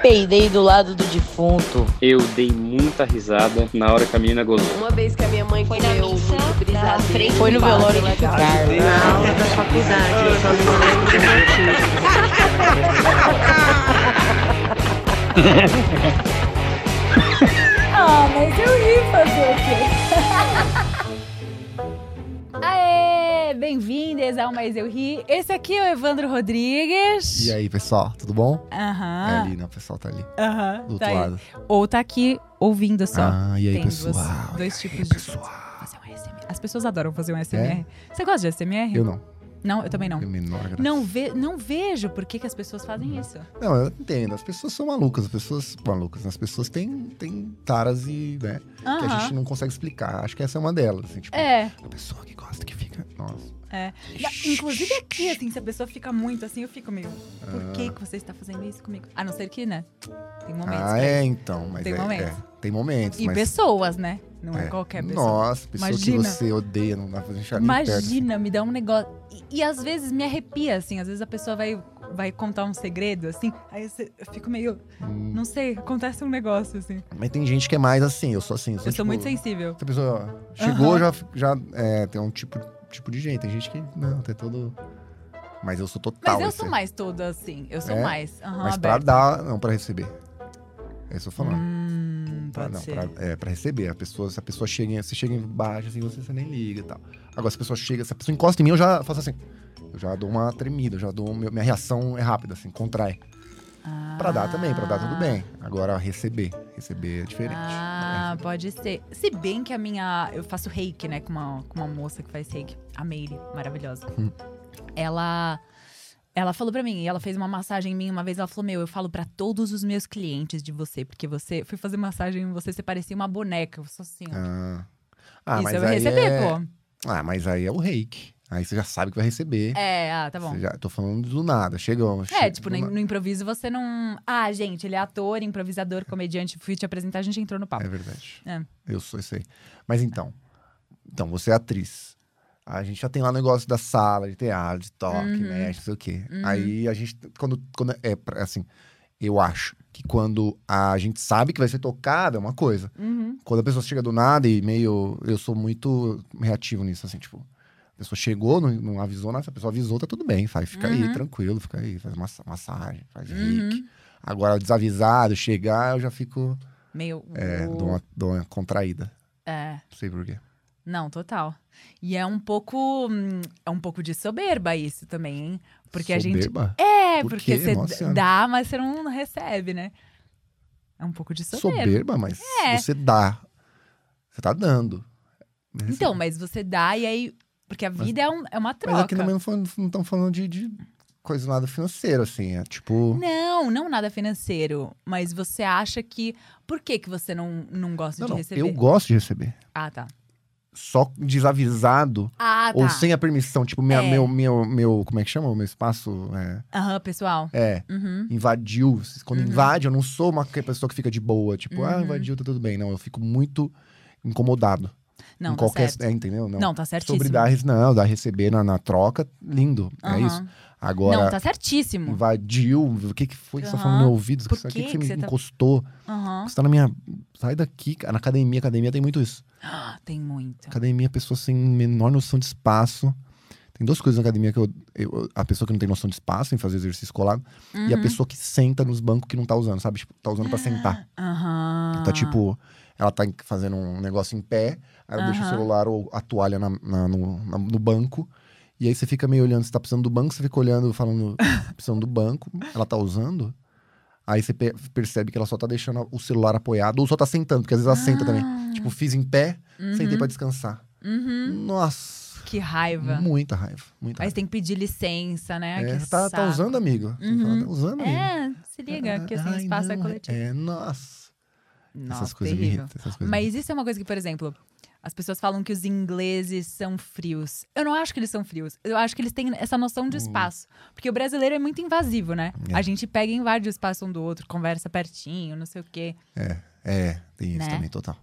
peidei do lado do defunto. Eu dei muita risada na hora que a menina gozou. Uma vez que a minha mãe Foi na comeu missa, muito da brisadeiro. frente Foi no do bar. velório de Carlos. Na aula da faculdade, eu só não lembro do motivo. Ah, mas eu ri fazer o quê? Aê! Bem-vindas ao Mais Eu Ri. Esse aqui é o Evandro Rodrigues. E aí, pessoal, tudo bom? É Aham. ali, não, o pessoal tá ali. Aham. Do Ah. tá outro aí. lado. Ou tá aqui ouvindo só. Ah, e aí, Tem duas- pessoal? Dois, E aí, tipos de. pessoal? Fazer um ASMR. As pessoas adoram fazer um ASMR. Você gosta de ASMR? É? Eu não. Não, eu também não. Tem a menor graça. Não, ve não vejo por que, que as pessoas fazem isso. Não, eu entendo. As pessoas são malucas. As pessoas. Malucas. né? As pessoas têm, têm taras e, né? Que a Aham. gente não consegue explicar. Acho que essa é uma delas. Assim, tipo, É. a pessoa que gosta que fica. Nossa. Na- Inclusive aqui, assim, se a pessoa fica muito assim, eu fico meio. Por que, que você está fazendo isso comigo? A não ser que, né? Tem momentos. Ah, pra é, então. Mas Tem é, momentos. é, Tem momentos. isso. E mas, pessoas, né? Não é, qualquer pessoa. Nossa, pessoa Imagina. que você odeia, não dá pra deixar nem perto. assim. Imagina, me dá um negócio. E, e às vezes me arrepia, assim. Às vezes a pessoa vai, vai contar um segredo, assim. Aí você- eu fico meio. Hum, Não sei, acontece um negócio, assim. Mas tem gente que é mais assim. Eu sou assim. Eu sou, Eu sou muito tipo, sensível. Essa pessoa chegou, Aham. já, já é, tem um tipo, tipo de gente. Tem gente que não, tem todo. Mas eu sou total. Mas eu esse. sou mais toda assim. Eu sou É? mais. Aham, Mas pra aberta. dar, não pra receber. É isso que eu tô falando. Hum, Pra- pode não, ser. pra- é, pra receber. A pessoa, se a pessoa chega, em- você chega embaixo, assim, você, você nem liga e tal. Agora, se a pessoa chega, se a pessoa encosta em mim, eu já faço assim. Eu já dou uma tremida, eu já dou. meu- Minha reação é rápida, assim, contrai. Pra dar também, pra dar tudo bem. Agora, receber. Receber é diferente. Ah, pode ser. Se bem que a minha. Eu faço reiki, né? Com uma, com uma moça que faz reiki, a Meire, maravilhosa. Hum. Ela. Ela falou pra mim, e ela fez uma massagem em mim uma vez. Ela falou: Meu, eu falo pra todos os meus clientes de você, porque você. Fui fazer massagem em você, você parecia uma boneca. Eu sou assim, ó. Ah. Ah, Isso mas eu vou aí receber, é- pô. Ah, mas aí é o reiki. Aí você já sabe que vai receber. É, ah, tá bom. Você já, tô falando do nada. Chega. É, tipo, no, nem. no improviso você não. Ah, gente, ele é ator, improvisador, comediante. Fui te apresentar, a gente entrou no papo. É verdade. É. Eu sou isso aí. Mas então. Então, você é atriz. A gente já tem lá o negócio da sala, de teatro, de toque, Uhum. né? Não sei o quê. Uhum. Aí a gente. Quando, quando. É pra- assim. Eu acho que quando a gente sabe que vai ser tocada, é uma coisa. Uhum. Quando a pessoa chega do nada e meio. Eu sou muito reativo nisso, assim, tipo. A pessoa chegou, não, não avisou nada, se a pessoa avisou, tá tudo bem, faz, fica Uhum. aí, tranquilo, fica aí, faz massa, massagem, faz Uhum. reiki. Agora, desavisado, chegar, eu já fico. Meio. uh, É, dou uma, dou uma contraída. é. Não sei por quê. Não, total. E é um pouco. hum, É um pouco de soberba isso também, hein? Porque a gente. Soberba? É, Por porque quê? você Nossa d- Senhora. dá, mas você não recebe, né? É um pouco de soberba. Soberba, né? mas É. você dá. Você tá dando. Né? Então, mas você dá e aí. Porque a vida é, um- é uma Mas aqui troca. também não fal- não estão falando de, de coisa nada financeira, assim. É tipo. Não, não nada financeiro. Mas você acha que. Por que, que você não, não gosta Não, de não, receber? eu gosto de receber. Ah, tá. Só desavisado Ah, ou tá. sem a permissão. Tipo, minha- É. meu, meu, meu. Como é que chama? O meu espaço. É. Aham, pessoal. é, Uhum. invadiu. Quando Uhum. invade, eu não sou uma pessoa que fica de boa. Tipo, ah, Uhum. invadiu, tá tudo bem. Não, eu fico muito incomodado. Não, em tá qualquer, certo. é, entendeu? Não. Não, tá certíssimo. Sobre dar, não, dar receber na, na troca, lindo. É Aham. isso. Agora, Não, tá certíssimo. invadiu. O que, que foi que você tá Aham. falando no meu ouvido? Por Isso aqui que que, que você você me tá- encostou? Aham. Você tá na minha. Sai daqui, cara. Na academia, academia tem muito isso. Ah, Tem muito. Academia, pessoa sem menor noção de espaço. Tem duas coisas na academia que eu, eu- A pessoa que não tem noção de espaço em fazer exercício colado. E a Uhum. pessoa que senta nos bancos que não tá usando, sabe? Tipo, tá usando pra sentar. Aham. Tá tipo, ela tá em- fazendo um negócio em pé, aí ela deixa o Aham. celular ou a toalha na- na- no, na- no banco. E aí você fica meio olhando, você tá precisando do banco, você fica olhando, falando, "Tá precisando do banco, ela tá usando. Aí você pe- percebe que ela só tá deixando o celular apoiado, ou só tá sentando, porque às vezes ela senta também. Tipo, fiz em pé, sentei pra descansar. Ah. Uhum. Nossa, Que raiva. muita raiva, muita Aí raiva. você tem que pedir licença, né? É, que tá, tá saco. usando, amigo? Você fala, Uhum. Tá usando, amigo? É, se liga, que assim Ai, espaço é não, coletivo. É, nossa. Nossa, essas coisas me terrível. irritam. Essas coisas me Mas isso é uma coisa que, por exemplo, as pessoas falam que os ingleses são frios. Eu não acho que eles são frios. Eu acho que eles têm essa noção de espaço. Porque o brasileiro é muito invasivo, né? Hum. É. A gente pega e invade o espaço um do outro, conversa pertinho, não sei o quê. É, tem isso Né? também, total.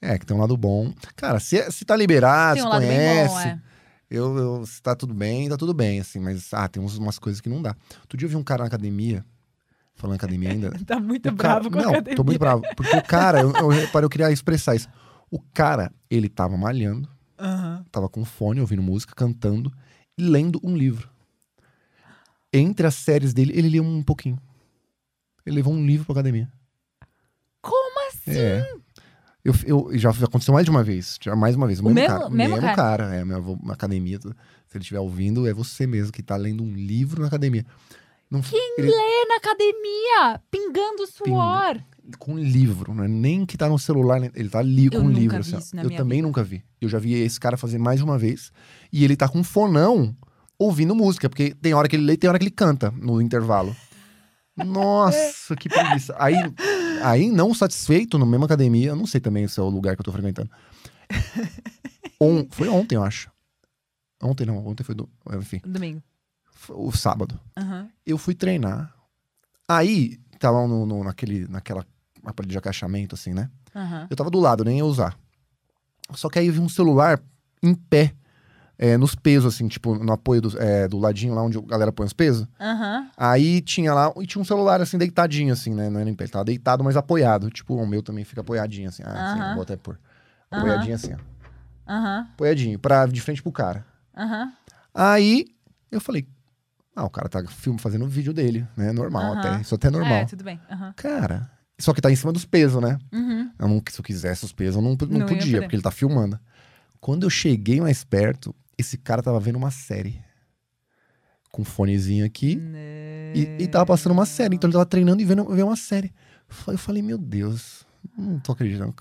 É, que tem um lado bom. Cara, se, se tá liberado, Tem um se lado bem conhece, bom, é. eu, eu- se tá tudo bem, tá tudo bem, assim. Mas, ah, tem uns- umas coisas que não dá. Outro dia eu vi um cara na academia, Falando academia ainda. Tá muito O bravo com a não, academia. tô muito bravo. Porque o cara, eu, eu reparei, eu queria expressar isso. O cara, ele tava malhando, Aham. tava com fone, ouvindo música, cantando e lendo um livro. Entre as séries dele, ele lia um pouquinho. Ele levou um livro pra academia. Como assim? É. Eu, eu- já aconteceu mais de uma vez. Já mais uma vez. O O mesmo, mesmo- cara. mesmo mesmo cara. É, minha avó- na academia. Se ele estiver ouvindo, é você mesmo que tá lendo um livro na academia. Não, Quem ele- lê é na academia? Pingando suor. com livro, não é nem que tá no celular, né? ele tá ali com Eu nunca livro. vi ó. isso na eu minha também nunca vi. Eu já vi esse cara fazer mais de uma vez. E ele tá com um fonão ouvindo música, porque tem hora que ele lê, tem hora que ele canta no intervalo. Nossa, que preguiça. Aí, aí não satisfeito, na mesma academia, eu não sei também se é o lugar que eu tô frequentando. On- foi ontem, eu acho. Ontem não, ontem foi do. Enfim, Domingo. foi o sábado Aham. eu fui treinar. Aí, tava no, no- naquele, naquela aparelho de agachamento, assim, né? Aham. Eu tava do lado, nem ia usar. Só que aí eu vi um celular em pé, é, nos pesos, assim, tipo, no apoio do, é, do ladinho lá onde a galera põe os pesos. Aham. Aí tinha lá, e tinha um celular, assim, deitadinho, assim, né? Não era em pé, ele tava deitado, mas apoiado. Tipo, o meu também fica apoiadinho, assim. Ah, sim, Aham. eu vou até pôr. Aham. Apoiadinho, assim, ó. Aham. Apoiadinho, pra, de frente pro cara. Aham. Aí, eu falei... Ah, o cara tá filme fazendo o vídeo dele, né? Normal Aham. até. Isso até é normal. É, tudo bem. Aham. Cara, só que tá em cima dos pesos, né? Uhum. Eu não- se eu quisesse os pesos, eu não, não, Não ia podia, poder. porque ele tá filmando. Quando eu cheguei mais perto, esse cara tava vendo uma série. Com um fonezinho aqui. E, e tava passando uma série. Então ele tava treinando e vendo, vendo uma série. Fa- Eu falei, meu Deus, não tô acreditando.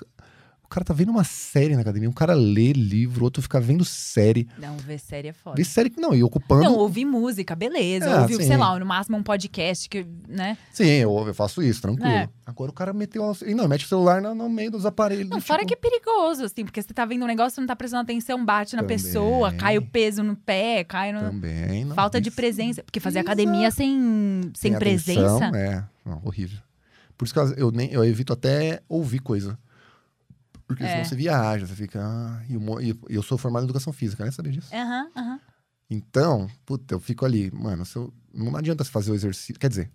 O cara tá vendo uma série na academia. Um cara lê livro, outro fica vendo série. Não, ver série é foda. Vê série que não, e ocupando. Não, ouvir música, beleza. Ah, ouvir, sim. sei lá, no máximo um podcast que, né? Sim, eu, eu faço isso, tranquilo. É. Agora o cara meteu. a- E não, mete o celular no, no meio dos aparelhos. Não, tipo, fora que é perigoso, assim, porque você tá vendo um negócio, você não tá prestando atenção, bate na Também. pessoa, cai o peso no pé, cai no. Também. não, Falta de isso- presença. Porque fazer academia sem, sem Sem atenção, presença. é, Não, horrível. Por isso que eu, eu nem, eu evito até ouvir coisa. Porque É. senão você viaja, você fica. ah, e, o mo- e- e eu sou formado em educação física, né? Sabia disso? Aham, aham. Então, puta, eu fico ali, mano, se eu- não adianta você fazer o exercício. Quer dizer,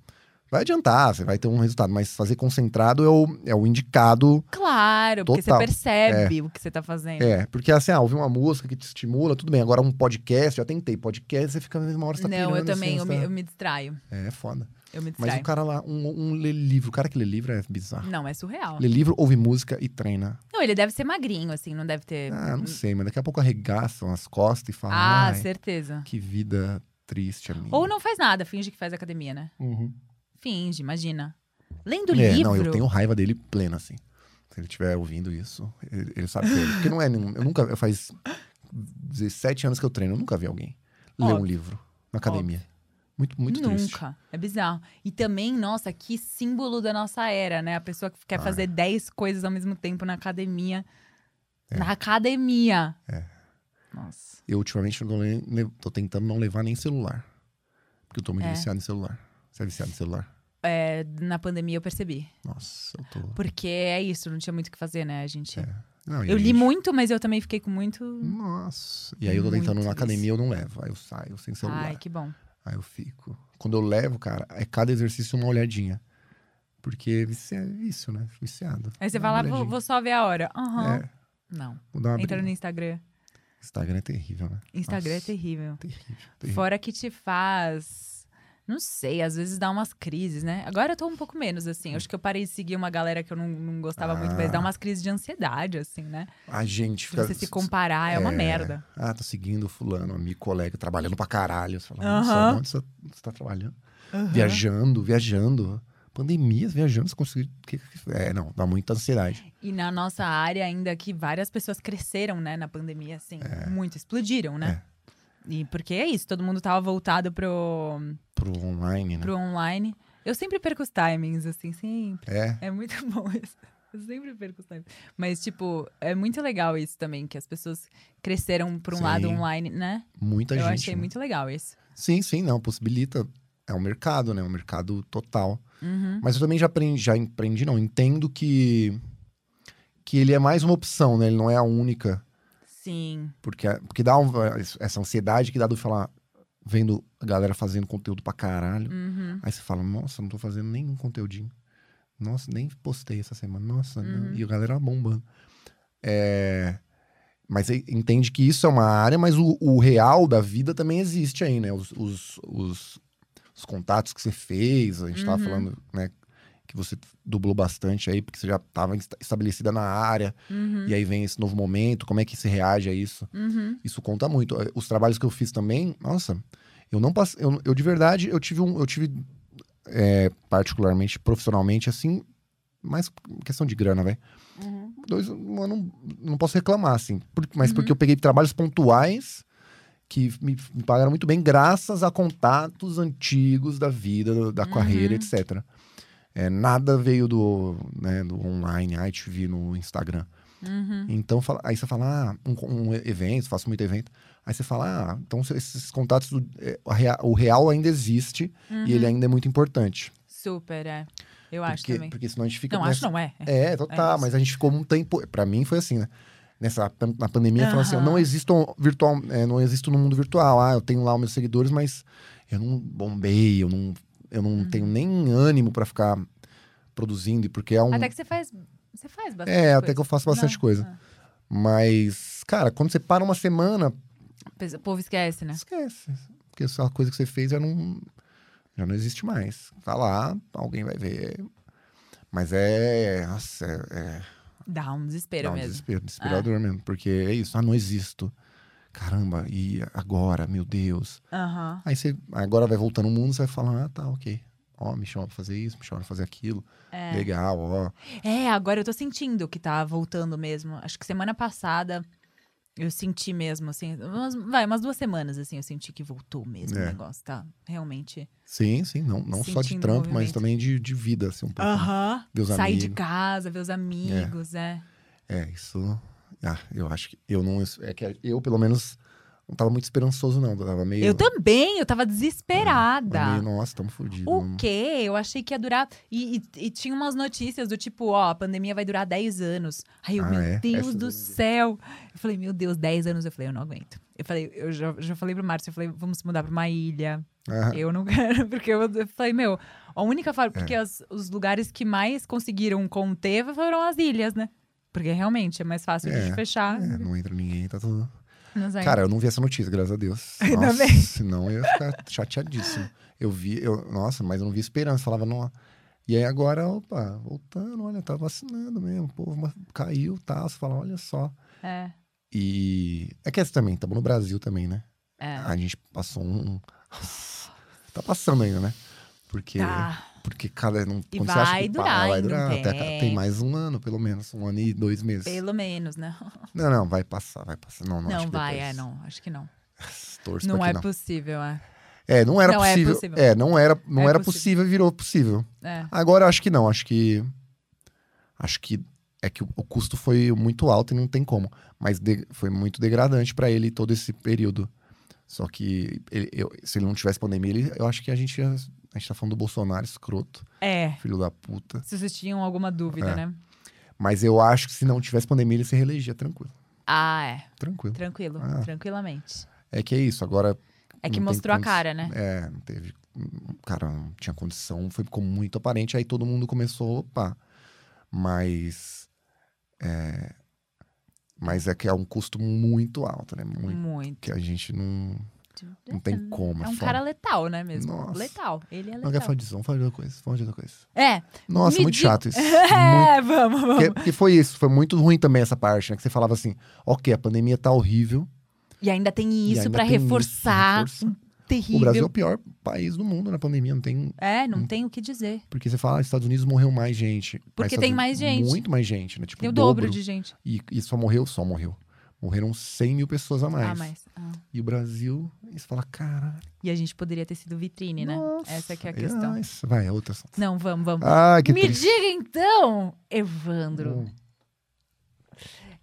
vai adiantar, você vai ter um resultado, mas fazer concentrado é o, é o indicado. Claro, porque você Total. percebe o que você tá fazendo. É, porque assim, ah, ouvir uma música que te estimula, tudo bem. Agora um podcast, já tentei, podcast, você fica uma hora você tá não, eu pirando, assim, também, você eu, me, tá- eu me distraio. É foda. Eu me Mas distraio. o cara lá, um, um lê livro, o cara que lê livro é bizarro. Não, é surreal. Lê livro, ouve música e treina. Não, ele deve ser magrinho, assim, não deve ter. Ah, não sei, mas daqui a pouco arregaçam as costas e falam, Ah, "Ai, certeza. que vida triste a minha. Ou não faz nada, finge que faz academia, né? Uhum. Finge, imagina. Lendo é, livro. não, eu tenho raiva dele plena, assim. Se ele estiver ouvindo isso, ele, ele sabe que ele. Porque não é nenhum. Eu nunca. Eu faz 17 anos que eu treino, eu nunca vi alguém ler um Óbvio. livro na academia. Muito, muito Nunca. triste. É bizarro. E também, nossa, que símbolo da nossa era, né? A pessoa que quer Ah, fazer 10 coisas ao mesmo tempo na academia. É. Na academia. É. Nossa. Eu ultimamente não tô, le- le- tô tentando não levar nem celular. Porque eu tô muito É. viciado em celular. Você é viciado em celular? É, na pandemia eu percebi. Nossa, eu tô. Porque é isso, não tinha muito o que fazer, né, a gente? É. Hum, Não, e Eu a li gente- muito, mas eu também fiquei com muito. Nossa. E aí eu tô Muito tentando na isso. academia, eu não levo. Aí eu saio sem celular. Ai, que bom. Aí eu fico. Quando eu levo, cara, é cada exercício uma olhadinha. Porque vici- é isso, né? Viciado. Aí você Dá vai uma lá, vou, olhadinha. vou só ver a hora. Aham. É, Não. vou dar uma Entra no abri- Instagram. Instagram é terrível, né? Instagram é Nossa, terrível. terrível. terrível. Fora que te faz. Não sei, às vezes dá umas crises, né? Agora eu tô um pouco menos, assim. Acho que eu parei de seguir uma galera que eu não, não gostava muito, mas dá Hum. Ah. umas crises de ansiedade, assim, né? A gente Se fica. você se comparar, é, uma merda. Ah, tô seguindo fulano, amigo, colega, trabalhando pra caralho. Você fala, Aham. nossa, onde você, você tá trabalhando? Viajando, viajando. Pandemias, viajando, você conseguiu. que- que- É, não, dá muita ansiedade. E na nossa área, ainda que várias pessoas cresceram, né, na pandemia, assim, É. muito, explodiram, né? E porque é isso, todo mundo tava voltado pro, Pro online, né? pro online. Eu sempre perco os timings, assim, sempre. É. É muito bom isso. Eu sempre perco os times. Mas, tipo, é muito legal isso também, que as pessoas cresceram por um Sim. lado online, né? Muita Eu gente. achei né? muito legal isso. Sim, sim, não, possibilita. É um mercado, né? Um mercado total. Uhum. Mas eu também já aprendi, já empreendi, não, entendo que que ele é mais uma opção, né? Ele não é a única, é, Sim. porque porque dá um- essa ansiedade que dá do falar, vendo a galera fazendo conteúdo pra caralho. Uhum. Aí você fala, nossa, não tô fazendo nenhum conteúdinho. Nossa, nem postei essa semana. Nossa, não. e a galera bombando. É, Mas aí entende que isso é uma área, mas o, o real da vida também existe aí, né? Os, os, os, os contatos que você fez, a gente tava falando, né? Que você dublou bastante aí, porque você já tava esta- estabelecida na área. Uhum. E aí vem esse novo momento, como é que se reage a isso? Uhum. Isso conta muito. Eh, Os trabalhos que eu fiz também, nossa, eu não passei. Eu, eu de verdade, eu tive um. Eu tive, eh, particularmente, profissionalmente, assim, mais questão de grana, velho. Uhum. Dois, um, eu não, não posso reclamar, assim. Por- mas porque eu peguei trabalhos pontuais que me, me pagaram muito bem, graças a contatos antigos da vida, da carreira, etc. Eh, nada veio do, né, do online, ai, te vi no Instagram. Uhum. Então, fala- aí você fala, ah, um, um evento, faço muito evento. Aí você fala, ah, então se- esses contatos, do- é, a rea- o real ainda existe e ele ainda é muito importante. Super, é. Uhum. Eu acho porque, também. porque senão a gente fica. Não, nessa- acho não é. É, total, isso. mas a gente ficou um tempo. Pra mim foi assim, né? Nessa, pan- na pandemia, falando assim, eu Aham. não existo virtual, é, não existo no mundo virtual. Ah, eu tenho lá os meus seguidores, mas eu não bombei, eu não, eu não Uhum. tenho nem ânimo pra ficar produzindo, porque é um. Até que você faz. Você faz bastante. é, até coisa. que eu faço bastante Não, ah. coisa. Mas, cara, quando você para uma semana, é. O povo esquece, né? esquece. Porque essa coisa que você fez já não, já não existe mais. Tá lá, alguém vai ver. Mas é. Nossa, é, é Dá um desespero dá um mesmo. desespero, desesperador mesmo. Porque é isso, ah, não existo. Caramba, e agora, meu Deus. Aham. Aí você agora vai voltando no mundo, você vai falar, ah, tá, ok. Ó, me chama pra fazer isso, me chama pra fazer aquilo. Legal, ó. É, agora eu tô sentindo que tá voltando mesmo. Acho que semana passada eu senti mesmo, assim. Umas, vai, umas duas semanas, assim, eu senti que voltou mesmo o É. negócio, tá? Realmente. Sim, sim, não, não só de Sentindo o trampo, mas movimento. também de, de vida, assim, um pouco. Aham. Ver os Sair de amigos. casa, ver os amigos, é. É, isso. Ah, eu acho que. Eu não. É que eu, pelo menos, não tava muito esperançoso, não. É. Eu tava meio. Eu também, eu tava desesperada. tava meio, Nossa, tamo fudido. O quê? Eu achei que ia durar. E, e- e tinha umas notícias do tipo, ó, a pandemia vai durar 10 anos. Aí eu, Ah, meu é? Deus Essas eu do vi. céu. Eu falei, meu Deus, 10 anos. Eu falei, eu não aguento. Eu falei, eu já, já falei pro Márcio, eu falei, vamos mudar pra uma ilha. Ah, Eu não quero, porque eu, eu falei, meu, a única forma. Porque É. as- os lugares que mais conseguiram conter foram as ilhas, né? Porque realmente é mais fácil de É, fechar. é, não entra ninguém, tá tudo. Não sei. Cara, eu não vi essa notícia, graças a Deus. Ainda Nossa, bem. senão eu ia ficar chateadíssimo. Eu vi, eu, nossa, mas eu não vi esperança. Falava, não. E aí agora, opa, voltando, olha, tá vacinando mesmo. O povo ma- caiu, tá. Você fala, olha só. É, E. É que essa também, estamos no Brasil também, né? é. A gente passou um. tá passando ainda, né? Porque. Tá. Porque cada. Não, E quando você vai acha que durar para, vai ainda um durar. Até, ca- tem tempo. mais um ano, pelo menos. Um ano e dois meses. Pelo menos, né? Não, não, vai passar, vai passar. Não, não, Não, acho que vai, depois- é, não. Acho que não. Torço Não pra é que não. possível, é. É, não era Não é possível. É, possível. não era, não É era possível. possível. e virou possível. É. Agora eu acho que não, acho que. Acho que. É que o, o custo foi muito alto e não tem como. Mas de- foi muito degradante pra ele todo esse período. Só que ele- eu- se ele não tivesse pandemia, ele- eu acho que a gente ia. A gente tá falando do Bolsonaro escroto, É. filho da puta. Se vocês tinham alguma dúvida, É. né? Mas eu acho que se não tivesse pandemia, ele se reelegia, tranquilo. Ah, é. Tranquilo. Tranquilo. Ah. Tranquilamente. É que é isso, agora. É que não tem mostrou a condi- cara, né? É, não teve. hum, Cara, não tinha condição, foi, ficou muito aparente, aí todo mundo começou, opa. Mas. É, mas é que é um custo muito alto, né? Muito. Muito. Que a gente não, não tem como. Hum. É um foda. cara letal, né, mesmo? Nossa. Letal. Ele é Não quer letal. falar disso, vamos falar de outra coisa. Vamos falar de outra coisa. É. Nossa, Me muito di- chato isso. muito É, vamos, vamos. porque, porque foi isso, foi muito ruim também essa parte, né? Que você falava assim, ok, a pandemia tá horrível. E ainda tem e isso ainda pra tem isso, reforçar. um reforça. Terrível. O Brasil é o pior país do mundo na pandemia, não tem É, não tem o que dizer. Porque você fala, ah, Estados Unidos morreu mais gente. Mas Porque Estados tem Unidos- mais gente. Muito mais gente, né? Tipo, Tem o dobro, dobro. de gente. E, e só morreu, só morreu. Morreram 100 mil pessoas a mais. Ah, mas. ah. E o Brasil, e você fala, cara... E a gente poderia ter sido vitrine, né? nossa, Essa que é a questão. ah, isso- vai, é outra. assunto. Não, vamos, vamos. Ah, que Me triste. Hum. diga então, Evandro.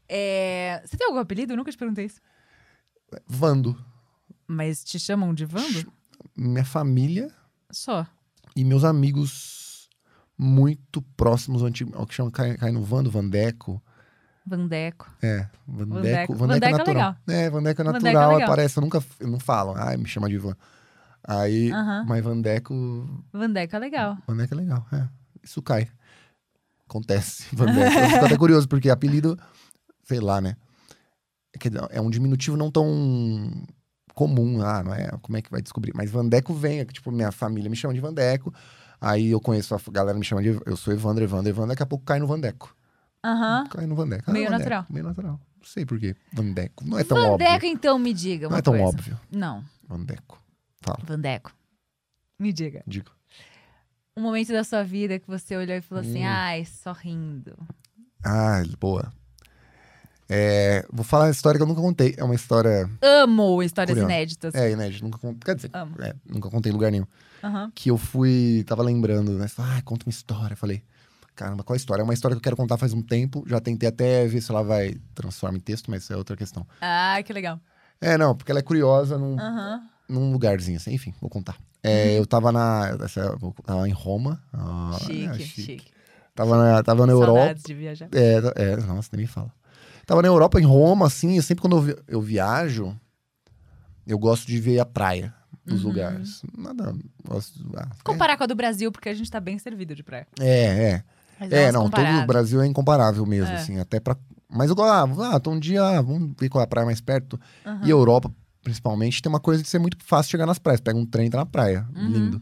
é, Você tem algum apelido? Eu nunca te perguntei isso. Vando. Mas te chamam de Vando? Minha família Só. e meus amigos muito próximos, antigos, o que chama, cai, cai no Vando, Vandeco. Vandeco. É, Vandeco. Vandeco, Vandeco é Vandeco é natural. legal. É, Vandeco é Vandeco é natural, legal. aparece, eu nunca, eu não falo, ai, me chama de Van. Aí, Aham. mas Vandeco, Vandeco é legal. Vandeco é legal, é, isso cai. Acontece, Vandeco. Eu fico até curioso, porque apelido, sei lá, né, É que não- é um diminutivo não tão comum, ah, não é, como é que vai descobrir? Mas Vandeco vem, é que, tipo, minha família me chama de Vandeco, aí eu conheço a f- galera me chama de, eu sou Evandro, Evandro, Evandro, daqui a pouco cai no Vandeco. Aham. Cai no Vandeco. Ah, Meio Vandeco, natural. Meio natural. Não sei por quê. Vandeco. Não é tão Vandeco, óbvio. então, me diga Não uma é tão coisa. óbvio. Não, Vandeco. Vandeco. Me diga. Digo. Um momento da sua vida que você olhou e falou assim, Hum. ai, sorrindo. Ah, boa. É, vou falar uma história que eu nunca contei. É uma história. Amo histórias Curioso. inéditas. É, inédita. Nunca contei. Quer dizer, Amo. é, nunca contei em lugar nenhum. Aham. Que eu fui. Tava lembrando, né? Ah, conta uma história. Eu Falei, caramba, qual a história? É uma história que eu quero contar faz um tempo. Já tentei até ver se ela vai transformar em texto, mas isso é outra questão. Ah, que legal. É, não, porque ela é curiosa. Não, Aham. num lugarzinho assim, enfim, vou contar. É, Uhum. Eu tava na. essa- eu tava em Roma. ah, é, Chique, chique. Tava na, tava na Europa. Saudades de viajar. É, tá- é, nossa, nem me fala. Tava na Europa, em Roma, assim, e sempre quando eu, vi- eu viajo, eu gosto de ver a praia dos Uhum. lugares. Nada. Gosto, ah, Comparar com a do Brasil, porque a gente tá bem servido de praia. é, é, é. Mas É, elas não, todo o comparadas. Brasil é incomparável mesmo, É. assim, até pra. Mas eu gosto, ah, ah, tô um dia, ah, vamos ver qual é a praia mais perto. Aham. E Europa, principalmente, tem uma coisa de ser muito fácil chegar nas praias. Pega um trem e entra na praia. Uhum. Lindo.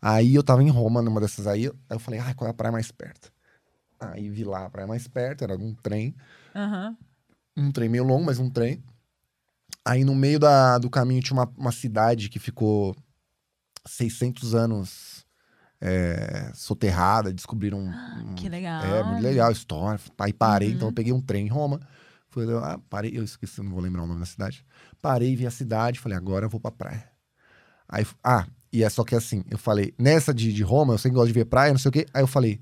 Aí eu tava em Roma, numa dessas aí, eu- aí eu falei, ah, qual é a praia mais perto? Aí vi lá a praia mais perto, era um trem. Aham. Um trem meio longo, mas um trem. Aí no meio da, do caminho tinha uma, uma cidade que ficou 600 anos é, soterrada, descobriram um- Ah, Que legal. é, muito legal a história. Aí parei, então eu Uhum. peguei um trem em Roma. Fui, lá, ah, parei, eu esqueci, não vou lembrar o nome da cidade. Parei, vi a cidade, falei, agora eu vou pra praia. Aí, fu- ah, e é só que assim, eu falei, nessa de, de Roma, eu sempre gosto de ver praia, não sei o quê. Aí eu falei,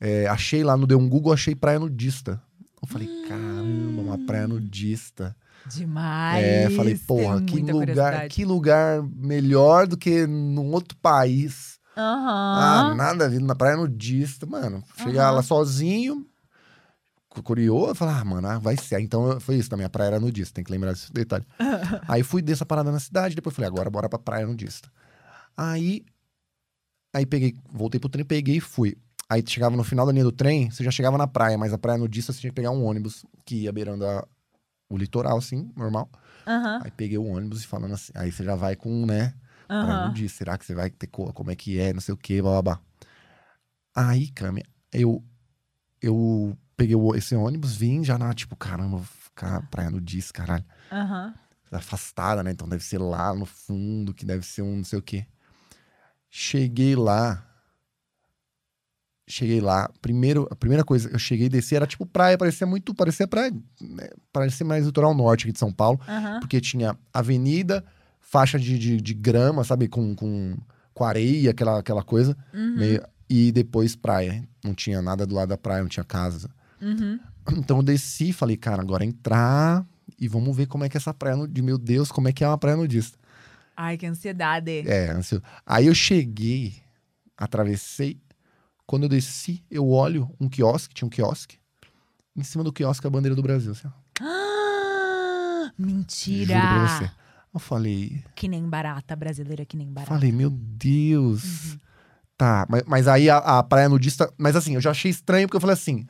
é, achei lá, no deu um Google, achei praia nudista. Eu falei, caramba, uma Hum. praia nudista. Demais. É, falei, Tenho porra, que muita lugar, curiosidade. que lugar melhor do que num outro país. Ah, Aham. nada a ver, na praia nudista, mano. Chegar Aham. lá sozinho, cu- curioso, falar, ah, mano, ah, vai ser. Então eu- foi isso, também a praia era nudista, tem que lembrar desse detalhe. aí fui dessa parada na cidade, depois falei, agora bora pra praia nudista. Aí, aí peguei, voltei pro trem, peguei e fui. Aí chegava no final da linha do trem, você já chegava na praia, mas a praia nudista você tinha que pegar um ônibus que ia beirando a- o litoral, assim, normal. Aham. Aí peguei o ônibus e falando assim, aí você já vai com, né, Pra não Aham. diz, será que você vai ter co- como é que é, não sei o que, blá blá blá. Aí, Cami, eu, eu peguei o- esse ônibus, vim já na, tipo, caramba, vou ficar praia no diz, caralho. Aham. Afastada, né? Então deve ser lá no fundo, que deve ser um não sei o que. Cheguei lá. Cheguei lá. Primeiro, a primeira coisa, eu cheguei e desci, era tipo praia, parecia muito, parecia praia, né? parecia mais litoral norte aqui de São Paulo Aham. porque tinha avenida, faixa de, de, de grama, sabe, com, com, com areia, aquela, aquela coisa, Uhum. meio- e depois praia. Não tinha nada do lado da praia, não tinha casa. Uhum. Então eu desci e falei, cara, agora é entrar e vamos ver como é que é essa praia nu- de Meu Deus, como é que é uma praia nudista. Ai, que ansiedade. É, ansio- aí eu cheguei, atravessei. Quando eu desci, eu olho um quiosque, tinha um quiosque. Em cima do quiosque a bandeira do Brasil, assim, ó. Ah, Mentira! Juro pra você. Eu falei, Que nem barata, brasileira que nem barata. Falei, meu Deus. Tá, mas, mas aí a, a praia nudista. Mas assim, eu já achei estranho, porque eu falei assim: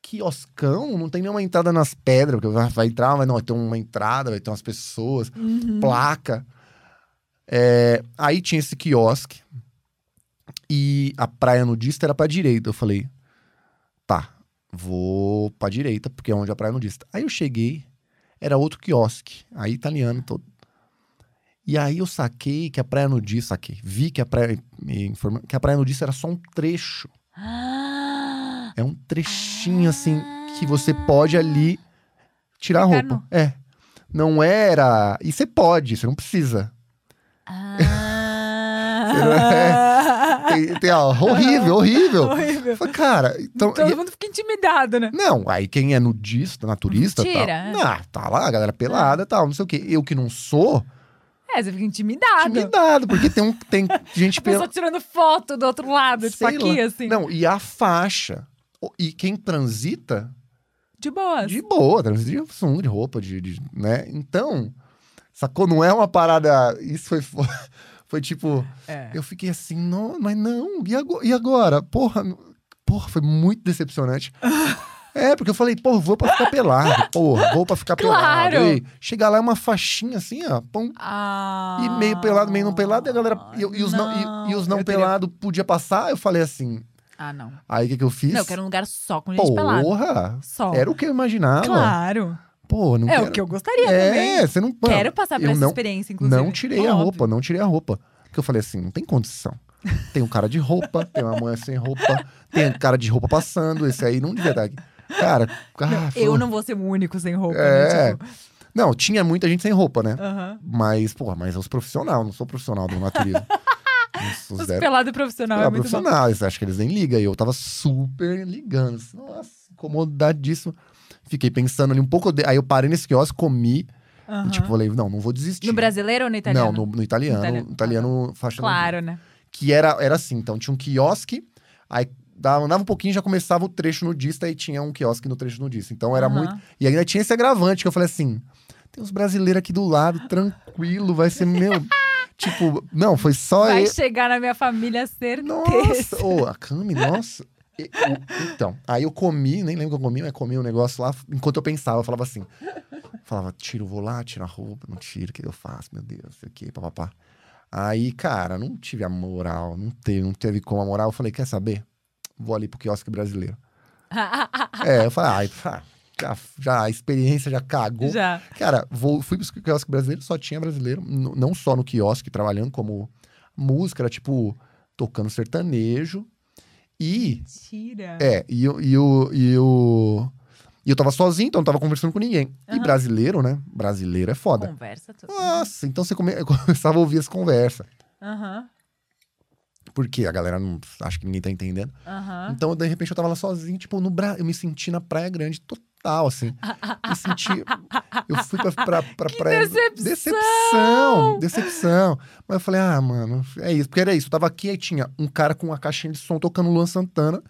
que oscão, não tem nenhuma entrada nas pedras, porque vai, vai entrar, mas não, vai ter uma entrada, vai ter umas pessoas, Uhum. placa. É, aí tinha esse quiosque e a praia nudista era pra direita. Eu falei, tá, vou pra direita, porque é onde é a praia nudista. Aí eu cheguei, era outro quiosque, aí italiano todo. E aí eu saquei que a praia nudista, saquei, vi que a praia, me informa- que a praia nudista era só um trecho. Ah, É um trechinho assim que você pode ali tirar a Ficar roupa. É. Não era. E você pode, você não precisa. ah. Tem, tem, ó, horrível, horrível. Horrível. Fala, Cara, então. Todo e- mundo fica intimidado, né? Não, aí quem é nudista, naturista, Mentira, tal, é. ah, tá lá, a galera pelada e tal, não sei o quê. Eu que não sou, É, você fica intimidado. intimidado, porque tem, um, tem gente A pessoa pelada. tirando foto do outro lado, tipo Sei aqui, lá. assim. Não, e a faixa. O- E quem transita De boas. De boa, né? transito de assunto, um de roupa, de, de- né? Então, sacou? Não é uma parada. Isso foi. fo- Foi tipo. É. Eu fiquei assim, não, mas não. E ago- e agora? Porra, não- porra, foi muito decepcionante. É, porque eu falei, porra, vou pra ficar pelado, porra, vou pra ficar Claro. pelado. E chegar lá é uma faixinha assim, ó, pum, Ah, e meio pelado, meio não pelado, e a galera. E, e os não, e- e, os não eu teria- pelados podia passar, eu falei assim. Ah, não. Aí o que, que eu fiz? Não, eu quero um lugar só com gente pelada. porra! Só. Era o que eu imaginava. Claro. Pô, um não É quero. o que eu gostaria também. É, você não. mano, Quero passar por eu essa não, experiência, inclusive. não tirei a Óbvio. roupa, né? não tirei a roupa. Porque eu falei assim, não tem condição. Tem um cara de roupa, tem uma mulher sem roupa, tem um cara de roupa passando, esse aí não devia estar aqui. Cara, ah, foi- Eu não vou ser o único sem roupa, É. né? Tipo, Não, tinha muita gente sem roupa, né? aham. Mas, porra, mas eu sou profissional, não sou profissional do naturismo. Eu sou Os zero pelado profissional é Ah, muito bom. profissional, isso, acho que eles nem ligam. E eu tava super ligando. assim, Nossa, incomodadíssimo. Fiquei pensando ali um pouco. de- Aí eu parei nesse quiosque, comi. Aham. E, tipo, falei, não, não vou desistir. No brasileiro ou no italiano? Não, no, no italiano. No italiano. Italiano, italiano faixa Claro, né? que era, era assim, então tinha um quiosque, aí dava, andava um pouquinho já começava o trecho nudista e tinha um quiosque no trecho nudista. Então era Aham. muito. E ainda tinha esse agravante que eu falei assim: tem uns brasileiros aqui do lado, tranquilo, vai ser meu. tipo, não, foi só Vai eu. chegar na minha família certeza. Nossa! Ô, a Cami, nossa! E- o- então, aí eu comi, nem lembro o que eu comi, mas comi um negócio lá, enquanto eu pensava, eu falava assim. Falava, tiro, vou lá, tiro a roupa, não tiro, o que eu faço, meu Deus, não sei o que, papapá. Aí, cara, não tive a moral, não teve, não teve como a moral. Eu falei, quer saber? Vou ali pro quiosque brasileiro. é, eu falei, ai, já, já a experiência já cagou. Já. Cara, vou, fui pro quiosque brasileiro, só tinha brasileiro, n- não só no quiosque, trabalhando como música, era tipo tocando sertanejo. E. Mentira. É, e eu. E eu, e eu, e eu tava sozinho, então não tava conversando com ninguém. E Aham. brasileiro, né? Brasileiro é foda. Conversa tudo. Nossa, então você come- eu começava a ouvir as conversas. Aham. Porque a galera não. Acho que ninguém tá entendendo. Aham. Então, de repente, eu tava lá sozinho, tipo, no Bra... eu me senti na Praia Grande total, assim. Me senti. Eu fui pra, pra, pra praia. decepção! Decepção! Decepção! Mas eu falei, ah, mano, é isso. Porque era isso. Eu tava aqui e tinha um cara com uma caixinha de som tocando Luan Santana.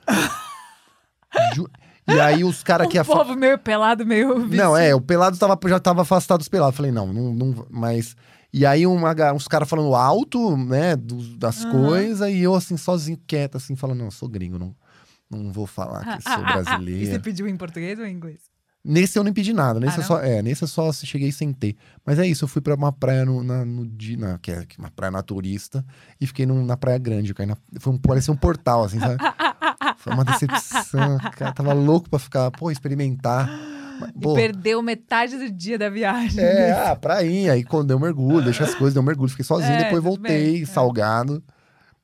Ju- E aí os caras que é Um ia fa- povo meio pelado, meio Não, é, o pelado tava, já tava afastado dos pelados. Falei, não, não, não mas. E aí uma, ga- uns caras falando alto, né, dos- das Aham. coisas, e eu assim, sozinho, quieto, assim, falando, não, eu sou gringo, não, não vou Ah, falar que eu sou E você brasileiro. pediu em português ou em inglês? Nesse eu não impedi nada, nesse, Ah, eu, só, é, nesse eu só cheguei e sentei. Mas é isso, eu fui pra uma praia no, na, no di- na- que é uma praia naturista, e fiquei num- na praia grande, eu caí na, foi um, parecia um portal, assim, sabe? Foi uma decepção, cara, tava louco pra ficar, pô, experimentar. Mas, E pô, perdeu metade do dia da viagem. é, ah, prainha. Aí quando deu um mergulho, deixei as coisas, deu um mergulho, fiquei sozinho, É, depois tudo voltei, bem, é. salgado.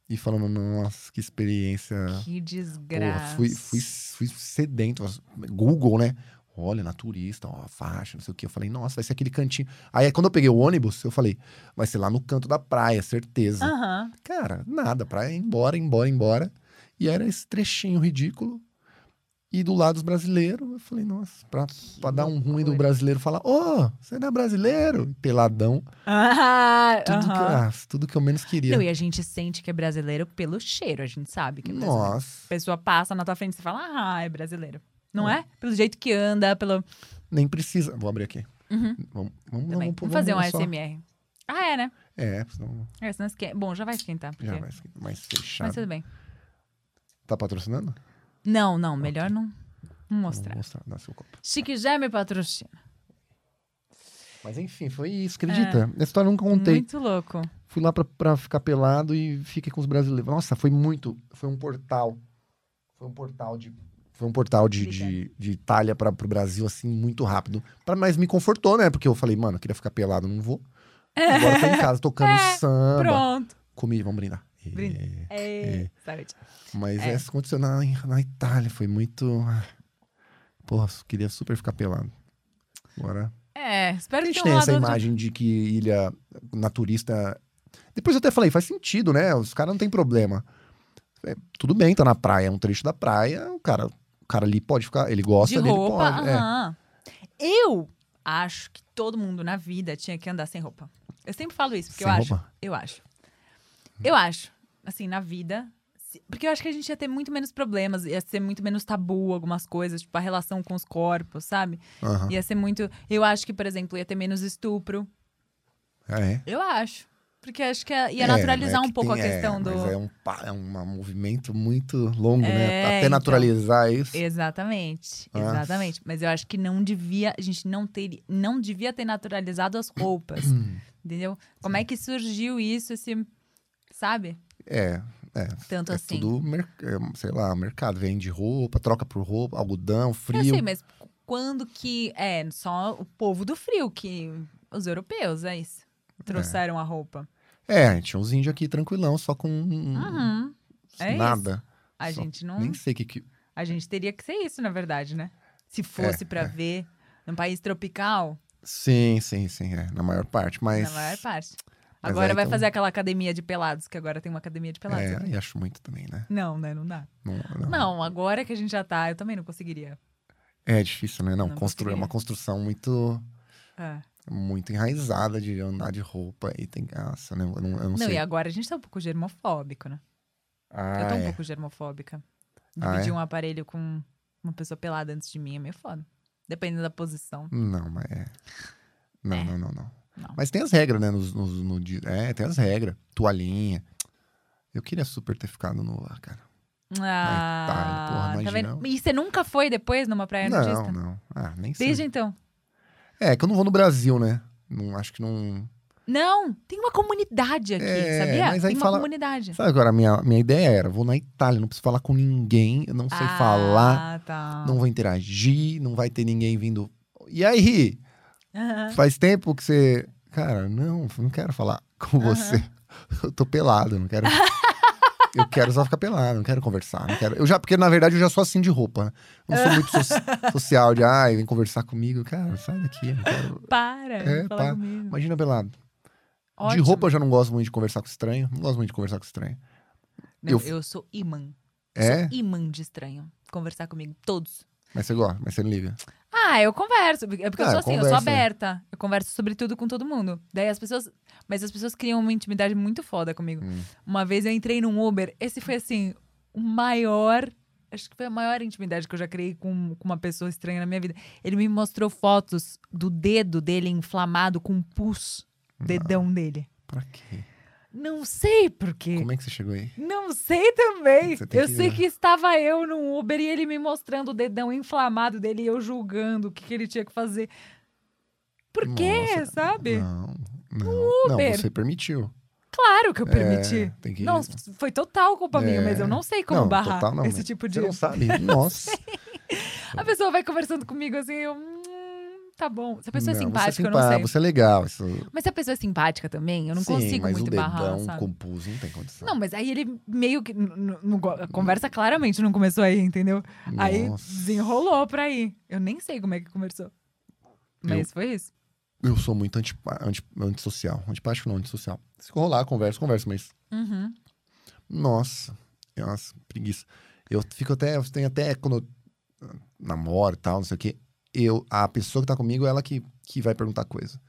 E falando, nossa, que experiência. Que Porra, desgraça. fui, fui, fui sedento. Google, né? Olha, naturista, ó, a faixa, não sei o que. Eu falei, nossa, vai ser aquele cantinho. Aí quando eu peguei o ônibus, eu falei, vai ser lá no canto da praia, certeza. Aham. Cara, nada, praia, embora, embora, embora. E era esse trechinho ridículo. E do lado dos brasileiros, eu falei, nossa, pra, pra dar um ruim do loucura. brasileiro falar, ô, você não é brasileiro? Peladão. Ah, Tudo, que, aham. ah, tudo que eu menos queria. Não, e a gente sente que é brasileiro pelo cheiro, a gente sabe que é brasileiro. A nossa, pessoa passa na tua frente e você fala, ah, é brasileiro. Não é? Pelo jeito que anda, pelo. nem precisa. Vou abrir aqui. Uhum, Vamos, vamos, também. vamos, Vamos fazer um só- ASMR. Ah, é, né? É, senão É, senão esque... Bom, já vai esquentar. Porque... já vai ser mais fechado. Mas tudo bem. Tá patrocinando? Não, não, melhor não, não mostrar. Vou mostrar, dá seu copo. Chique já me patrocina. Mas enfim, foi isso, acredita? É. Essa história eu nunca contei. Muito louco. Fui lá pra, pra ficar pelado e fiquei com os brasileiros. Nossa, foi muito. Foi um portal. Foi um portal de. Foi um portal de, de, de Itália para pro Brasil, assim, muito rápido. Pra, mas me confortou, né? Porque eu falei, mano, eu queria ficar pelado, não vou. Agora eu tô em casa tocando É, samba. Pronto. Comi, vamos brindar. É, Brinda. É, saúde. Mas É. é. essa aconteceu na, na Itália, foi muito. ah, Porra, queria super ficar pelado. Agora. É, espero A que gente tenha tem um essa lado imagem de que ilha naturista. Depois eu até falei, faz sentido, né? Os caras não tem problema. É, tudo bem, tá na praia, é um trecho da praia, o cara, o cara ali pode ficar, ele gosta de dele, roupa. pode. é. aham. Eu acho que todo mundo na vida tinha que andar sem roupa. Eu sempre falo isso, porque Sem eu acho. roupa? Eu acho. Eu acho. Assim, na vida, se- Porque eu acho que a gente ia ter muito menos problemas, ia ser muito menos tabu algumas coisas, tipo a relação com os corpos, sabe? Aham. Ia ser muito. Eu acho que, por exemplo, ia ter menos estupro. Ah, é. Eu acho. Porque acho que ia, ia É, naturalizar mas é um que pouco tem- a questão é, do. Mas é um, pa- é um movimento muito longo, É, né? Até então. naturalizar isso. Exatamente, Ah. exatamente. Mas eu acho que não devia, a gente não ter, não devia ter naturalizado as roupas, Hum. entendeu? Como é que surgiu isso, esse, sabe? É, Tanto é assim. tudo, mer- é, sei lá, mercado. Vende roupa, troca por roupa, algodão, Eu frio. sei, mas quando que é só o povo do frio que os europeus é isso trouxeram a roupa? É, tinha uns índios aqui tranquilão, só com Uhum. é nada. A Hum. Só- gente não, Nem sei o que, que. a gente teria que ser isso na verdade, né? É, Se fosse pra ver num país tropical, Sim, sim, sim, é, na maior parte. Mas. na maior parte. mas Agora aí vai tem um- fazer aquela academia de pelados, que agora tem uma academia de pelados. É, aqui. e acho muito também, né? Não, né? Não dá. Não, não. Não, agora que a gente já tá, eu também não conseguiria. É difícil, né? Não, Não construir é uma conseguiria. construção muito É. muito enraizada de andar de roupa e tem graça, né? Eu não, eu não Não, sei. e agora a gente tá um pouco germofóbico, né? Ah, eu tô um é. pouco germofóbica. Ah, Dividir é? um aparelho com uma pessoa pelada antes de mim é meio foda. Dependendo da posição. Não, mas é. Não, É. não, não, não, Não. Mas tem as regras, né? Nos, nos- no, di- é, tem as regras. Toalhinha. Eu queria super ter ficado no ar, cara. Ah, Itália, porra, tá imagina. vendo? E você nunca foi depois numa praia não, É, nudista? não. Ah, nem sei. Desde então. É, que eu não vou no Brasil, né? Não, acho que não. Não, tem uma comunidade aqui, É, sabia? mas aí tem uma fala- comunidade. Sabe agora, a minha, minha ideia era: vou na Itália, não preciso falar com ninguém, eu não sei ah, falar, tá. não vou interagir, não vai ter ninguém vindo. E aí? Aham. Faz tempo que você. Cara, não, não quero falar com Aham. você. Eu tô pelado, não quero. eu quero só ficar pelado, não quero conversar. Não quero... Eu já, porque na verdade eu já sou assim de roupa, né? Eu não sou muito so- social de, ai, vem conversar comigo. Cara, sai daqui, eu não quero. Para, É, fala pá. comigo. Imagina pelado. Ótimo. De roupa eu já não gosto muito de conversar com estranho. Não gosto muito de conversar com estranho. Não, eu- eu... sou imã. É? Imã de estranho. Conversar comigo, todos. Mas você gosta, mas você não liga. Ah, eu converso. É porque eu Ah, sou assim, eu sou conversa, né? aberta. Eu converso sobre tudo com todo mundo. Daí as pessoas. Mas as pessoas criam uma intimidade muito foda comigo. Hum. Uma vez eu entrei num Uber, esse foi assim, o maior. Acho que foi a maior intimidade que eu já criei com, com uma pessoa estranha na minha vida. Ele me mostrou fotos do dedo dele inflamado com pus. Ah. Dedão dele. Pra quê? Não sei por quê. Como é que você chegou aí? Não sei também. Você tem Eu que- sei que estava eu num Uber e ele me mostrando o dedão inflamado dele e eu julgando o que, que ele tinha que fazer. Por quê, Nossa, Ah. sabe? Não, não. Não, Uber. você permitiu. Claro que eu É, permiti. tem que... Não, foi total culpa minha, mas eu não sei como Não, barrar total não, esse mas tipo de. Você não sabe. Nossa. A pessoa vai conversando comigo assim, eu. "Hum, tá bom. Se a pessoa é Não, simpática, você é eu não simpa- sei. Você é legal. Isso... Mas se a pessoa é simpática também, eu não Sim, consigo mas muito o dedão barrar, sabe? com pus não tem condição. Não, mas aí ele meio que. n- n- não go- a conversa claramente não começou aí, entendeu? Aí Nossa. desenrolou pra ir. Eu nem sei como é que conversou. Mas foi isso. Eu sou muito antipa... anti... antissocial. Antipático não, antissocial. Se rolar, conversa, conversa, mas... Uhum. Nossa. Nossa, preguiça. Eu fico até... Eu tenho até quando eu ah, namoro e tal, não sei o quê. Eu... A pessoa que tá comigo, ela que, que vai perguntar coisa.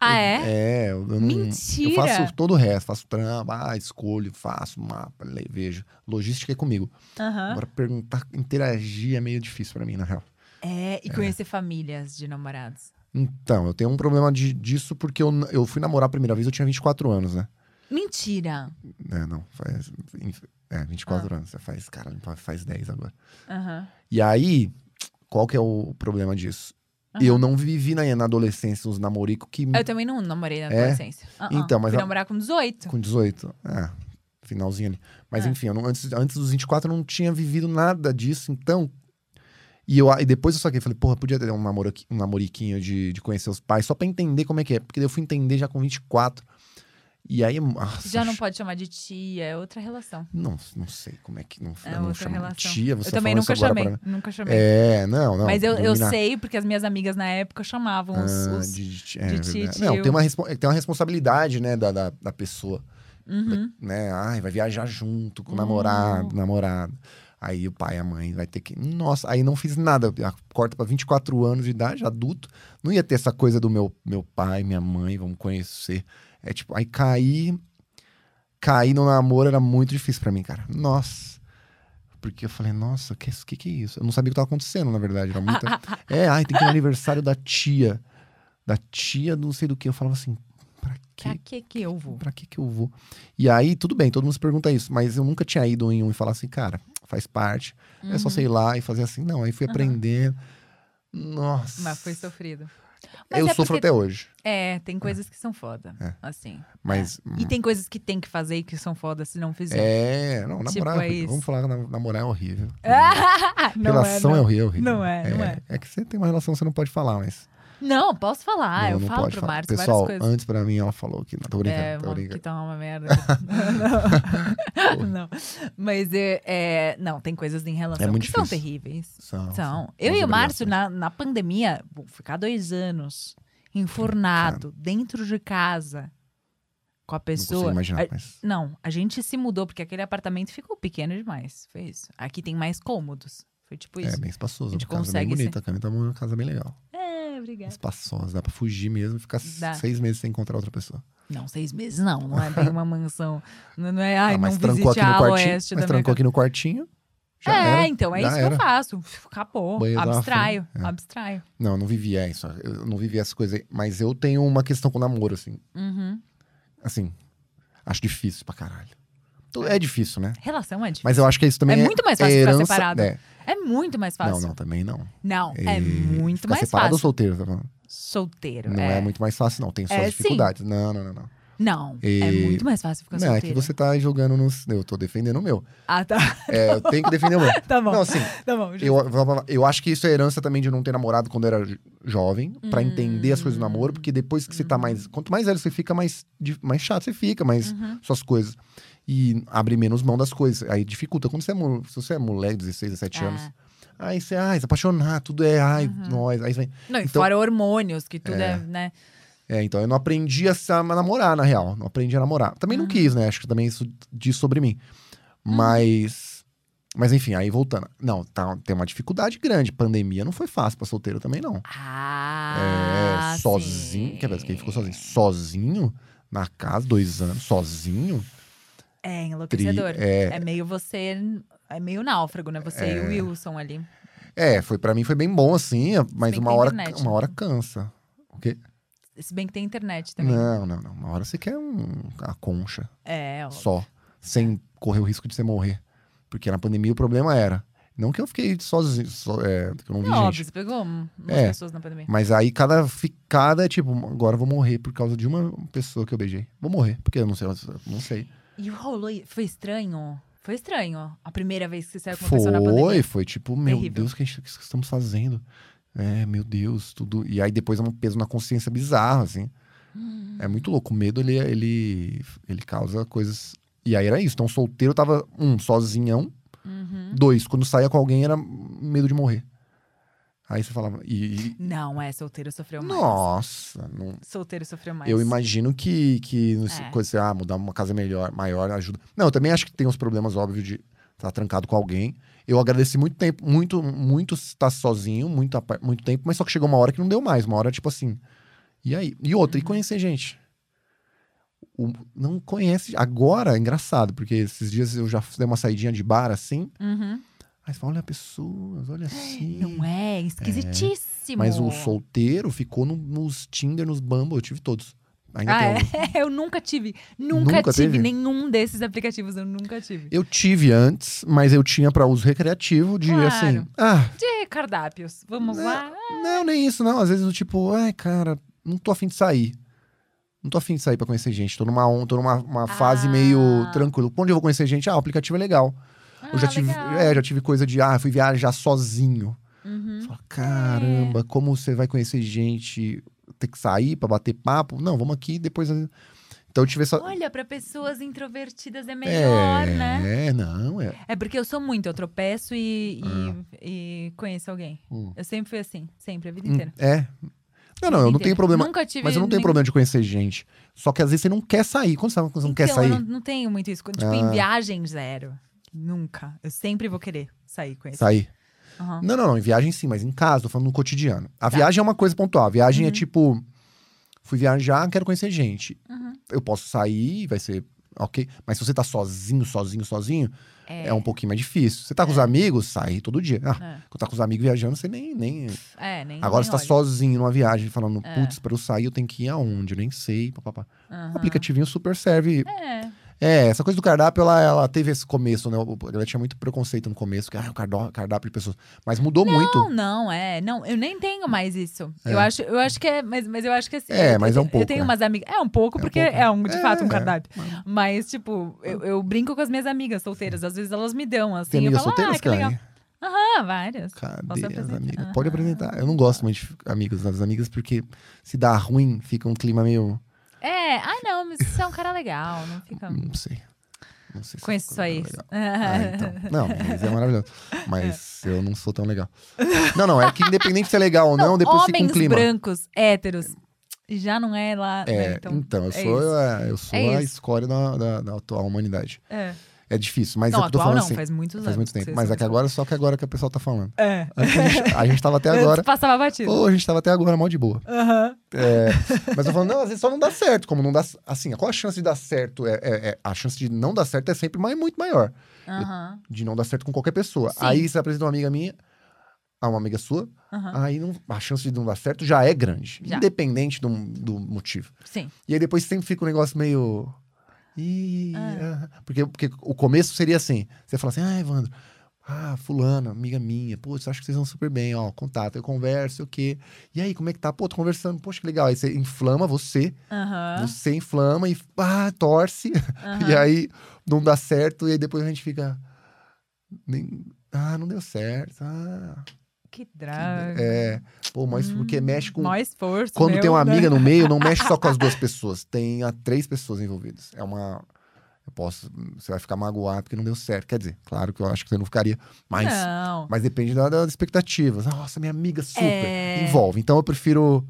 Ah, Eu- é? É, eu, eu não... Mentira! Eu faço todo o resto, faço trampo, ah, escolho, faço mapa, le- vejo. Logística é comigo. Aham. Agora, perguntar, interagir é meio difícil pra mim, na real. É, e conhecer famílias de namorados. Então, eu tenho um problema de- disso porque eu, n- eu fui namorar a primeira vez, eu tinha 24 anos, né? Mentira! É, não, faz. inf- É, Ah. 24 anos, já faz, cara, faz 10 agora. Aham. E aí, qual que é o problema disso? Aham. Eu não vivi na, na adolescência uns namoricos que. Eu também não namorei na É? adolescência. Ah, ah. Então, mas Fui a- namorar com 18. Com 18. É, finalzinho ali. Mas Ah. enfim, eu não- antes, antes dos 24 eu não tinha vivido nada disso, então. E, eu, e depois eu saquei, falei, porra, podia ter um, namoro, um namoriquinho de, de conhecer os pais, só pra entender como é que é. Porque daí eu fui entender já com 24. E aí, nossa, Já não pode chamar de tia, é outra relação. Não, não sei como é que. Não, É eu não outra chamo de relação. tia, você tá eu também falando nunca isso agora chamei. pra mim. Nunca chamei. É, não, não. mas eu, eu menina- sei, porque as minhas amigas na época chamavam os. Ah, os- de- de- é de verdade. tio, Não, tio. tem uma, respo- é que tem uma responsabilidade, né, da, da, da pessoa. Uhum. Né? Ai, vai viajar junto com o Hum. namorado, namorada. Aí o pai e a mãe vai ter que. Nossa, aí não fiz nada. Ah, Corta pra 24 anos de idade, adulto. Não ia ter essa coisa do meu, meu pai, minha mãe, vamos conhecer. É tipo, aí caí. cair no namoro era muito difícil pra mim, cara. Nossa. Porque eu falei, nossa, o que, que que é isso? Eu não sabia o que tava acontecendo, na verdade. Era muita... é, ai, tem que ir no aniversário da tia. Da tia do não sei do que. Eu falava assim, pra quê? Pra que que eu vou? Pra que que eu vou? E aí, tudo bem, todo mundo se pergunta isso. Mas eu nunca tinha ido em um e falar assim, cara, faz parte. É Uhum. só, sei lá, e fazer assim. Não, aí fui aprender. Nossa. Mas foi sofrido. Mas Eu é sofro porque- até hoje. É, tem coisas que são foda. É. Assim. Mas... E tem coisas que tem que fazer e que são foda se não fizer. Hum. É, não, Tipo, namorar, é é horrível. isso. Ah! vamos falar, na- namorar é horrível. não relação é, é, não. horrível, é horrível. Não é, não é. É que você tem uma relação, você não pode falar, mas. Não, posso falar. não, Ah, eu não falo pode pro falar. Marcos Pessoal, várias coisas. antes pra mim ela falou que não, tô brincando, É, tô mano, que brincando. tá uma merda. não. Não. Mas é, é, não, tem coisas em relação É muito que são difícil. terríveis. São, São. são Eu e o obrigações. Márcio, na, na pandemia, bom, ficar dois anos enfornado, dentro de casa, com a Não consigo pessoa. imaginar, A- mas. é não, a gente se mudou porque aquele apartamento ficou pequeno demais. Foi isso. Aqui tem mais cômodos. Foi tipo É isso. bem espaçoso. A gente Uma casa bem consegue ser- bonita. A Cami tá numa casa bem legal. É, obrigada. Espaçosa. Dá pra fugir mesmo e ficar Dá. seis meses sem encontrar outra pessoa. Não, seis meses não. Não é bem uma mansão. Não, não é, ai, Ah, mas não trancou visite aqui no a quartinho. Mas oeste da minha trancou aqui no quartinho. Já É, era, então, é já isso que era. eu faço. Acabou. Banheiro é. lá na abstraio, abstraio. Não, eu não vivia isso. Eu não vivia essas coisas aí. Mas eu tenho uma questão com namoro, assim. Uhum. Assim, acho difícil pra caralho. Tu- É difícil, né? Relação é difícil. Mas eu acho que isso também É é muito mais fácil ficar herança- separado. É. É muito mais Não, fácil. não, também não. Não, é E muito ficar mais separado ou fácil. solteiro, tá falando? Solteiro. Não é. muito mais fácil, não. Tem suas É, sim. dificuldades. Não, não, não, não. Não, é E- muito mais fácil ficar não, é solteiro. que você tá jogando nos. Eu tô defendendo o meu. Ah, tá. É, eu tenho que defender o meu. Tá bom. Não, assim, Tá bom. eu, eu acho que isso é herança também de não ter namorado quando era jo- jovem, pra entender as coisas do namoro, porque depois que você tá mais. Quanto mais velho você fica, mais, di- mais chato você fica, mais suas coisas. E abre menos mão das coisas. Aí dificulta. Quando você é, mo- se você é moleque, 16, 17 É. anos. Aí você, ai, se apaixonar, tudo é, ai, nós. Aí vem. Não, e Então- fora hormônios, que tudo é, né? É, então eu não aprendi a sa- a namorar, na real. Não aprendi a namorar. Também Ah. não quis, né? Acho que também isso diz sobre mim. Mas. Mas enfim, aí voltando. Não, tá, tem uma dificuldade grande. Pandemia não foi fácil pra solteiro também, não. Ah, é, sozinho. sim. Quer ver? Quem ficou sozinho? Sozinho, na casa, dois anos, sozinho. É Tri, enlouquecedor. é, É meio você... É meio náufrago, né? Você e o Wilson ali. é, foi para mim foi bem bom, assim, mas que uma tem hora, internet, uma né? hora cansa. O quê? Se bem que tem internet também. Não, não, não. Uma hora você quer um, a concha. É, ó. só, sem correr o risco de você morrer. Porque na pandemia o problema era. Não que eu fiquei sozinho, só, é, que eu não vi É óbvio, gente. você pegou um- umas É. pessoas na pandemia. Mas aí cada ficada é tipo, agora eu vou morrer por causa de uma pessoa que eu beijei. Vou morrer, porque eu não sei, eu não sei. E rolou. Foi estranho? Foi estranho. A primeira vez que você saiu com uma pessoa na pandemia. Foi, foi tipo, meu Terrível. Deus, o que, a gente- o que estamos fazendo? É, meu Deus, tudo. E aí depois é um peso na consciência bizarro, assim. Hum. É muito louco. O medo, ele, ele, ele causa coisas. E aí era isso. Então, solteiro eu tava, um, sozinhão. Uhum. Dois, quando saía com alguém era medo de morrer. Aí você falava. E, e- Não, é, solteiro sofreu mais. nossa, não- Solteiro sofreu mais. eu imagino que, que não É. sei, coisa, ah, mudar uma casa melhor, maior ajuda. Não, eu também acho que tem uns problemas, óbvio, de estar trancado com alguém. Eu agradeci muito tempo, muito, muito estar sozinho, muito, apa- muito tempo, mas só que chegou uma hora que não deu mais. Uma hora, tipo assim. E aí? E outra, Uhum. e conhecer gente. O- não conhece. Agora, é engraçado, porque esses dias eu já dei uma saidinha de bar assim. Uhum. Aí você fala, olha pessoas, olha assim. Não é? Esquisitíssimo. Mas o solteiro ficou no- nos Tinder, nos Bumble, eu tive todos. Ainda um. Ah, tenho alguns. é? Eu nunca tive. Nunca, Nunca tive teve? nenhum desses aplicativos. Eu nunca tive. Eu tive antes, mas eu tinha pra uso recreativo de Claro. assim, ah, De cardápios. Vamos Não. lá. não, nem isso não, às vezes do tipo, ai, cara, não tô afim de sair. Não tô afim de sair pra conhecer gente, tô numa on- tô numa uma fase Ah. meio tranquila. Pra Onde eu vou conhecer gente? Ah, o aplicativo é legal. eu já Ah, tive, legal. é, já tive coisa de, ah, fui viajar sozinho. Uhum. Fala, caramba, como você vai conhecer gente, ter que sair pra bater papo? Não, vamos aqui depois. Então eu tive essa Olha, pra pessoas introvertidas é melhor, é, né? É, não, é. É porque eu sou muito, eu tropeço e, e- e conheço alguém. Ah. Hum. Eu sempre fui assim, sempre, a vida inteira. É. Não, não, eu não tenho problema. Nunca tive. Mas eu não tenho nem- problema de conhecer gente. Só que às vezes você não quer sair. Quando você quando você não quer Então, sair. Ah. Eu não, não tenho muito isso. Tipo, em viagem, zero. Nunca. Eu sempre vou querer sair com esse. Sair. Aham. Não, não, não. Em viagem sim, mas em casa, tô falando no cotidiano. A Tá. viagem é uma coisa pontual. A Uhum. Uhum. viagem é tipo. Fui viajar, quero conhecer gente. Eu posso sair, vai ser ok? Mas se você tá sozinho, sozinho, sozinho, é, É, um pouquinho mais difícil. Você tá com os amigos, sai todo dia. Ah, É. Quando tá com os amigos viajando, você nem. nem... é, nem Agora nem você tá olha. sozinho numa viagem, falando, É. putz, pra eu sair eu tenho que ir aonde? Eu nem sei. Papapá. Aham. O aplicativinho super serve. É, É, essa coisa do cardápio, ela, ela teve esse começo, né? O- A galera tinha muito preconceito no começo, que ah, o cardó- cardápio de pessoas. Mas mudou não, muito. não, é. Não, eu nem tenho mais isso. É. Eu, acho, eu acho que é, mas, mas eu acho que assim. É, eu- mas é um pouco, Eu tenho né? umas amigas. É um pouco, É um porque pouco, é um, de é, fato um é. cardápio. Mas, tipo, eu, eu brinco com as minhas amigas solteiras. Às vezes elas me dão, assim. Tem amigas eu falo, solteiras, ah, que legal. cara? Aham, várias. Cadê Posso as apresentar? amigas? Aham. Pode apresentar. Eu não gosto muito de fi- amigos das amigas, porque se dá ruim, fica um clima meio. É, ah, não, mas você é um cara legal, não fica. Não sei. Não sei se Conheço ficou só legal. isso. Ah, então. Não, mas é maravilhoso. É. Mas eu não sou tão legal. Não, não, é que independente se é legal ou não, depois fica um Homens clima. brancos, héteros, já não é lá. É, né? então, eu é sou, é, eu sou É a isso. escória da, da, da atual humanidade. É. É difícil, mas Não, é que eu tô atual falando não, assim. faz muitos anos. Faz muito que tempo. vocês Mas são é que agora, só que agora que o pessoal tá falando. assim. É. Antes a, gente, a gente tava até agora. Antes passava batido. Ou a gente tava até agora mal de boa. Aham. É, mas eu falo, não, às vezes só não dá certo. Como não dá. Assim, qual a chance de dar certo? É, é- é- a chance de não dar certo é sempre mais, muito maior. Aham. De não dar certo com qualquer pessoa. Sim. Aí você apresenta uma amiga minha, a uma amiga sua, Aham. aí não- a chance de não dar certo já é grande. Ah. Já. Independente do, do motivo. Sim. E aí depois sempre fica um negócio meio. Ih, Ah. ah. porque, porque o começo seria assim: você fala assim, ah, Evandro, ah, fulano, amiga minha, pô, acho que vocês vão super bem, ó, contato, eu converso, o quê? E aí, como é que tá? Pô, tô conversando, poxa, que legal. Aí você inflama você, Aham. você inflama e ah, torce, e aí não dá certo, e aí depois a gente fica. nem- Ah, não deu certo. Ah, Que draga. é. Pô, mas porque mexe com Maior esforço. quando meu, tem uma né? amiga no meio, não mexe só com as duas pessoas. Tem a três pessoas envolvidas. É uma. Eu posso. Você vai ficar magoado porque não deu certo. Quer dizer, claro que eu acho que você não ficaria. Mas, Não. mas depende da- das expectativas. Nossa, minha amiga super. É. Envolve. Então eu prefiro.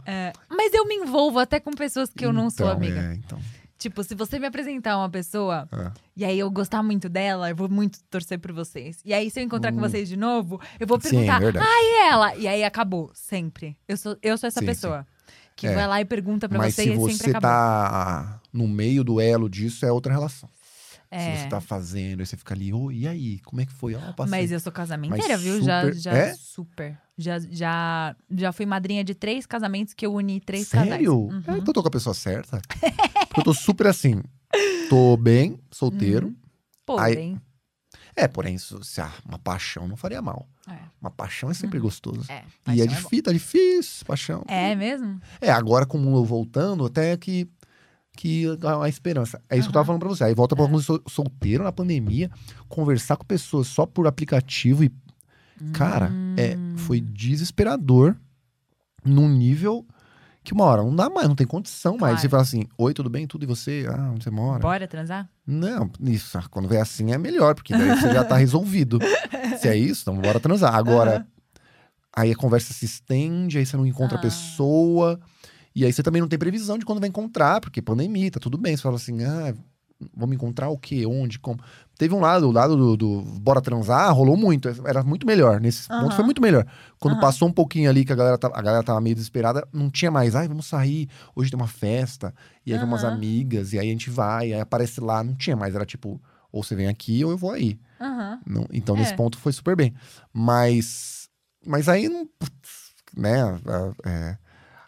Mas eu me envolvo até com pessoas que eu não sou Então, amiga. é, então. Tipo, se você me apresentar uma pessoa É. e aí eu gostar muito dela, eu vou muito torcer por vocês. E aí, se eu encontrar com Hum. vocês de novo, eu vou Sim, é perguntar, verdade. e ela? E aí acabou, sempre. Eu sou, eu sou essa Sim, pessoa. Que É. vai lá e pergunta pra Mas você se e sempre você acabou. tá no meio do elo disso, é outra relação. É. Se você tá fazendo, aí você fica ali, ô, e aí? Como é que foi? Ó, passei. Mas eu sou casamenteira, Mas viu? Já, super- já É? super. Já, já, já fui madrinha de três casamentos que eu uni três casais. Sério? Uhum. Então eu tô com a pessoa certa. Porque eu tô super assim. Tô bem, solteiro. Uhum. Porém. É, porém, se, se há uma paixão não faria mal. É. Uma paixão é sempre gostoso. É, e é, paixão é bom. difí- tá difícil, paixão. É mesmo? É, agora com o mundo voltando, até que, que a, a esperança. É isso que eu tava falando pra você. Aí volta pra alguns sol- solteiro na pandemia, conversar com pessoas só por aplicativo e. Cara, é, foi desesperador num nível que uma hora não dá mais, não tem condição mais. Claro. Você fala assim: Oi, tudo bem? Tudo e você? Ah, onde você mora? Bora transar? Não, isso, ah, quando é assim é melhor, porque daí você já tá resolvido. Se é isso, então bora transar. Agora, aí a conversa se estende, aí você não encontra a Ah. pessoa, e aí você também não tem previsão de quando vai encontrar, porque pandemia, tá tudo bem. Você fala assim, ah, vamos encontrar o quê, onde, como. Teve um lado, o lado do, do bora transar, rolou muito, era muito melhor. Nesse Aham. ponto foi muito melhor. Quando Aham. passou um pouquinho ali, que a galera, tava, a galera tava meio desesperada, não tinha mais, ai, vamos sair, hoje tem uma festa. E aí vão umas Aham. amigas, e aí a gente vai, aí aparece lá, não tinha mais, era tipo, ou você vem aqui ou eu vou aí. Aham. Não- então, É. nesse ponto foi super bem. Mas, mas aí, não- putz, né, a- é,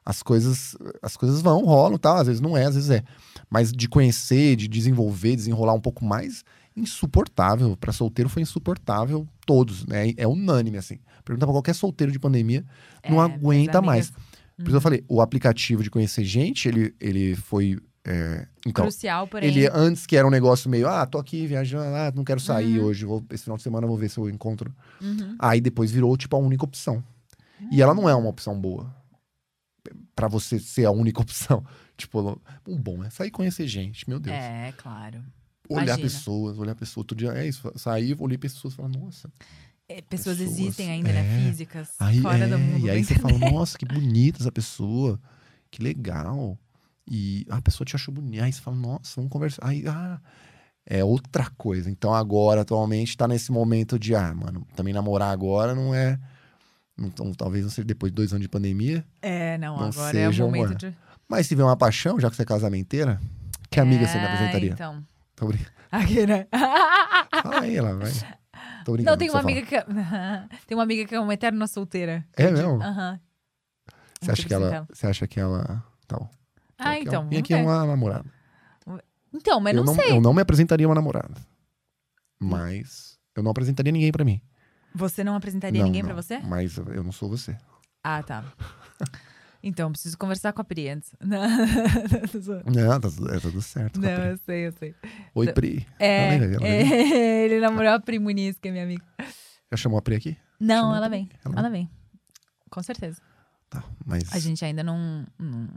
as coisas as coisas vão, rolam, tal, às vezes não é, às vezes é. Mas de conhecer, de desenvolver, desenrolar um pouco mais, insuportável. Pra solteiro foi insuportável, todos, né? É unânime, assim. Pergunta pra qualquer solteiro de pandemia, não É, Uhum. minhas aguenta mais. amigas- Por isso eu falei, o aplicativo de conhecer gente, ele, ele foi. é, então, Crucial, porém. ele antes que era um negócio meio, ah, tô aqui viajando, ah, não quero sair hoje, vou, esse final de semana eu vou ver se eu encontro. Uhum. Aí depois virou, tipo, a única opção. E ela não é uma opção boa. Pra você ser a única opção. Tipo, um bom é sair e conhecer gente, meu Deus. É, claro. olhar imagina. pessoas, olhar pessoas. Outro dia, é isso, sair, olhei pessoas e falar, nossa. É, pessoas, Pessoas, existem ainda, né? é. Físicas. Aí, fora é, do mundo. E bem- aí você fala, nossa, que bonita essa pessoa, que legal. E a pessoa te achou bonita. Aí você fala, nossa, vamos conversar. Aí, ah, é outra coisa. Então agora, atualmente, tá nesse momento de, ah, mano, também namorar agora não é. Então, talvez não seja depois de dois anos de pandemia. É, não, Não agora é o seja um momento uma- de. Mas se vê uma paixão, já que você é casamenteira, que amiga você me Ah, apresentaria? Então. Tô brincando. Aqui, né? Fala aí, ela vai. Tô brincando. Não, tem uma só fala. amiga que. tem uma amiga que é uma eterna solteira. É mesmo? Aham. então. Você acha que Muito ela. Você acha que ela. Tal. Ah, Que é então. um- E aqui é vamos ver. uma namorada. Então, mas eu, não, não, sei. eu não me apresentaria uma namorada. Mas. Eu não apresentaria ninguém pra mim. Você não apresentaria Não, ninguém não. pra você? Mas eu não sou você. Ah, tá. Então, preciso conversar com a Pri antes. Não, tá, tudo- é tudo certo. Não, Capri. eu sei, eu sei. Oi, Pri. É, Ela vem, ela é, vem. ele namorou a Pri Muniz, que é minha amiga. Já chamou a Pri aqui? Não, Chama ela a Pri. vem. Ela- Ela vem. Com certeza. Tá, mas. A gente ainda não. não-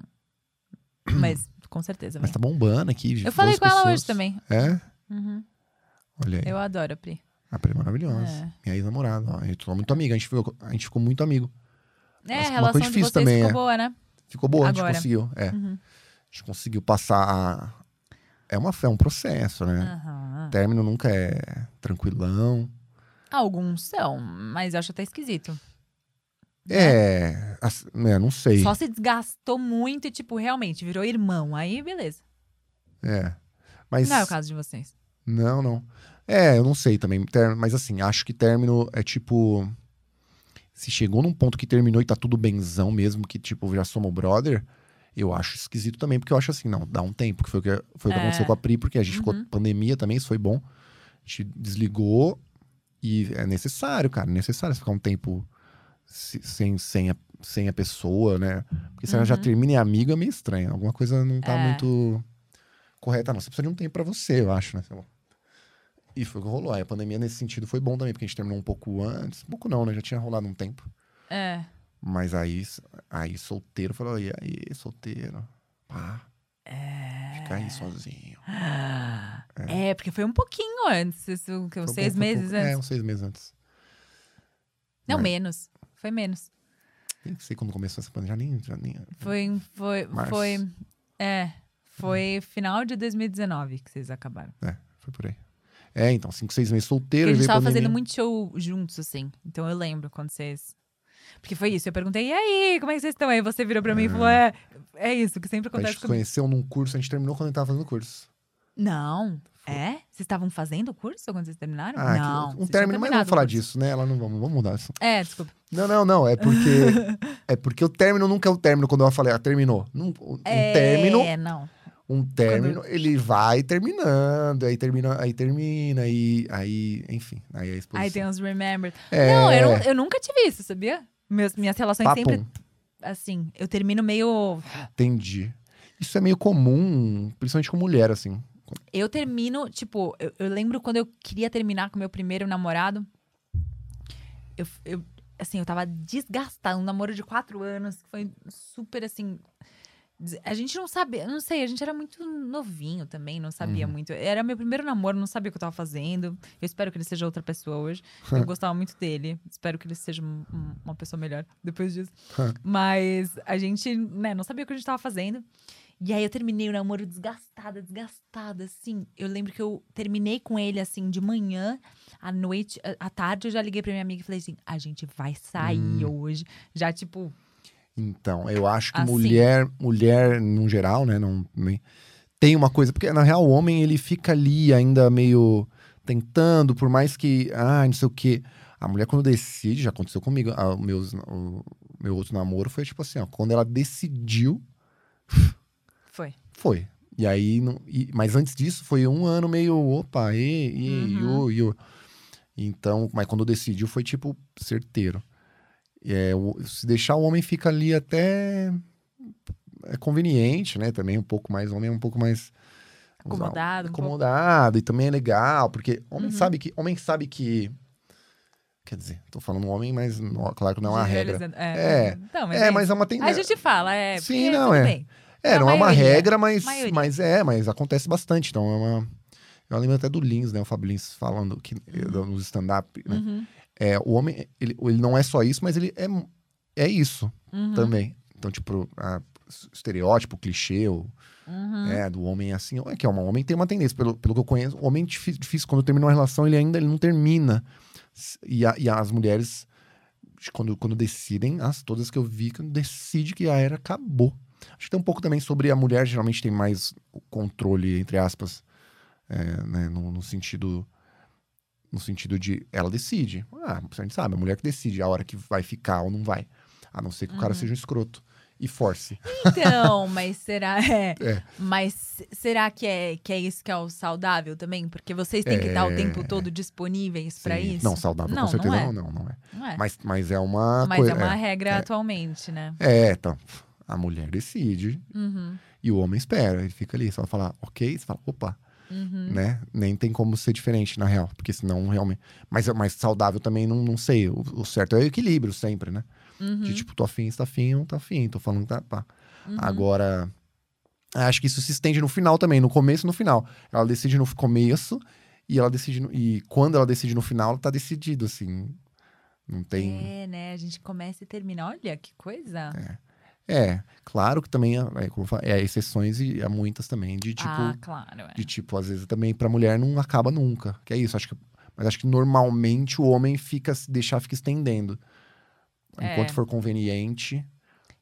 Mas, com certeza. Mas vem. tá bombando aqui. Eu falei duas com ela hoje pessoas. também. É? Uhum. Olha aí. Eu adoro a Pri. A Pri é maravilhosa. Minha ex-namorada. ó. A gente ficou muito amiga. A gente ficou, a gente ficou muito amigo. É, Mas a uma relação coisa de difícil vocês também, ficou é. boa, né? Ficou boa, a Agora. gente conseguiu. É. Uhum. A gente conseguiu passar. a- É, uma, é um processo, né? Aham. Término nunca é tranquilão. Alguns são, mas eu acho até esquisito. É. assim, né, não sei. Só se desgastou muito e, tipo, realmente virou irmão. Aí, beleza. É. Mas. Não é o caso de vocês. Não, não. É, eu não sei também. ter- Mas assim, acho que término é tipo. Se chegou num ponto que terminou e tá tudo benzão mesmo, que tipo, já somos brother, eu acho esquisito também, porque eu acho assim, não, dá um tempo, que foi o que, foi o que É. aconteceu com a Pri, porque a gente Uhum. ficou pandemia também, isso foi bom. A gente desligou e é necessário, cara, é necessário você ficar um tempo se- sem, sem, a, sem a pessoa, né? Porque se ela já Uhum. termina e é amigo, é meio estranho. Alguma coisa não tá É. muito correta, não. Você precisa de um tempo pra você, eu acho, né? Sei lá. E foi o que rolou. Aí a pandemia, nesse sentido, foi bom também, porque a gente terminou um pouco antes. Um pouco não, né? Já tinha rolado um tempo. É. Mas aí, aí solteiro, falou, e aí, solteiro? Pá, É. fica aí sozinho. É, porque foi um pouquinho antes, isso, que, Foi uns bom, seis foi pouco. meses É, antes. uns seis meses antes. Não, mas- menos. Foi menos. Nem sei quando começou essa pandemia, já nem... Já nem... Foi, um, foi, Março. foi, é, foi final de 2019 que vocês acabaram. É, foi por aí. É, então, cinco, seis meses Porque solteiro, a gente veio tava pandemia. fazendo muito show juntos, assim. Então eu lembro quando vocês... Porque foi isso, eu perguntei, e aí, como é que vocês estão? Aí você virou pra mim e falou, é, é isso que sempre A acontece gente se comigo. conheceu num curso, a gente terminou quando a gente tava fazendo curso. Não, é? Vocês estavam fazendo o curso quando vocês terminaram? Ah, que- não. um vocês tinham término, terminado mas vamos o falar curso. disso, né? Ela não vamos, vamos mudar isso. É, desculpa. Não, não, não. É porque. é porque o término nunca é o término quando ela fala, ah, terminou. Não, um um é, término, não. um término, ele vai terminando, aí termina, aí termina, aí. aí enfim, aí a exposição. Aí tem uns remember. É. Não, eu, não- eu nunca tive isso, sabia? Meus- minhas relações Papum, sempre, assim, eu termino meio. entendi. Isso é meio comum, principalmente com mulher, assim. Eu termino, tipo, eu, eu lembro quando eu queria terminar com meu primeiro namorado. Eu, eu, assim, eu tava desgastada. Um namoro de quatro anos, que foi super assim. des- A gente não sabia, não sei, a gente era muito novinho também, não sabia muito. Era meu primeiro namoro, não sabia o que eu tava fazendo. Eu espero que ele seja outra pessoa hoje. Eu gostava muito dele. Espero que ele seja um- um- uma pessoa melhor depois disso. Mas a gente, né, não sabia o que a gente tava fazendo. E aí eu terminei o namoro desgastada, desgastada, assim. Eu lembro que eu terminei com ele, assim, de manhã, à noite, à- à tarde, eu já liguei pra minha amiga e falei assim: a gente vai sair Hum. hoje. Já, tipo, Então, eu acho que Assim. mulher, mulher no geral, né, não nem- tem uma coisa, porque na real o homem ele fica ali ainda meio tentando, por mais que, ah, não sei o quê. A mulher quando decide, já aconteceu comigo, a- o meus- o meu outro namoro foi tipo assim, ó, quando ela decidiu, foi. foi. E aí, não, e- mas antes disso foi um ano meio, opa, e, e, Uhum. e, Então, mas quando decidiu foi tipo certeiro. É, o- se deixar o homem fica ali até é conveniente, né? Também um pouco mais, o homem é um pouco mais vamos lá, Acomodado, um pouco. acomodado e também é legal, porque homem Uhum. sabe que homem sabe que quer dizer, tô falando homem, mas não- claro que não é uma regra. Generalizando. É, É. Então, mas É, é mas é isso. uma A tendência. gente fala, é. Sim, porque não, tudo é. bem. É, A não é uma maioria. regra, mas, Maioria. mas é, mas acontece bastante. Então é uma. Eu lembro até do Lins, né? O Fábio Lins falando que eh, nos stand-up, né? Uhum, É, o homem, ele, ele não é só isso, mas ele é, é isso uhum, também. Então, tipo, a- estereótipo, clichê, o- uhum. é, do homem é assim. É que é uma, o homem tem uma tendência, pelo, pelo que eu conheço, o homem é difí- difícil, quando termina uma relação, ele ainda ele não termina. S- E, a- e as mulheres, quando, quando decidem, as todas que eu vi, que decide que a era acabou. Acho que tem um pouco também sobre a mulher, geralmente tem mais o controle, entre aspas, É, né, no, no sentido. No sentido de ela decide. Ah, a gente sabe, a mulher que decide a hora que vai ficar ou não vai. A não ser que o Uhum. cara seja um escroto e force. Então, mas será. É, É. Mas se- será que é, que é isso que é o saudável também? Porque vocês têm que estar o tempo todo disponíveis pra É. Sim. isso? Não, saudável Não, com não certeza é. não, não, não é. Não é. Mas, Mas, mas é uma coisa. é uma regra atualmente, né? É, então. A mulher decide Uhum, e o homem espera. Ele fica ali, só falar, ok, você fala, opa, uhum. né? Nem tem como ser diferente, na real. Porque senão realmente. Mas, mas saudável também não, não sei. O, o certo é o equilíbrio sempre, né? uhum. De tipo, tô afim, você tá afim, não tá afim, tô falando que tá. pá. Agora. Acho que isso se estende no final também, no começo e no final. Ela decide no começo e ela decide. no- e quando ela decide no final, ela tá decidido, assim. Não tem. É, né? A gente começa e termina. Olha que coisa. É, claro que também, é, como eu falo, é exceções e há muitas também de tipo, ah, claro. É. de tipo, às vezes também pra mulher não acaba nunca. Que é isso, acho que, mas acho que normalmente o homem fica se deixar fica estendendo. É. Enquanto for conveniente.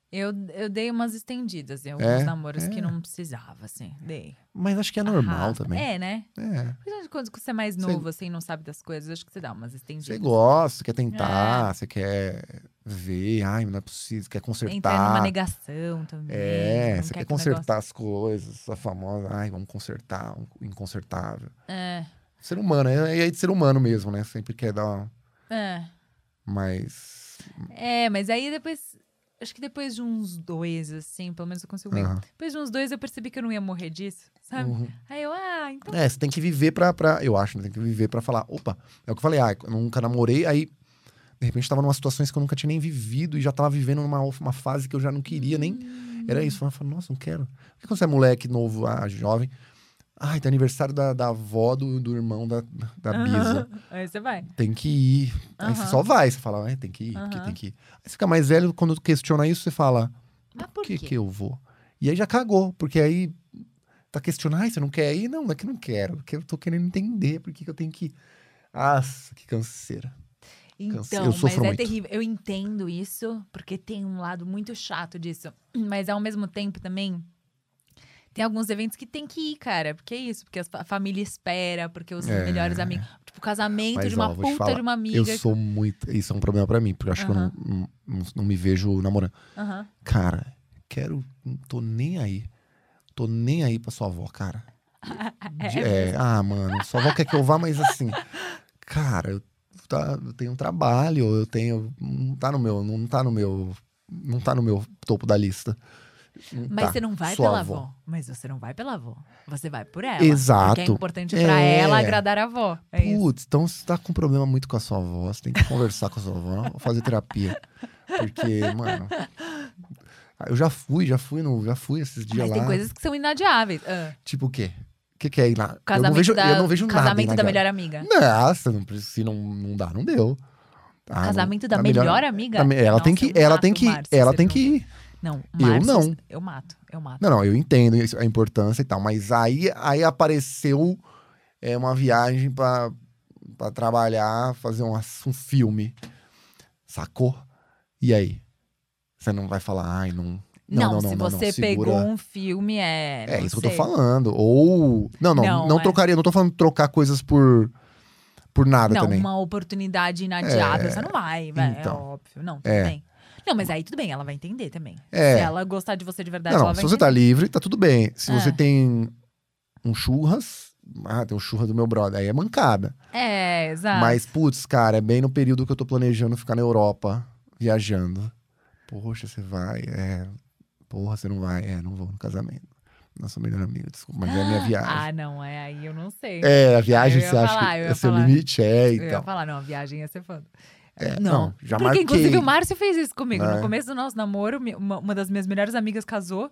Eu, eu dei umas estendidas em alguns É, namoros é. que não precisava, assim. Dei. Mas acho que é normal Arrasa. também. É, né? É. Principalmente quando você é mais Você- novo, assim, não sabe das coisas, acho que você dá umas Você estendidas. gosta, quer É. tentar, você quer ver, ai, não é possível, quer Entrar numa consertar. negação também. tá? é, não você quer que o negócio- consertar as coisas, a famosa, ai, vamos consertar, o inconsertável. É, Ser humano, é, é de ser humano mesmo, né? Sempre quer dar uma... é. Mas. É, mas aí depois. Acho que depois de uns dois, assim, pelo menos eu consigo ver. aham. Depois de uns dois, eu percebi que eu não ia morrer disso, sabe? Uhum. Aí eu, ah, então. É, você tem que viver pra, pra. Eu acho, né? tem que viver pra falar. Opa, é o que eu falei, ah, eu nunca namorei, aí. De repente tava numa situações que eu nunca tinha nem vivido e já tava vivendo numa uma fase que eu já não queria nem. Era isso. Eu falava, nossa, não quero. Por que quando você é moleque novo, ah, jovem? Ai, tem aniversário da, da avó do, do irmão da, da Bisa. Aí você vai. Tem que ir. Aí você Aham. só vai, você fala, é, tem que ir, porque Aham. tem que ir. Aí você fica mais velho, quando questiona isso, você fala, Mas por que, que eu vou? E aí já cagou, porque aí tá questionando, ai, você não quer ir? Não, não é que eu não quero, porque eu tô querendo entender por que, que eu tenho que. Nossa, que canseira. Cansei, Então, eu sofro mas muito. é terrível. Eu entendo isso, porque tem um lado muito chato disso. Mas ao mesmo tempo também. Tem alguns eventos que tem que ir, cara. Porque é isso, porque as- a família espera, porque os É. melhores amigos. Tipo, o casamento Mas, de uma ó, vou te puta falar, de uma amiga. Eu sou muito. Isso é um problema pra mim, porque eu acho Aham. que eu não, não, não me vejo namorando. Aham. Cara, quero. Não tô nem aí. Tô nem aí pra sua avó, cara. De- é, ah, mano, sua avó quer que eu vá, mas assim. Cara, eu, tá, eu tenho um trabalho, eu tenho. Não tá no meu. Não tá no meu. Não tá no meu topo da lista. Não Mas tá. você não vai Sua pela avó. Mas você não vai pela avó. Você vai por ela. Porque é Exato. importante pra É. ela agradar a avó. É isso. Putz, então você tá com problema muito com a sua avó. Você tem que conversar com a sua avó, fazer terapia. Porque, mano. Eu já fui, já fui, no, já fui esses dias Mas lá. tem coisas que são inadiáveis. Ah, Tipo o quê? O que, que é ir lá? Eu não casamento vejo, da, eu não vejo nada. casamento da inagradável. melhor amiga. Nossa, não, precisa- se não, não dá, não deu. Ah, não- casamento da melhor, amiga? da me- ela tem Nossa, que, eu ela mato tem o que, Márcio, ela você tem não- que ir. Não, Eu Márcio, não. Eu mato, eu mato. Não, não, eu entendo isso, a importância e tal, mas aí, aí apareceu é, uma viagem pra, pra trabalhar, fazer um, ass- um filme. Sacou? E aí? Você não vai falar, ai, não. Não, não, não, se não, não, você segura. pegou um filme, é. É não isso que eu tô sei. falando. Ou. Não, não, não, Não, é. trocaria, não tô falando trocar coisas por, por nada Não, também. É. uma oportunidade inadiável, você não vai, velho. então. É óbvio. Não, tudo É. bem. Não, mas aí tudo bem, ela vai entender também. É. Se ela gostar de você de verdade, Não, ela não, se vai você entender. tá livre, tá tudo bem. Se É. você tem um churras, ah, tem um churras do meu brother, aí é mancada. É, exato. Mas, putz, cara, é bem no período que eu tô planejando ficar na Europa, viajando. Poxa, você vai, é. Porra, você não vai, é, não vou no casamento. Não sou melhor amigo, desculpa, mas é a minha viagem. Ah, não, é aí eu não sei. é, a viagem eu ia você acha falar, que eu é ia seu falar. limite? É, Eu ia então. falar, não, a viagem ia ser foda. É, não. já Porque, marquei. inclusive, o Márcio fez isso comigo. É. No começo do nosso namoro, mi- uma, uma das minhas melhores amigas casou.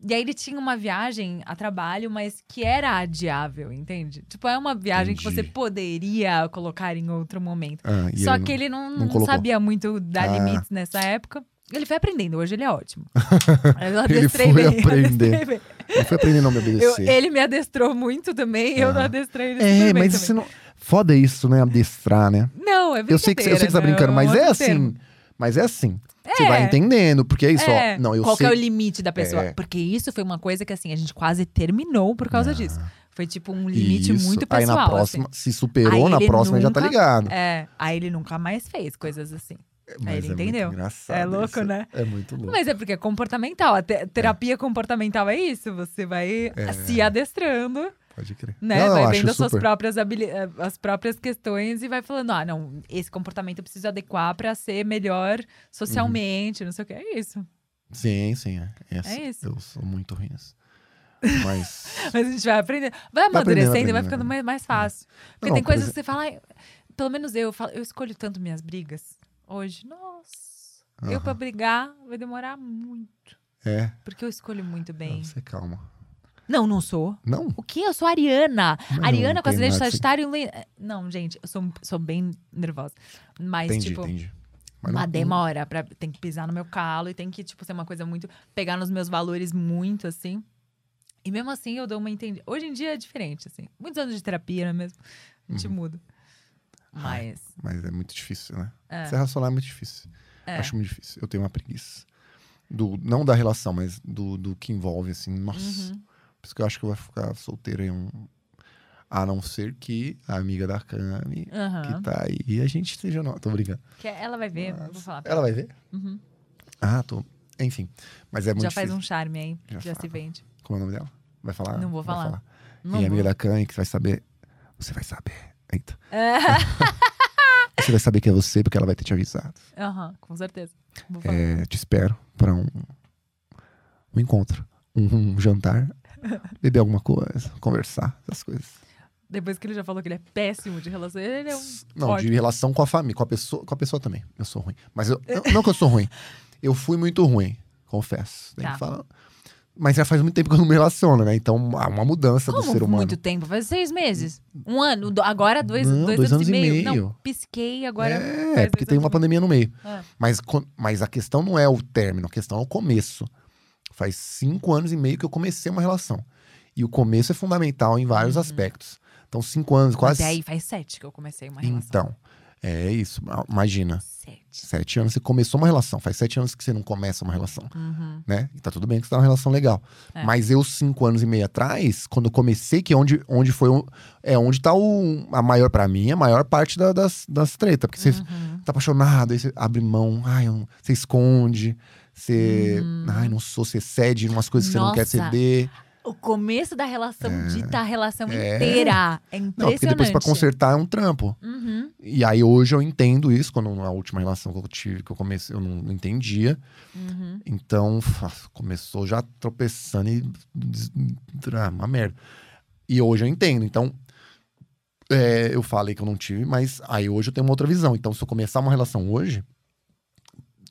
E aí ele tinha uma viagem a trabalho, mas que era adiável, entende? Tipo, é uma viagem que você Entendi. poderia colocar em outro momento. Ah, e Só ele que ele não, não não colocou. sabia muito dar Ah. limites nessa época. Ele foi aprendendo, hoje ele é ótimo. Eu Ele adestrei foi bem, eu aprender. adestrei bem. não- não foi aprendendo a não me Eu- obedecer. ele me adestrou muito também, eu não Ah. adestrei ele super é, bem mas também. você não. Foda isso, né? Adestrar, né? Não, é brincadeira. Eu sei que, você- eu sei que você tá né? brincando, um mas é outro assim. termo. Mas é assim. Você vai entendendo, porque é isso, É, ó. Não, eu Qual sei. que é o limite da pessoa? É. Porque isso foi uma coisa que, assim, a gente quase terminou por causa disso. Foi tipo um limite Ah. Isso. muito Aí pessoal. na próxima, assim. se superou, Aí na ele próxima ele já tá nunca- ligado. É, aí ele nunca mais fez coisas assim. Mas ele é muito entendeu. engraçado É louco, isso. né? É muito louco. Mas é porque é comportamental. A te- terapia comportamental é isso. Você vai se adestrando, Pode crer. né? É. Não, não, vai acho vendo as suas super. próprias, habili- eh, as próprias questões e vai falando: ah, não, esse comportamento eu preciso adequar pra ser melhor Uhum. socialmente, não sei o que. É isso. Sim, sim. É, Essa- É isso. Eu sou muito ruim nessa. Mas. Mas a gente vai aprendendo. Vai Vai aprendendo, amadurecendo e vai aprendendo, ficando né? mais, mais fácil. Porque Não, tem por coisas exemplo- que você fala, "Ai, pelo menos eu, eu falo, eu escolho tanto minhas brigas hoje. Nossa, eu Aham. pra brigar vai demorar muito. É, Porque eu escolho muito bem. não, você calma. Não, não sou. Não? O que? Eu sou Ariana. Mas Ariana não com tem acidente de nada assim. Sagitário. e Lua- Não, gente, eu sou, sou bem nervosa. Mas, Entendi, tipo, entendi. Mas uma não- demora. Pra, tem que pisar no meu calo e tem que, tipo, ser uma coisa muito. pegar nos meus valores muito, assim. E mesmo assim eu dou uma entendida. Hoje em dia é diferente, assim. Muitos anos de terapia, não é mesmo? A Uhum. gente muda. Mas. Mas é muito difícil, né? Ser racional é muito difícil. É. Acho muito difícil. Eu tenho uma preguiça. Do, não da relação, mas do, do que envolve, assim, nossa. Uhum. Por isso que eu acho que eu vou ficar solteiro em um. A não ser que a amiga da Cami, Aham. que tá aí, e a gente esteja. No... Tô brincando. que ela vai ver, eu vou falar. pra Ela vai ver? Uhum. Ah, tô. Enfim. Mas é muito Já difícil. faz um charme aí. Já, Já se fala. vende. Como é o nome dela? Vai falar? Não vou Vai falar. Não e a vou. amiga da Kanye que vai saber. Você vai saber. Eita. É. você vai saber que é você porque ela vai ter te avisado. Aham, com certeza. Vou falar. É, te espero pra um, um encontro, um, um jantar, beber alguma coisa, conversar, essas coisas. Depois que ele já falou que ele é péssimo de relação, ele é um. Não, ótimo. de relação com a família, com a pessoa, com a pessoa também. Eu sou ruim. Mas eu, não, não que eu sou ruim. Eu fui muito ruim, confesso. Tem que Tá. falar. Mas já faz muito tempo que eu não me relaciono, né? Então há uma mudança do Como ser humano. muito tempo? Faz seis meses. Um ano. do- Agora dois, Não, dois, dois anos, anos e e meio. Não, meio. pisquei agora. É, faz porque dois anos tem uma e meio. pandemia no meio. É. Mas, co- mas a questão não é o término, a questão é o começo. Faz cinco anos e meio que eu comecei uma relação. E o começo é fundamental em vários Uhum. aspectos. Então, cinco anos, Mas quase. aí faz sete que eu comecei uma relação. então, é isso. ma- Imagina. Sete. Sete anos você começou uma relação. Faz sete anos que você não começa uma relação, Uhum. né? E tá tudo bem que você tá numa relação legal. É. Mas eu, cinco anos e meio atrás, quando eu comecei, que é onde, onde foi o- é onde tá o, a maior, pra mim, a maior parte da- das, das tretas. Porque você Uhum. tá apaixonado, aí você abre mão, ai, eu não- você esconde, você. Ai, não sou, você cede em umas coisas que Uhum. Nossa. você não quer ceder. O começo da relação dita a relação inteira. É impressionante. É. Não, porque depois pra consertar é um trampo. Uhum. E aí hoje eu entendo isso, quando na última relação que eu tive, que eu comecei, eu não, não entendia. Uhum. Então, fa- começou já tropeçando e. des- ah, Uma merda. E hoje eu entendo. Então, é, eu falei que eu não tive, mas aí hoje eu tenho uma outra visão. Então, se eu começar uma relação hoje,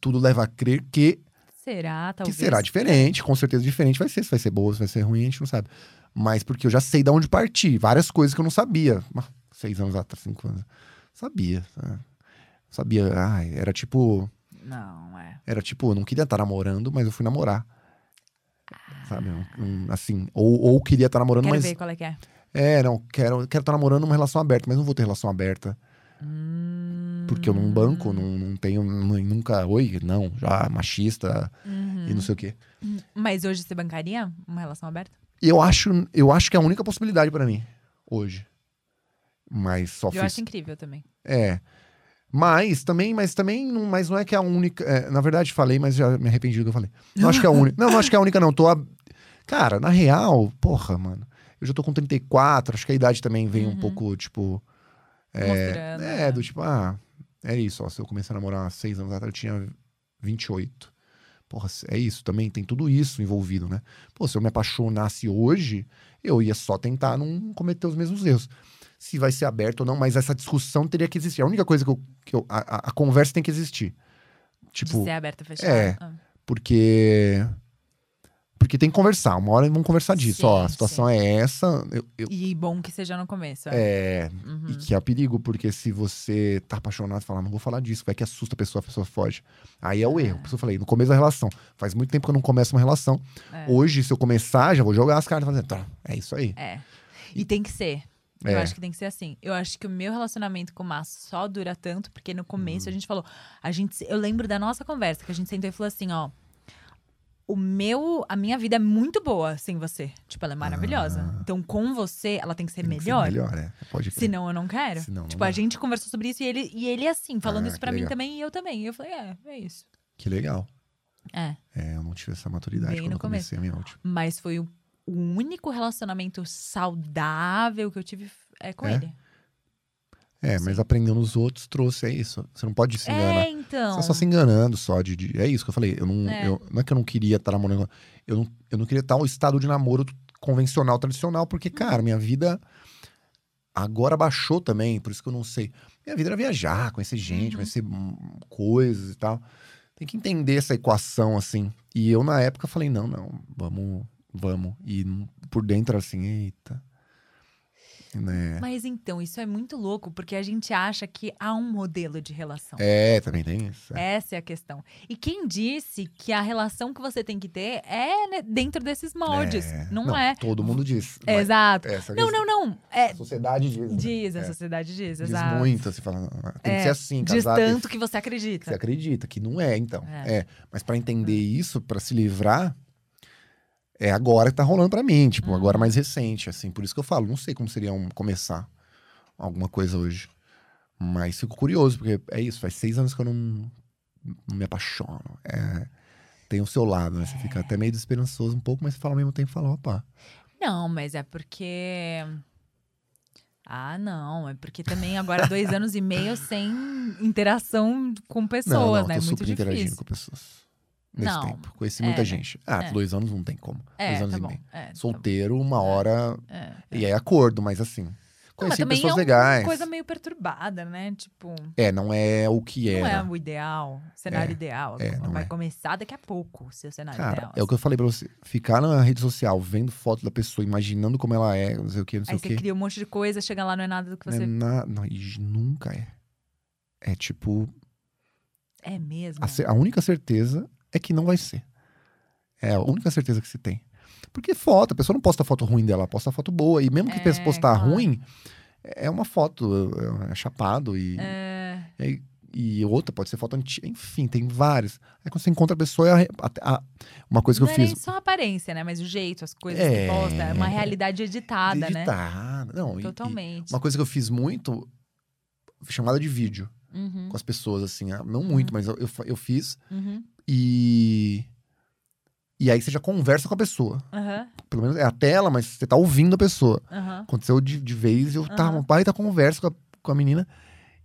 tudo leva a crer que Será, que talvez? será diferente, com certeza diferente vai ser. Se vai ser boa, se vai ser ruim, a gente não sabe. Mas porque eu já sei de onde partir. Várias coisas que eu não sabia. Ah, Seis anos atrás, cinco anos. Sabia. tá? Sabia. Ai, era tipo. Não, é. Era tipo, eu não queria estar namorando, mas eu fui namorar. Sabe? Um- um- assim. Ou, ou queria estar namorando, Quero mas. ver qual é que é. É, não, quero estar quero tá namorando uma relação aberta, mas não vou ter relação aberta. Hum. Porque eu não banco, não, não tenho. nu- Nunca. Oi, não, já machista e Uhum. não sei o quê. Mas hoje você bancaria uma relação aberta? E eu acho, eu acho que é a única possibilidade pra mim hoje. Mas só Eu fiz. acho incrível também. É. Mas também, mas também, não, mas não é que é a única. é, na verdade, falei, mas já me arrependi do que eu falei. Não acho que é a única. Não, não acho que é a única, não. Tô. a- Cara, na real, porra, mano. Eu já tô com 34, acho que a idade também vem Uhum. um pouco, tipo. Mostrando. É, do tipo, ah, é isso, ó. Se eu comecei a namorar há seis anos atrás, eu tinha 28. Porra, é isso também, tem tudo isso envolvido, né? Pô, se eu me apaixonasse hoje, eu ia só tentar não cometer os mesmos erros. Se vai ser aberto ou não, mas essa discussão teria que existir. A única coisa que eu. Que eu- a, a- a conversa tem que existir. De Tipo, ser aberta ou fechada. é. Ah. porque. Porque tem que conversar. Uma hora vamos conversar disso. Sim, ó, a situação é essa. eu- eu- E bom que seja no começo. É. é, Uhum. e que é o perigo, porque se você tá apaixonado, fala, não vou falar disso, vai que assusta a pessoa, a pessoa foge. Aí é o erro. Por isso eu falei, no começo da relação. Faz muito tempo que eu não começo uma relação. É. Hoje, se eu começar, já vou jogar as cartas e falar, tá, é isso aí. É. E tem que ser. Eu É. acho que tem que ser assim. Eu acho que o meu relacionamento com o Márcio só dura tanto, porque Uhum. no começo a gente falou. A gente, se- eu lembro da nossa conversa, que a gente sentou e falou assim: ó. o meu, a minha vida é muito boa sem você. Tipo, ela é maravilhosa. Então, com você, ela tem que ser Ah. Tem que ser melhor. melhor, é. Pode crer. Senão eu não quero. Senão não tipo, dá. a gente conversou sobre isso e ele, e ele assim, falando Ah, isso que pra mim legal. também e eu também. E eu falei, é, é isso. Que legal. É. É, eu não tive essa maturidade Bem quando no Ah, eu comecei a minha última. Mas foi o, o único relacionamento saudável que eu tive é, com É? ele. É, mas aprendendo os outros trouxe, é isso. Você não pode se enganar. É, então. Você tá só se enganando só de, de- É isso que eu falei. Eu não, É. eu- não é que eu não queria estar namorando. Eu não, eu não queria estar um estado de namoro convencional, tradicional, porque, cara, minha vida agora baixou também, por isso que eu não sei. Minha vida era viajar, conhecer gente, Uhum. conhecer hum, coisas e tal. Tem que entender essa equação, assim. E eu, na época, falei, não, não, vamos, vamos. E hum, por dentro, assim, eita. Né? Mas então, isso é muito louco, porque a gente acha que há um modelo de relação. É, também tem isso. é. Essa é a questão. E quem disse que a relação que você tem que ter é né, dentro desses moldes? É. Não, é. Todo mundo diz. mas Exato. essa Não, questão- não, não. É, A sociedade diz. né? diz, É, a sociedade diz, diz exato. muito, assim, fala, "Ah, tem É, que ser assim, Diz casado. tem tanto que você que Você acredita. acredita que não é, então. É. É. Mas pra entender isso, pra se livrar, é agora que tá rolando pra mim, tipo, Uhum. agora mais recente, assim. Por isso que eu falo, não sei como seria um começar alguma coisa hoje. Mas fico curioso, porque é isso, faz seis anos que eu não, não me apaixono. É, tem o seu lado, né? Você É. fica até meio desesperançoso um pouco, mas você fala ao mesmo tempo, fala, opa, Não, mas é porque. Ah, não. É porque também agora dois anos e meio sem interação com pessoas, não, não, né? tô É muito super interagindo difícil. com pessoas. Nesse Não, tempo. Conheci é, muita né? gente. Ah, É. dois anos não tem como. dois É, anos tá e bom. meio. um É, tá bom. Solteiro, uma hora. É. E é acordo, mas assim. Não, mas Conheci também pessoas é uma legais. coisa meio perturbada, né? Tipo, É, não é o que não é era. o ideal, o cenário ideal. é, não vai é. começar daqui a pouco o seu cenário Cara, ideal. é o que eu falei pra você. Ficar na rede social vendo foto da pessoa, imaginando como ela é, não sei o que, não sei Aí o você que. cria um monte de coisa, chega lá, não é nada do que Não é você. na- não, e nunca é. É tipo. É mesmo. Assim, A, cer- a única certeza é que não vai ser. É a única certeza que se tem. Porque foto, a pessoa não posta foto ruim dela, ela posta foto boa. E mesmo que a pessoa É, postar claro. ruim, é uma foto, é chapado e, É, e outra, pode ser foto antiga. Enfim, tem várias. Aí quando você encontra a pessoa, é a re- a- a- uma coisa que não eu é fiz. nem só a aparência, né? Mas o jeito, as coisas É. que posta. É uma realidade editada, né? Editada. Não, e- e Totalmente. uma coisa que eu fiz muito, chamada de vídeo, Uhum, com as pessoas, assim. ah, Não muito, mas eu, eu, fa- eu fiz. uhum, E. E aí você já conversa com a pessoa. aham, pelo menos é a tela, mas você tá ouvindo a pessoa. aham. Aconteceu de, de vez, eu tava Aham. uma baita conversa com a, com a menina,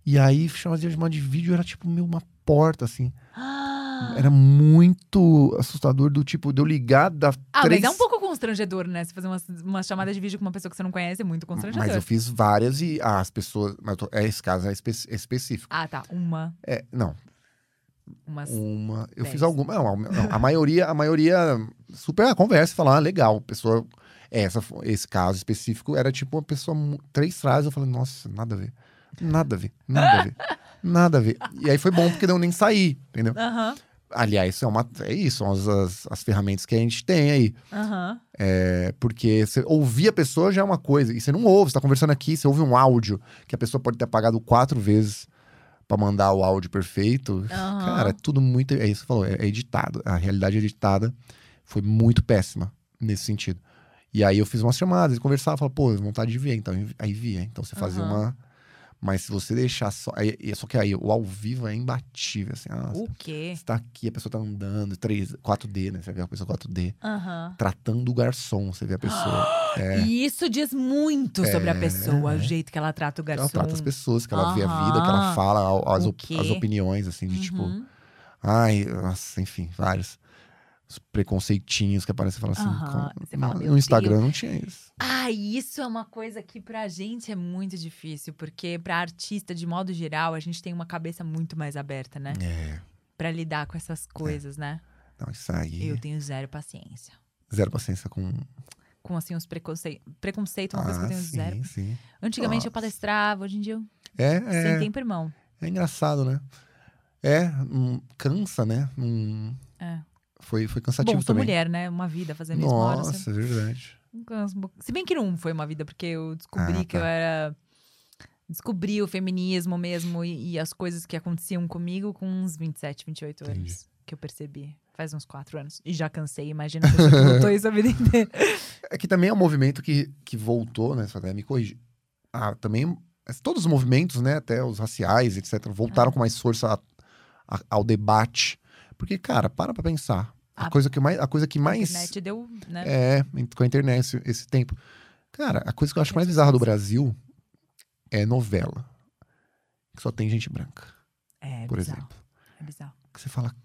e aí chamava de chamar de vídeo, era tipo meio uma porta, assim. Ah, Era muito assustador do tipo, de eu ligar da Ah, três... mas é um pouco constrangedor, né? Você fazer uma, uma chamada de vídeo com uma pessoa que você não conhece é muito constrangedor. Mas eu fiz várias e ah, as pessoas... Mas eu tô- é, esse caso é espe- é específico. Ah, tá. Uma. É, não, Umas. uma... Eu fiz Dez. alguma... Não, a- não, a maioria... A maioria... Super a conversa, falar, ah, legal, pessoa... é, Essa, fo- esse caso específico era tipo uma pessoa... mu- Três frases, eu falei, nossa, nada a ver. Nada a ver, nada a ver. Nada a ver. E aí foi bom porque não nem saí, entendeu? Aham, Aliás, isso é, uma, é isso, são as, as, as ferramentas que a gente tem aí. aham. É, porque você ouvir a pessoa já é uma coisa. E você não ouve, você tá conversando aqui, você ouve um áudio que a pessoa pode ter apagado quatro vezes pra mandar o áudio perfeito. Aham. Cara, é tudo muito. É isso que você falou, é, é editado. A realidade editada foi muito péssima nesse sentido. E aí eu fiz umas chamadas, conversava, falava, pô, vontade de ver, então aí via. Então você fazia Aham. uma. Mas se você deixar só. aí- e- só que aí o ao vivo é imbatível, assim. Ah, O quê? Você tá aqui, a pessoa tá andando, 3, 4D, né? Você vê a pessoa 4D Aham. tratando o garçom, você vê a pessoa. E isso diz muito sobre a pessoa, o jeito que ela trata o garçom. É, ela trata as pessoas, que ela vê a Aham. vida, que ela fala, a- as, O op- quê? as opiniões, assim, de tipo, Uhum. ai, nossa, enfim, vários. Os preconceitinhos que aparecem e fala assim. Aham, como- você fala, no "Meu Instagram não tinha isso. Ah, isso é uma coisa que pra gente é muito difícil, porque pra artista, de modo geral, a gente tem uma cabeça muito mais aberta, né? É. Pra lidar com essas coisas, né? Não, isso aí. Eu tenho zero paciência. Zero paciência com. ah, Com, assim, os preconceitos. Preconceito é uma coisa que eu tenho sim, zero. sim. Antigamente eu Nossa. palestrava, hoje em dia eu É, sem é, tempo, irmão. é engraçado, né? É, hum, cansa, né? Hum, É. foi, foi Bom, cansativo sou também. mulher, né? Uma vida fazendo isso. uma hora, você- Nossa, é verdade. Um canso um pouco. Se bem que não foi uma vida, porque eu descobri Ah, que eu tá. era. Descobri o feminismo mesmo e, e as coisas que aconteciam comigo com uns 27, 28 Entendi. anos que eu percebi. Faz uns quatro anos. E já cansei, imagina a pessoa que lutou isso a vida inteira. É que também é um movimento que, que voltou, né? Você até me corrige. Ah, também. Todos os movimentos, né? Até os raciais, etc., voltaram É. com mais força a- a- ao debate. Porque, cara, para pra pensar. A, Ah, coisa que mais. A coisa que A mais. internet deu, né? É, com a internet esse, esse tempo. Cara, a coisa que eu acho mais bizarra do Brasil é novela. Que só tem gente branca, É, por bizarro. exemplo. É bizarro. Que você fala.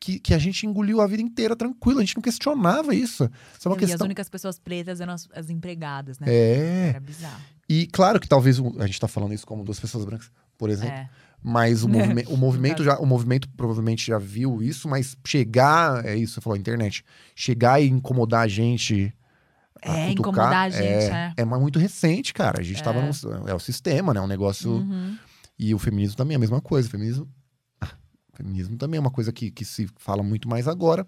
Que, que a gente engoliu a vida inteira tranquilo, a gente não questionava isso. Isso é uma e as questão. únicas pessoas pretas eram as, as empregadas, né? É. Era bizarro. E claro que talvez o- a gente tá falando isso como duas pessoas brancas, por exemplo. É. Mas o, Né? movime- o movimento já, o movimento provavelmente já viu isso, mas chegar, é isso, você falou, internet, chegar e incomodar a gente. a É, cutucar, incomodar a gente, é, né? é mas muito recente, cara. A gente tava num, é o sistema, né? Um negócio Uhum. e o feminismo também é a mesma coisa. O feminismo, ah, o feminismo também é uma coisa que, que se fala muito mais agora.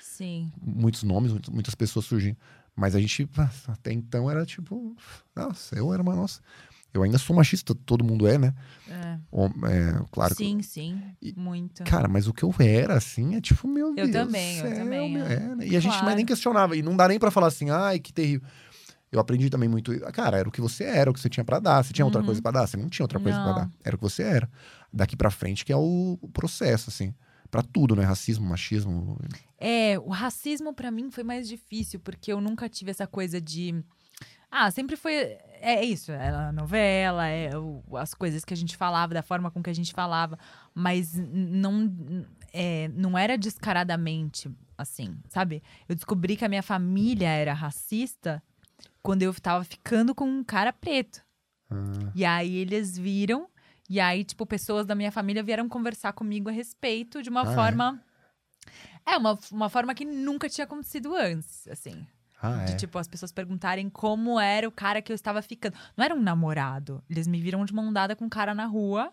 Sim. Muitos nomes, muito- muitas pessoas surgindo. Mas a gente, ah, até então, era tipo. Nossa, eu era uma. Nossa. Eu ainda sou machista, todo mundo é, né? É. Hom- é, claro que- Sim, sim. E- muito. Cara, mas o que eu era, assim, é tipo, meu Deus. do também, eu céu, também, meu, é. é, né? E a gente Claro. mais nem questionava. E não dá nem pra falar assim, ai, que terrível. Eu aprendi também muito. Cara, era o que você era, o que você tinha pra dar. Você tinha outra Uhum. coisa pra dar? Você não tinha outra coisa pra Não. dar. Era o que você era. Daqui pra frente que é o o processo, assim. Pra tudo, né? Racismo, machismo. É, o racismo pra mim foi mais difícil, porque eu nunca tive essa coisa de. Ah, sempre foi. É isso, é a novela, é o- as coisas que a gente falava, da forma com que a gente falava, mas n- não, é, não era descaradamente assim, sabe? Eu descobri que a minha família era racista quando eu tava ficando com um cara preto. Ah, E aí eles viram, e aí, tipo, pessoas da minha família vieram conversar comigo a respeito de uma Ah, é? forma. É, uma, uma forma que nunca tinha acontecido antes, assim. ah De, é. tipo, as pessoas perguntarem como era o cara que eu estava ficando. Não era um namorado. Eles me viram de mão dada com um cara na rua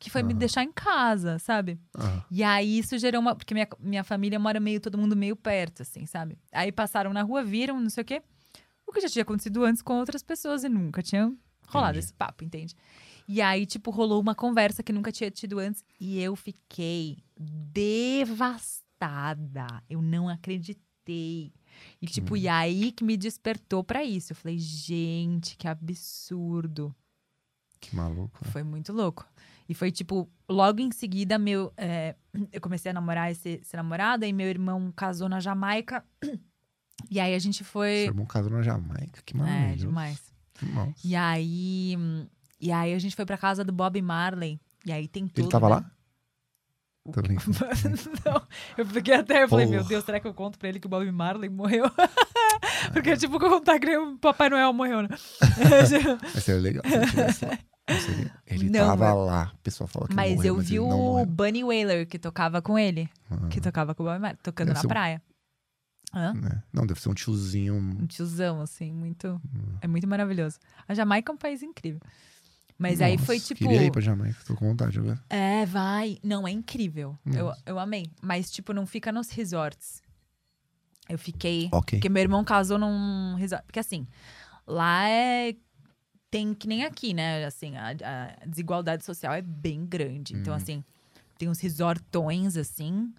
que foi me Aham. deixar em casa, sabe? Ah, E aí isso gerou uma. Porque minha, minha família mora meio, todo mundo meio perto, assim, sabe? Aí passaram na rua, viram, não sei o quê. O que já tinha acontecido antes com outras pessoas e nunca tinha rolado Entendi. esse papo, entende? E aí, tipo, rolou uma conversa que nunca tinha tido antes e eu fiquei devastada. Eu não acreditei. E, tipo, e aí que me despertou pra isso. Eu falei, gente, que absurdo. que maluco. né? Tipo, Foi muito louco. E foi tipo, logo em seguida, meu. é, eu comecei a namorar esse, esse namorado, aí meu irmão casou na Jamaica. E aí a gente Seu foi. irmão casou um na Jamaica, que É, maravilhoso. demais. Nossa. E aí. hum, E aí a gente foi pra casa do Bob Marley. E aí tem tudo. Ele tava né? lá? Tô brincando. Não, eu fiquei até. Eu falei, meu Porra. Deus, será que eu conto pra ele que o Bob Marley morreu? Porque, tipo, contar que o Papai Noel morreu, né? Mas seria legal se ele tivesse lá. Não seria? Ele Não, tava mas- lá. O pessoal falou que Mas morreu, eu vi ele o não morreu. Bunny Whaler que tocava com ele. Ah. Que tocava com o Bob Marley, tocando Deve na ser um- praia. Hã? né? Não, deve ser um tiozinho. Um tiozão, assim, muito. Hum. É muito maravilhoso. A Jamaica é um país incrível. Mas aí Nossa, foi tipo. Queria ir pra Jamaica, tô com vontade agora. É, vai. Não, é incrível. Eu, Nossa. eu amei. Mas, tipo, não fica nos resorts. Eu fiquei. Ok. Porque meu irmão casou num resort. Porque assim, lá é. Tem que nem aqui, né? Assim, a, a desigualdade social é bem grande. Então, Uhum. assim, tem uns resortões, assim,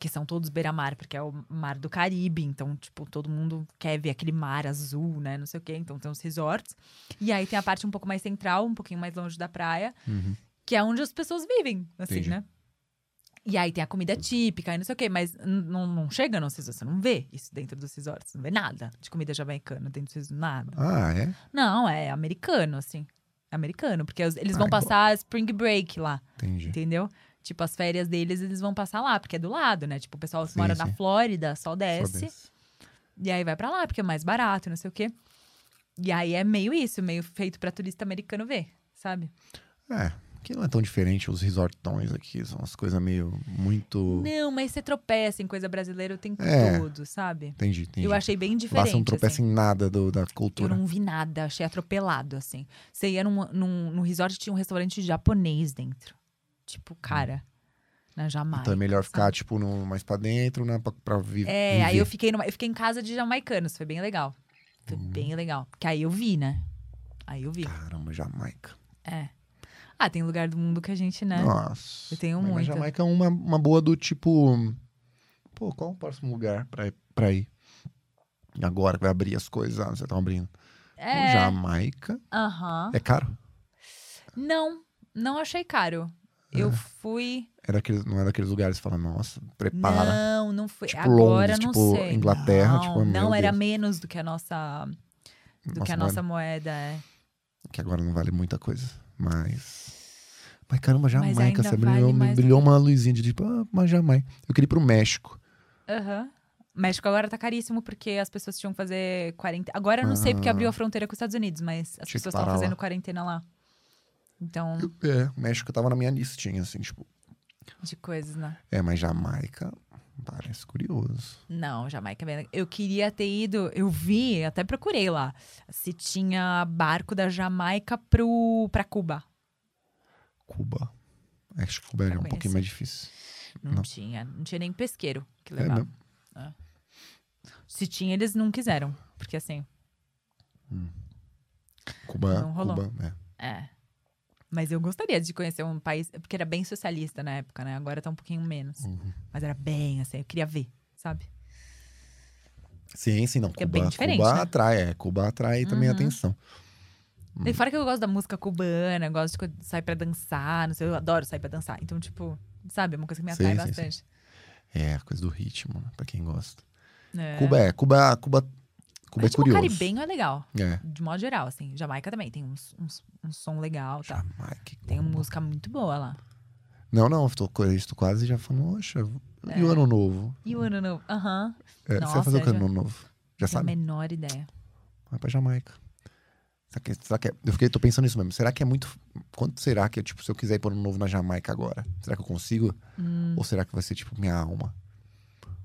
que são todos beira-mar, porque é o mar do Caribe. Então, tipo, todo mundo quer ver aquele mar azul, né? Não sei o quê. Então, tem uns resorts. E aí tem a parte um pouco mais central, um pouquinho mais longe da praia, Uhum. que é onde as pessoas vivem, assim, Entendi. né? E aí tem a comida típica e não sei o quê, mas n- não, não chega nos resorts, você não vê isso dentro dos resorts, não vê nada de comida jamaicana dentro dos resorts, nada. Ah, é? Não, é americano, assim. É americano, porque os- eles vão Ah, igual. passar spring break lá, Entendi. entendeu? Tipo, as férias deles, eles vão passar lá, porque é do lado, né? Tipo, o pessoal que Sim, mora sim. na Flórida só desce, Só desce. e aí vai pra lá, porque é mais barato, não sei o quê. E aí é meio isso, meio feito pra turista americano ver, sabe? É, que não é tão diferente os resortões aqui, são umas coisas meio muito. Não, mas você tropeça em coisa brasileira o tempo Uhum. É. todo, sabe? Entendi, entendi. Eu achei bem Lá diferente. você não tropeça assim. em nada do- da Eu cultura. não vi nada, achei atropelado, assim. Você ia num, num, num resort tinha um restaurante japonês dentro. Tipo, cara, na Jamaica. Hum. Então é melhor sabe? ficar, tipo, no, mais pra dentro, né? Pra, pra vi- viver. É, aí eu fiquei, numa- eu fiquei em casa de jamaicanos, foi bem legal. Foi Hum. bem legal. Porque aí eu vi, né? Aí eu vi. Caramba, Jamaica. Ah, tem lugar do mundo que a gente, né? Nossa. Eu tenho Mas na muito. Jamaica é uma, uma boa do tipo. Pô, qual é o próximo lugar pra, pra ir? Agora que vai abrir as coisas, ah, não sei, estão abrindo. Pô, É. Jamaica. Aham. É caro? Não, não achei caro. Eu fui. É daqueles, não é daqueles lugares que você fala, nossa, prepara. Não, não fui. Tá né? Tipo Agora Londres, não tipo sei. Inglaterra, não, tipo, meu não era Deus. menos do que a nossa, do que a mano, nossa moeda é. Que agora não vale muita coisa. Mas. Mas caramba, ainda Jamaica. Você brilhou, vale mais brilhou uma luzinha de tipo, ah, mas Jamaica. Eu queria ir pro México. Aham. México agora tá caríssimo porque as pessoas tinham que fazer quarentena. Agora eu não sei porque Ah. abriu a fronteira com os Estados Unidos, mas as que pessoas estavam parar lá. fazendo quarentena lá. Então, É, o México tava na minha listinha, assim, tipo. de coisas, né? É, mas Jamaica parece curioso. Não, Jamaica. é bem legal. Eu queria ter ido, eu vi, até procurei lá, se tinha barco da Jamaica pro, pra Cuba. Cuba. Acho que Cuba é Pra um pouquinho conhecer. mais difícil. Não, Não. tinha, não tinha nem pesqueiro que É levava. mesmo? É. Se tinha, eles não quiseram, porque assim, Cuba, Não rolou. Cuba, é. é. Mas eu gostaria de conhecer um país, porque era bem socialista na época, né? Agora tá um pouquinho menos. Uhum. Mas era bem assim, eu queria ver, sabe? Sim, sim, não. Que é Cuba, bem diferente, Cuba né? Uhum. atrai, é. Cuba atrai também atenção. Uhum. E fora que eu gosto da música cubana, eu gosto de co- sair pra dançar, não sei, eu adoro sair pra dançar. Então, tipo, sabe, é uma coisa que me Sim, atrai sim, sim. bastante. É, a coisa do ritmo, né? pra quem gosta. É. Cuba é, Cuba, Cuba, Cuba é Mas, tipo, curioso. caribenho é legal, É. de modo geral, assim. Jamaica também tem uns, uns- um som legal, tá? Jamaica. e Tem uma Cuba. música muito boa lá. Não, não, tô, co- estou quase já falando, oxa, e o ano novo? E o ano novo? Aham. É, você vai É. Nossa, fazer o que já- no ano novo? Não Já tenho a Uhum. sabe? menor ideia. Vai pra Jamaica. Será que, será que é- eu fiquei, tô pensando nisso mesmo. Será que é muito. Quanto será que, tipo, se eu quiser ir pro ano novo na Jamaica agora, será que eu consigo? Hum. Ou será que vai ser, tipo, minha alma?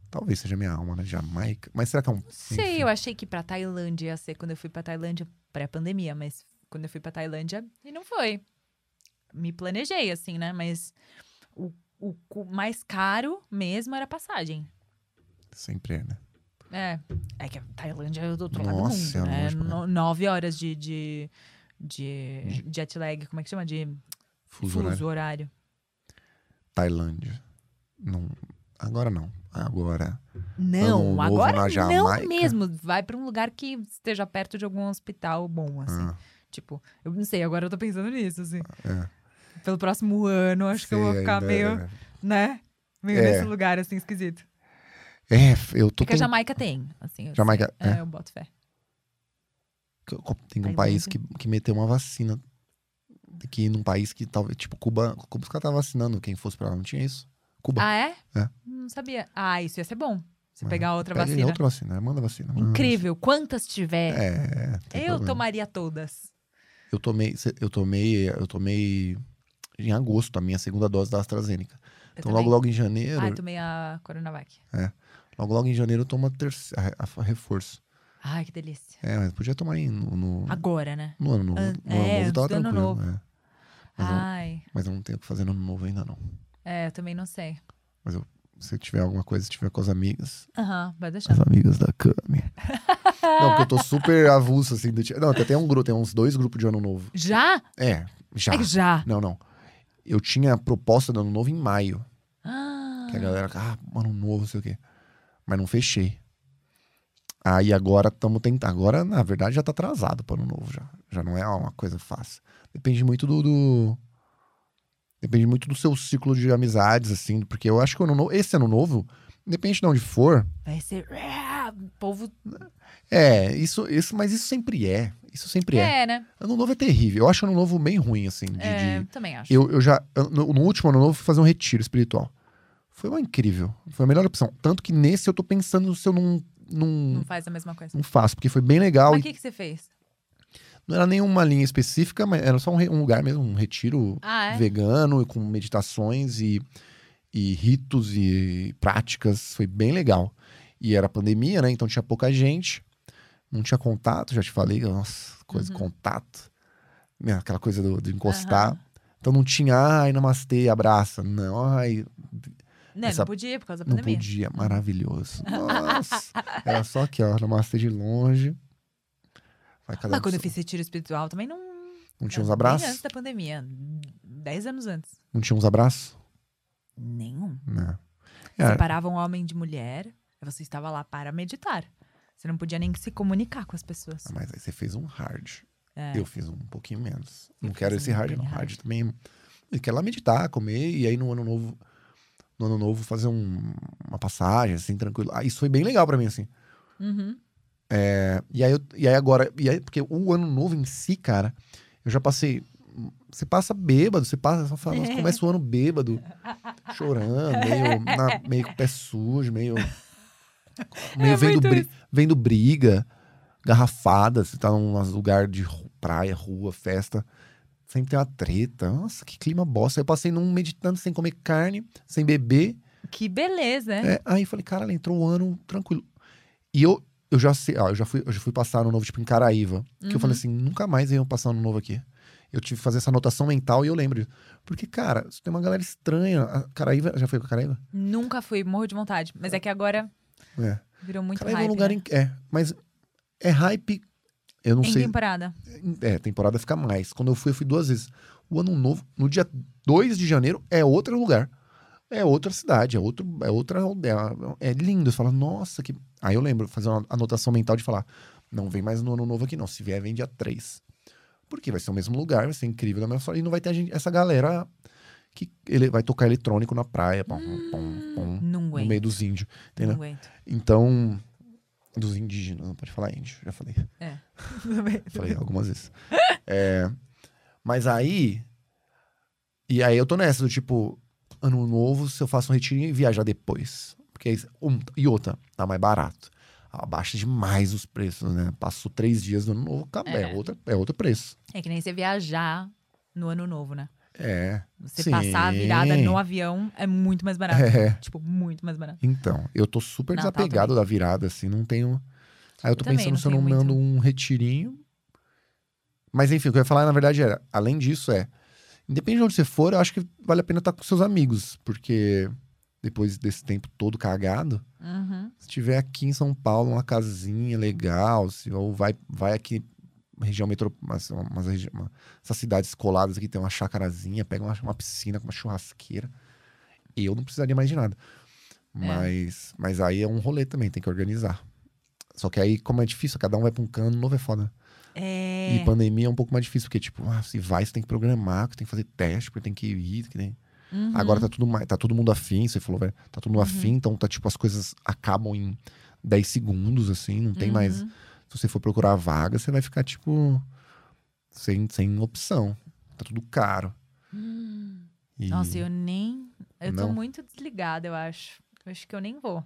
Talvez seja minha alma na Jamaica. Mas será que é um. Sei, eu achei que pra Tailândia ia ser quando eu fui pra Tailândia pré-pandemia, mas quando eu fui pra Tailândia, e não foi. Me planejei, assim, né? Mas o, o cu- mais caro mesmo era a passagem. Sempre é, né? É, é que a Tailândia é do outro lado do Nossa, mundo, é né? longe pra No- nove horas de, de, de jet lag, como é que chama? De Fuso fuso horário. horário. Tailândia. Não, agora não. Agora. Não, novo na agora Jamaica? não mesmo. Vai pra um lugar que esteja perto de algum hospital bom, assim. Ah, Tipo, eu não sei, agora eu tô pensando nisso, assim. é. Pelo próximo ano, acho que eu vou Sei ficar ainda, meio, é. né? Meio É. nesse lugar, assim, esquisito. É, eu tô. Porque a ten- Jamaica tem, assim. eu Jamaica, sei. é. eu boto fé. Co- co- Tem um país que, que meteu uma vacina. Que num país que talvez, tipo, Cuba. Cuba os caras estavam vacinando quem fosse pra lá, não tinha isso? Cuba. Ah, é? É. Não sabia. Ah, isso ia ser bom. Você É. pegar outra Pega aí vacina. É outra vacina, né? manda vacina. manda Incrível, quantas tiver. vacina. É, tem eu problema. tomaria todas. Eu tomei, se- eu tomei, eu tomei em agosto a minha segunda dose da AstraZeneca. Eu Então também. logo logo em janeiro, Ah, eu tomei a Coronavac. logo logo em janeiro eu tomo a, terce- a- a- a reforço. Ai, que delícia. É, mas podia tomar aí no, no, Agora, né? no ano novo. An- No ano é, novo tava antes do ano tranquilo. novo. Ah. é. Mas, eu, Ai, mas eu não tenho o que fazer no ano novo ainda não. é, eu também não sei. Se tiver alguma coisa, se tiver com as amigas, Aham, vai deixar. as amigas da Cami. não, porque eu tô super avulso assim. Do tipo, não, tem um grupo, tem uns dois grupos de ano novo. Já? É, já. É que já. Não, não. Eu tinha a proposta do ano novo em maio. Ah, Que a galera, ah, mano, novo, não sei o quê. Mas não fechei. Aí agora estamos tentando. Agora, na verdade, já tá atrasado para ano novo já. Já não é uma coisa fácil. Depende muito do. do- Depende muito do seu ciclo de amizades, assim. Porque eu acho que o ano novo, esse ano novo, independente de onde for. vai ser. Ah, o povo. É, isso, isso, mas isso sempre é. Isso sempre é. É, né? Ano novo é terrível. Eu acho ano novo bem ruim, assim. De, É, de- também acho. Eu, eu já. eu- no, no último ano novo, eu fui fazer um retiro espiritual. Foi uma incrível. Foi a melhor opção. Tanto que nesse eu tô pensando se eu não. Não, Não faz a mesma coisa. não faço, porque foi bem legal. Mas o E que, que você fez? não era nenhuma linha específica, mas era só um, re- um lugar mesmo, um retiro Ah, é? vegano, e com meditações e, e ritos e práticas. Foi bem legal. E era pandemia, né? Então tinha pouca gente. Não tinha contato, já te falei. Nossa, coisa Uhum. de contato. né, Aquela coisa do, de encostar. Aham. Então não tinha, ai, namastê, abraça. Não, ai, Não, essa- não podia por causa da não pandemia. podia. Maravilhoso. Nossa. Era só aqui, ó, namastê de longe. Vai cada Mas um Ah, quando eu seu- fiz né? retiro espiritual também não. Não tinha uns bem abraços? antes da pandemia. Dez anos antes. Não tinha uns abraços? Nenhum. Não. É. Separavam homem de mulher. aí Você estava lá para meditar. Você não podia nem se comunicar com as pessoas. Mas aí você fez um hard. É. Eu fiz um pouquinho menos. Eu não quero fiz esse um hard, bem não. hard. Hard também. Ele quer lá meditar, comer, e aí no ano novo. No ano novo, fazer um- uma passagem, assim, tranquilo. Ah, isso foi bem legal pra mim, assim. Uhum. E aí, eu- e aí agora, e aí, porque o ano novo em si, cara, eu já passei. Você passa bêbado, você passa, só fala, É. nossa, começa o ano bêbado, chorando, meio, na- meio com o pé sujo, meio. meio vendo, É muito bri- isso. vendo briga, garrafada, você tá num lugar de ru- praia, rua, festa. Sempre tem uma treta. Nossa, que clima bosta. Aí Eu passei num meditando sem comer carne, sem beber. Que beleza, né? É, aí eu falei, caralho, entrou um ano tranquilo. E eu, eu já sei, ó, eu já fui, eu já fui passar ano novo, tipo, em Caraíva. Que eu Uhum. falei assim, nunca mais venham passar ano novo aqui. Eu tive que fazer essa anotação mental e eu lembro disso. Porque, cara, se tem uma galera estranha. A Caraíva, já foi pra Caraíva? Nunca fui, morro de vontade. Mas é que agora É. virou muito Caraíva hype, é um lugar né? em. É, mas é hype. Eu não Em sei. temporada. É, temporada fica mais. Quando eu fui, eu fui duas vezes. O ano novo, no dia 2 de janeiro, é outro lugar. É outra cidade, é, outro, é outra aldeia. É lindo. Você fala, nossa, que. Aí eu lembro, fazer uma anotação mental de falar: não vem mais no ano novo aqui, não. Se vier, vem dia 3. Porque vai ser o mesmo lugar, vai ser incrível da mesma forma. E não vai ter a gente- essa galera que ele vai tocar eletrônico na praia, pom, pom, pom, Não no aguento. meio né? dos índios. não Entendeu? aguento. Então. Dos indígenas, não pode falar índio, já falei. Tudo bem. Falei algumas vezes. É, mas aí. E aí eu tô nessa do tipo, ano novo, se eu faço um retiro e viajar depois. Porque aí, um, e outra, tá mais barato. Abaixa demais os preços, né? Passou três dias do ano novo, acaba- é, É. outra, é outro preço. É que nem você viajar no ano novo, né? É. Você Sim. passar a virada no avião é muito mais barato. É. Tipo, muito mais barato. Então, eu tô super Natal desapegado da virada, assim, não tenho. Aí eu tô Eu também pensando não se eu não tenho muito. mando um retirinho. Mas enfim, o que eu ia falar, na verdade, era, além disso, é. Independente de onde você for, eu acho que vale a pena estar com seus amigos, porque depois desse tempo todo cagado, Uhum. se tiver aqui em São Paulo uma casinha legal, se, ou vai, vai aqui, região metropolitana, essas cidades coladas aqui, tem uma chacarazinha, pega uma, uma piscina com uma churrasqueira. Eu não precisaria mais de nada. Mas, mas aí é um rolê também, tem que organizar. Só que aí, como é difícil, cada um vai pra um cano, novo é foda. né? É. E pandemia é um pouco mais difícil, porque, tipo, ah, se vai, você tem que programar, que tem que fazer teste, porque tem que ir, que nem. Uhum. Agora tá tudo mais, tá todo mundo afim, você falou, velho, tá todo mundo afim, então tá tipo as coisas acabam em 10 segundos assim, não tem mais. Se Uhum. você for procurar a vaga, você vai ficar tipo sem, sem opção. Tá tudo caro. E- Hum. Nossa, eu nem. Eu tô Não? muito desligada, eu acho. Eu acho que eu nem vou.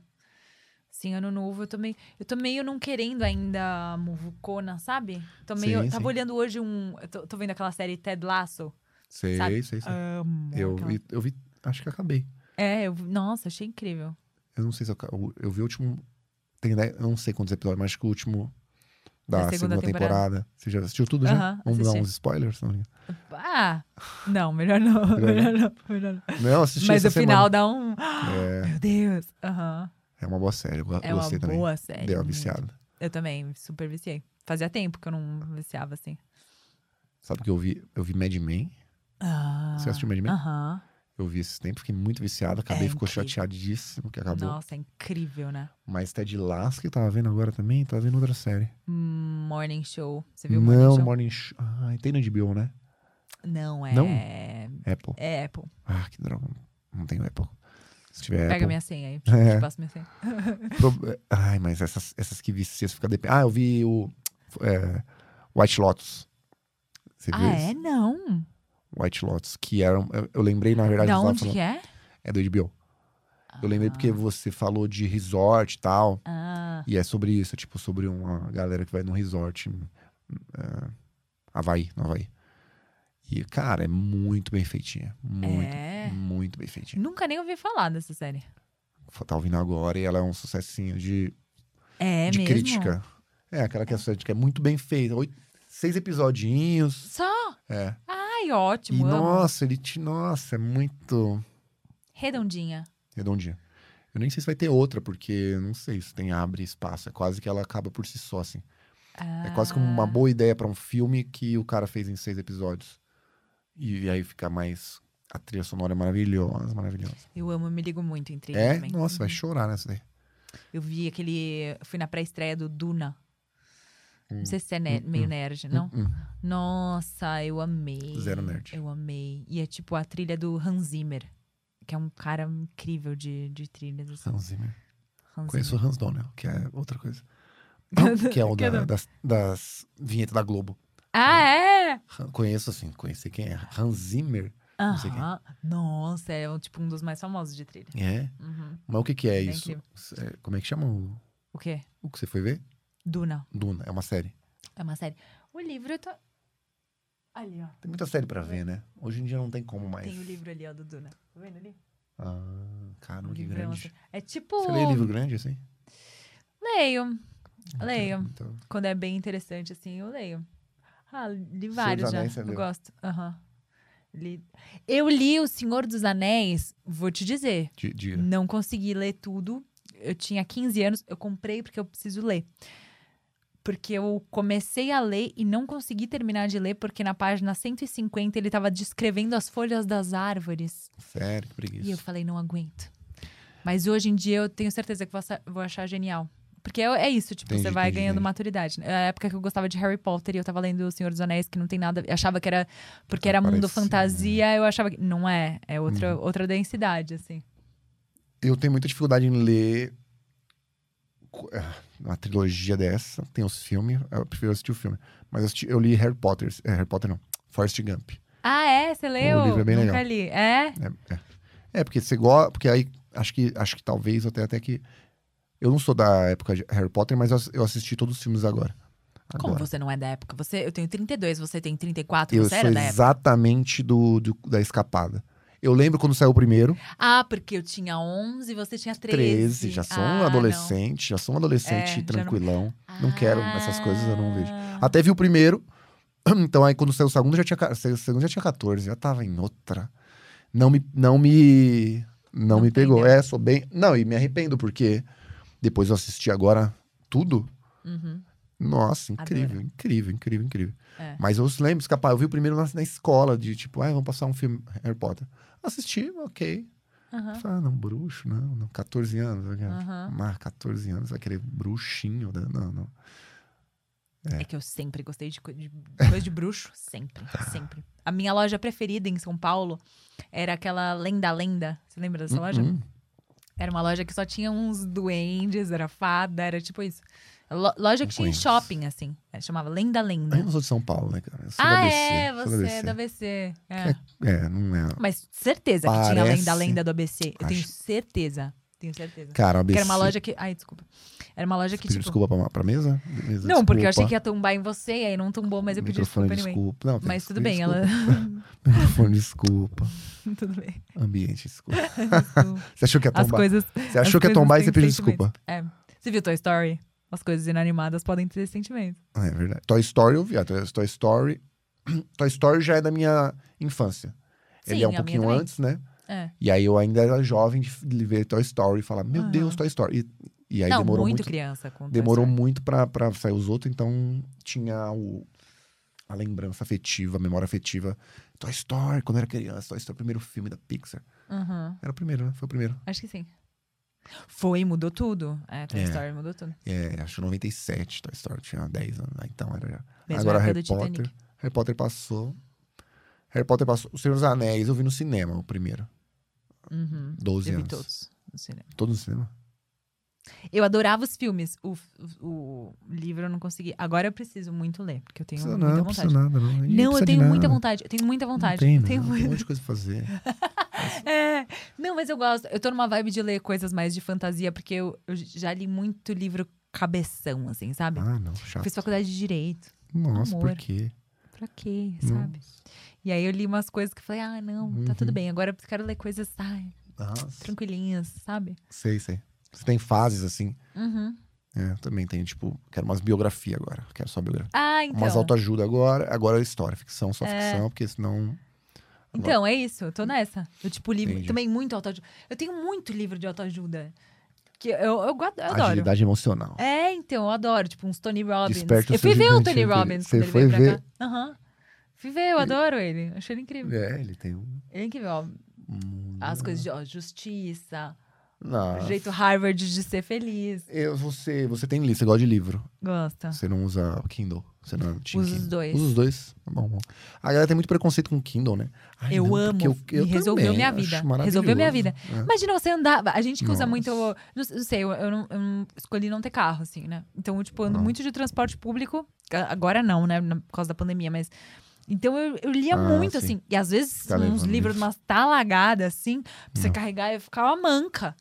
Sim, ano novo, eu tô meio. Eu tô meio não querendo ainda muvucona, sabe? Tô meio. Sim, tava sim. olhando hoje um. Eu tô, tô vendo aquela série Ted Lasso. sei, sabe? sei, sei. Amo. eu aquela- vi, eu vi, acho que acabei. É, eu... nossa, achei incrível. Eu não sei se eu, ca- eu, eu vi o último. Tem, né, eu não sei quantos episódios, mas acho que o último Da da, segunda, segunda temporada. Você já assistiu tudo já? Aham, Vamos dar assisti. uns spoilers? Não, Ah! Não, melhor não. melhor não, melhor não. não assisti Mas essa no final semana. dá um. É, Meu Deus! Aham. é uma boa série. Eu go- É uma gostei também. boa série. Deu uma muito. viciada. Eu também, super viciei. Fazia tempo que eu não viciava assim. Sabe que eu vi? Eu vi Mad Men. Ah, Você assistiu Mad Men? Aham. Eu vi esse tempo, fiquei muito viciado. Acabei, É ficou incrível. chateadíssimo que acabou. Nossa, é incrível, né? Mas Ted Lasso que eu tava vendo agora também, tava vendo outra série. Hum, Morning Show. Você viu Morning não, Show? Morning Show. Ah, tem no HBO, né? Não, é... Não? Apple. É Apple. Ah, que droga. Não tenho Apple. Se tiver Pega Apple... minha senha aí. É. Te passo minha senha. Pro- Ai, mas essas, essas que viciam, você fica dependendo. Ah, eu vi o é, White Lotus. Você viu Ah, isso? é? Não. White Lotus, que era. um- Eu, eu lembrei, na verdade, da você tava onde falando- que é? é do HBO. Eu lembrei porque você falou de resort e tal. Ah, E é sobre isso, tipo, sobre uma galera que vai num resort. É, Havaí, no Havaí. E, cara, é muito bem feitinha. Muito, é. muito bem feitinha. Nunca nem ouvi falar dessa série. Tá ouvindo agora e ela é um sucessinho de É de mesmo? crítica. É, aquela que é crítica é muito bem feita. Oito, seis episodinhos. Só? É. Ai, E ótimo. amo. nossa, ele te. Nossa, é muito Redondinha. redondinho. Eu nem sei se vai ter outra, porque não sei se tem abre espaço. É quase que ela acaba por si só, assim. É quase como uma Ah, boa ideia pra um filme que o cara fez em seis episódios. E, aí fica mais A trilha sonora é maravilhosa, maravilhosa. Eu amo, eu me ligo muito em trilha É? também. Uhum. Nossa, vai chorar nessa daí. Eu vi aquele. eu Fui na pré-estreia do Duna. Não sei se é ne- meio nerd, não? hum. Nossa, eu amei. Zero nerd. Eu amei. E é tipo a trilha do Hans Zimmer, que é um cara incrível de, de trilhas. Assim. Hans Zimmer. Hans Conheço o Hans Donner, que é outra coisa. Zimmer. Que é o Que da- não. das, das vinhetas da Globo. Ah, é? Han- Conheço assim, conheci quem é. Hans Zimmer. sei quem. Aham. Nossa, é um, tipo um dos mais famosos de trilha. É. Uhum. Mas o que, que é Bem isso? É, Como é que chama o, O quê? o que você foi ver? Duna. Duna, é uma série. É uma série. O livro eu tô. Ali, ó. Tem muita série pra ver, né? Hoje em dia não tem como mais. Tem o livro ali, ó, do Duna. Tá vendo ali? Ah, O caramba, que livrão, grande. assim. É tipo. Você lê livro grande assim? Leio. Leio. Então, Quando é bem interessante, assim, eu leio. Ah, li dos vários já. Anéis você Eu leu? gosto. Aham. Li- Eu li O Senhor dos Anéis, vou te dizer. di- diga. Não consegui ler tudo. Eu tinha 15 anos, eu comprei porque eu preciso ler. Porque eu comecei a ler e não consegui terminar de ler, porque na página 150 ele tava descrevendo as folhas das árvores. Sério, que E eu preguiça. falei, não aguento. Mas hoje em dia eu tenho certeza que vou acha- vou achar genial. Porque é é isso, tipo, você Entendi, vai entendi, ganhando entendi. maturidade. É a época que eu gostava de Harry Potter e eu tava lendo O Senhor dos Anéis, que não tem nada. Achava que era. Porque era mundo Parecido, fantasia, eu achava que. Não é. É outra, Uhum. outra densidade, assim. Eu tenho muita dificuldade em ler co- ah, uma trilogia dessa. Tem os filmes, eu prefiro assistir o filme. Mas eu, assisti- eu li Harry Potter. É, Harry Potter não. Forrest Gump. Ah, é? Você leu? livro é bem Nunca legal. li. É? É, é. É, porque você gosta. Porque aí acho que, acho que talvez até, até que. Eu não sou da época de Harry Potter, mas eu, ass- eu assisti todos os filmes agora. Como Agora. você não é da época? Você, eu tenho 32, você tem 34, Eu você sou era da época? exatamente do, do- da escapada. Eu lembro quando saiu o primeiro. Ah, porque eu tinha 11 e você tinha 13. 13, já sou Ah, um não. adolescente, já sou É, um adolescente já não- tranquilão. Não quero essas coisas, eu não vejo. Ah. Até vi o primeiro. Então aí quando saiu o segundo já tinha, ca- saiu o segundo já tinha 14, já tava em outra. Não me não me não, Não me pegou. prendeu. É, sou bem, não, e me arrependo porque depois eu assisti agora tudo. Uhum. Nossa, Adoro. incrível, incrível, incrível, incrível. É. Mas eu lembro, escapar, eu vi o primeiro na, na escola de tipo, ah, vamos passar um filme Harry Potter. Assisti, OK. Aham. Ah, não, bruxo, não, não, 14 anos. vai querer- Aham. Mas 14 anos, vai querer bruxinho, né? não, não. É que eu sempre gostei de, co- de coisa de bruxo. Sempre, Tá. sempre. A minha loja preferida em São Paulo era aquela Lenda Lenda. Você lembra dessa loja? Hum, Era uma loja que só tinha uns duendes, era fada, era tipo isso. Lo- loja que Não tinha em conheço. shopping, assim. É, chamava Lenda Eu Lenda. não sou de São Paulo, né, cara? Eu sou da Ah, BC, é, sou da você é BC. da ABC. É. É, não é. Mas certeza que tinha a Parece- Lenda Lenda do ABC. Eu tenho Acho- certeza. Tenho certeza. Cara, a Porque BC. era uma loja que. Ai, desculpa. Era uma loja que, Pediu tipo. desculpa pra, pra mesa? Mesa, Não, porque eu achei desculpa. que ia tombar em você, e aí não tombou, mas eu pedi Microfone, desculpa anyway. desculpa. Não, tem Mas que tudo pedir bem, ela. desculpa. Microfone, desculpa. Então Tudo bem. Ambiente, desculpa. Você achou que ia As tombar? coisas. Você achou que ia tombar e você pediu desculpa. É. Você viu Toy Story? As coisas inanimadas podem ter sentimentos. É verdade. Toy Story eu vi. ah, Toy Toy Story. Toy Story já é da minha infância. Ele Sim, é a um minha pouquinho também. antes, né? É. E aí eu ainda era jovem de, de ver Toy Story e falar, meu Aham. Deus, Toy Story. E, e aí Não, demorou muito muito. criança. Com Toy demorou Story. muito pra, pra sair os outros, então tinha o, a lembrança afetiva, a memória afetiva. Toy Story, quando eu era criança, Toy Story, o primeiro filme da Pixar. Aham. Era o primeiro, né? Foi o primeiro. Uhum, Acho que sim. Foi, mudou tudo. É, Toy É. Story mudou tudo. É, acho que 97, Toy Story tinha 10 anos, né? então era já. Mesma Agora época Harry do Titanic. Potter. Harry Potter passou. Harry Potter passou. O Senhor dos Anéis eu vi no cinema, o primeiro. Uhum. 12 Eu vi anos. todos. no cinema. Todo no cinema? Eu adorava os filmes. O, o, o livro eu não consegui. Agora eu preciso muito ler, porque eu tenho Precisa muita não, precisa vontade. nada, não. Não, Ninguém precisa eu de tenho nada. muita vontade. Eu tenho muita vontade. Não tem, tenho mano. muita- Tem um monte de coisa pra fazer. É. Não, mas eu gosto. Eu tô numa vibe de ler coisas mais de fantasia, porque eu, eu já li muito livro cabeção, assim, sabe? Ah, não, chato. Fiz faculdade de direito. Nossa, amor. por quê? Pra quê, sabe? E aí eu li umas coisas que eu falei, ah, não, tá Uhum. tudo bem. Agora eu quero ler coisas, ai, Nossa. tranquilinhas, sabe? Sei, sei. Você tem fases assim. Uhum. É, eu também tenho, tipo, quero umas biografia agora. Quero só biografia. Ah, então. Umas autoajuda agora. Agora é história, ficção, só É. ficção, porque senão. Então, é isso. Eu tô nessa. Eu, tipo, livro. Entendi. Também muito autoajuda. Eu tenho muito livro de autoajuda. Que eu, eu, go- eu adoro. Agilidade emocional. É, então, eu adoro. Tipo, uns Tony Robbins. Desperta o eu fui seu ver o gigante Tony interior. Robbins Você quando ele veio foi pra cá. Aham. Viveu, eu adoro ele. Achei ele incrível. É, ele tem um. Ele é incrível, ó. um- As coisas de ó, justiça, o Nossa. jeito Harvard de ser feliz. Eu, você, você tem livro, você gosta de livro. Gosta. Você não usa o Kindle. Você não tinha Uso os Kindle. dois. Usa os dois. Tá bom, bom. A galera tem muito preconceito com Kindle, né? Ai, Eu não, amo. porque E resolveu também minha acho vida. maravilhoso. Resolveu minha vida. É. Imagina você andar. A gente que usa Nossa. muito. Não, não sei, eu, eu não, eu não- escolhi não ter carro, assim, né? Então, eu, tipo, ando Não. muito de transporte público. A- Agora não, né? na- Por causa da pandemia, mas. Então eu, eu lia Ah, muito, sim. assim. E às vezes Ficar uns levando Uhum. livros, livro. umas talagadas, assim, pra você Não. carregar e ficar uma manca.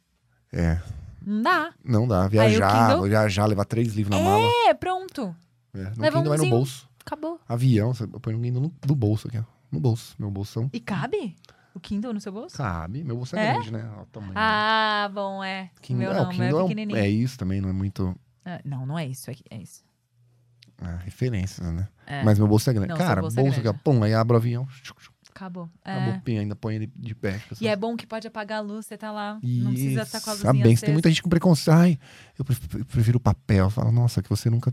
É. Não dá. Não dá. Aí o Viajar, Kindle- viajar, levar três livros na mala. É, um pronto. É. No Leva Kindle é no umzinho. bolso. Acabou. Avião, você põe no Kindle no, no bolso aqui, ó. No bolso. Meu bolsão. E cabe? O Kindle no seu bolso? Cabe. Meu bolso é, É? grande, né? Olha o tamanho. Ah, bom, é. O Kindle- meu é, não, o o meu Kindle é é um- pequenininho. é isso também, não é muito Ah, não, não é isso. É, é isso. ah, referência, né? É. Mas meu bolso é grande. Não, seu Cara, bolso bolso, é aqui, ó, grande. pum, aí abre o avião. Tchuc, tchuc, Acabou. A É. bopinha ainda põe ele de pé. tipo assim. que E é bom que pode apagar a luz, você tá lá. Não precisa estar com a Ah, luzinha bem, tem acesa. muita gente com preconceito. Ai, eu pref- eu prefiro o papel. Fala, nossa, que você nunca,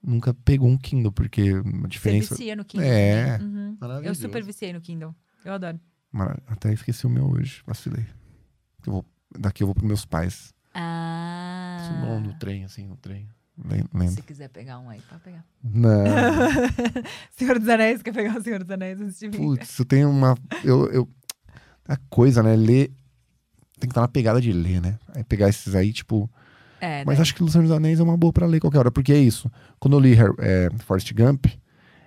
nunca pegou um Kindle, porque a Você diferença. vicia no Kindle. É. também. Uhum. Eu Maravilhoso. super viciei no Kindle. Eu adoro. Mara- Até esqueci o meu hoje, vacilei. Eu vou- daqui eu vou pros meus pais. Ah. Se não, no trem, assim, no trem. Lem- Se Lembro. quiser pegar um aí, pode pegar. Não. Senhor dos Anéis, quer pegar o Senhor dos Anéis antes de mim? Putz, eu tenho uma. Eu, eu, a coisa, né? Ler. Tem que estar na pegada de ler, né? Aí pegar esses aí, tipo. É, Mas né? acho que Luciano dos Anéis é uma boa pra ler qualquer hora, porque é isso. Quando eu li Har- é, Forrest Gump,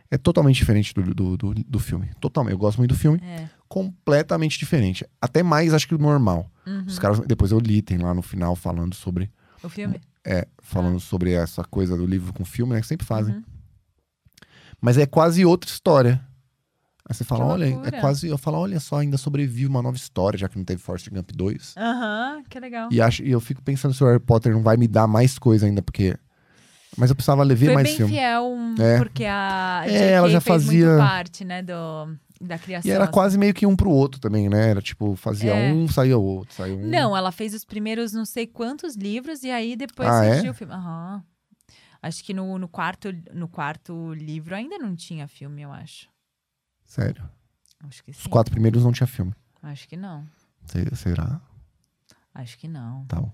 é totalmente diferente do, do, do, do filme. Totalmente. Eu gosto muito do filme. É. Completamente diferente. Até mais, acho que o normal. Uhum. Os caras, depois eu li, tem lá no final falando sobre. O filme? É, falando sobre essa coisa do livro com filme, né? Que sempre fazem. Uhum. Mas é quase outra história. Aí você fala, Que olha, é loucura. quase. Eu falo, olha só, ainda sobrevive uma nova história, já que não teve Forrest Gump 2. Aham, que legal. E, acho, e eu fico pensando se o Harry Potter não vai me dar mais coisa ainda, porque. Mas eu precisava ler, ver Foi mais bem filme. fiel, um- É. porque a É, JK ela já fez fazia- muito parte, né, do, da criação. E era assim. quase meio que um pro outro também, né? Era tipo, fazia É. um, saía o outro, saía um. Não, ela fez os primeiros não sei quantos livros e aí depois Ah, é? surgiu o filme. Aham. Acho que no, no, quarto, no quarto livro ainda não tinha filme, eu acho. Sério. É. Acho que Os sim. quatro primeiros não tinha filme. Acho que não. Se- Será? Acho que não. Tal.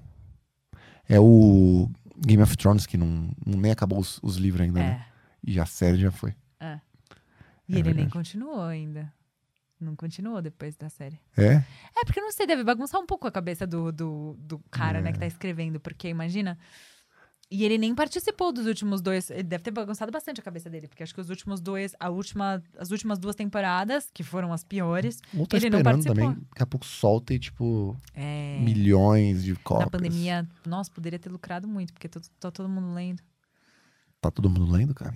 É o Game of Thrones que não, não- nem acabou os, os livros ainda, né? É. E a série já foi. E É ele nem verdade. continuou ainda. Não continuou depois da série. É? É, porque eu não sei, deve bagunçar um pouco a cabeça do, do, do cara, É. né, que tá escrevendo, porque imagina. E ele nem participou dos últimos dois. Ele deve ter bagunçado bastante a cabeça dele, porque acho que os últimos dois, a última, as últimas duas temporadas, que foram as piores. Ou tá Ele não esperando participou. também. Daqui a pouco solta e, tipo, É, milhões de cópias. na pandemia, nossa, poderia ter lucrado muito, porque tá todo mundo lendo. Tá todo mundo lendo, cara?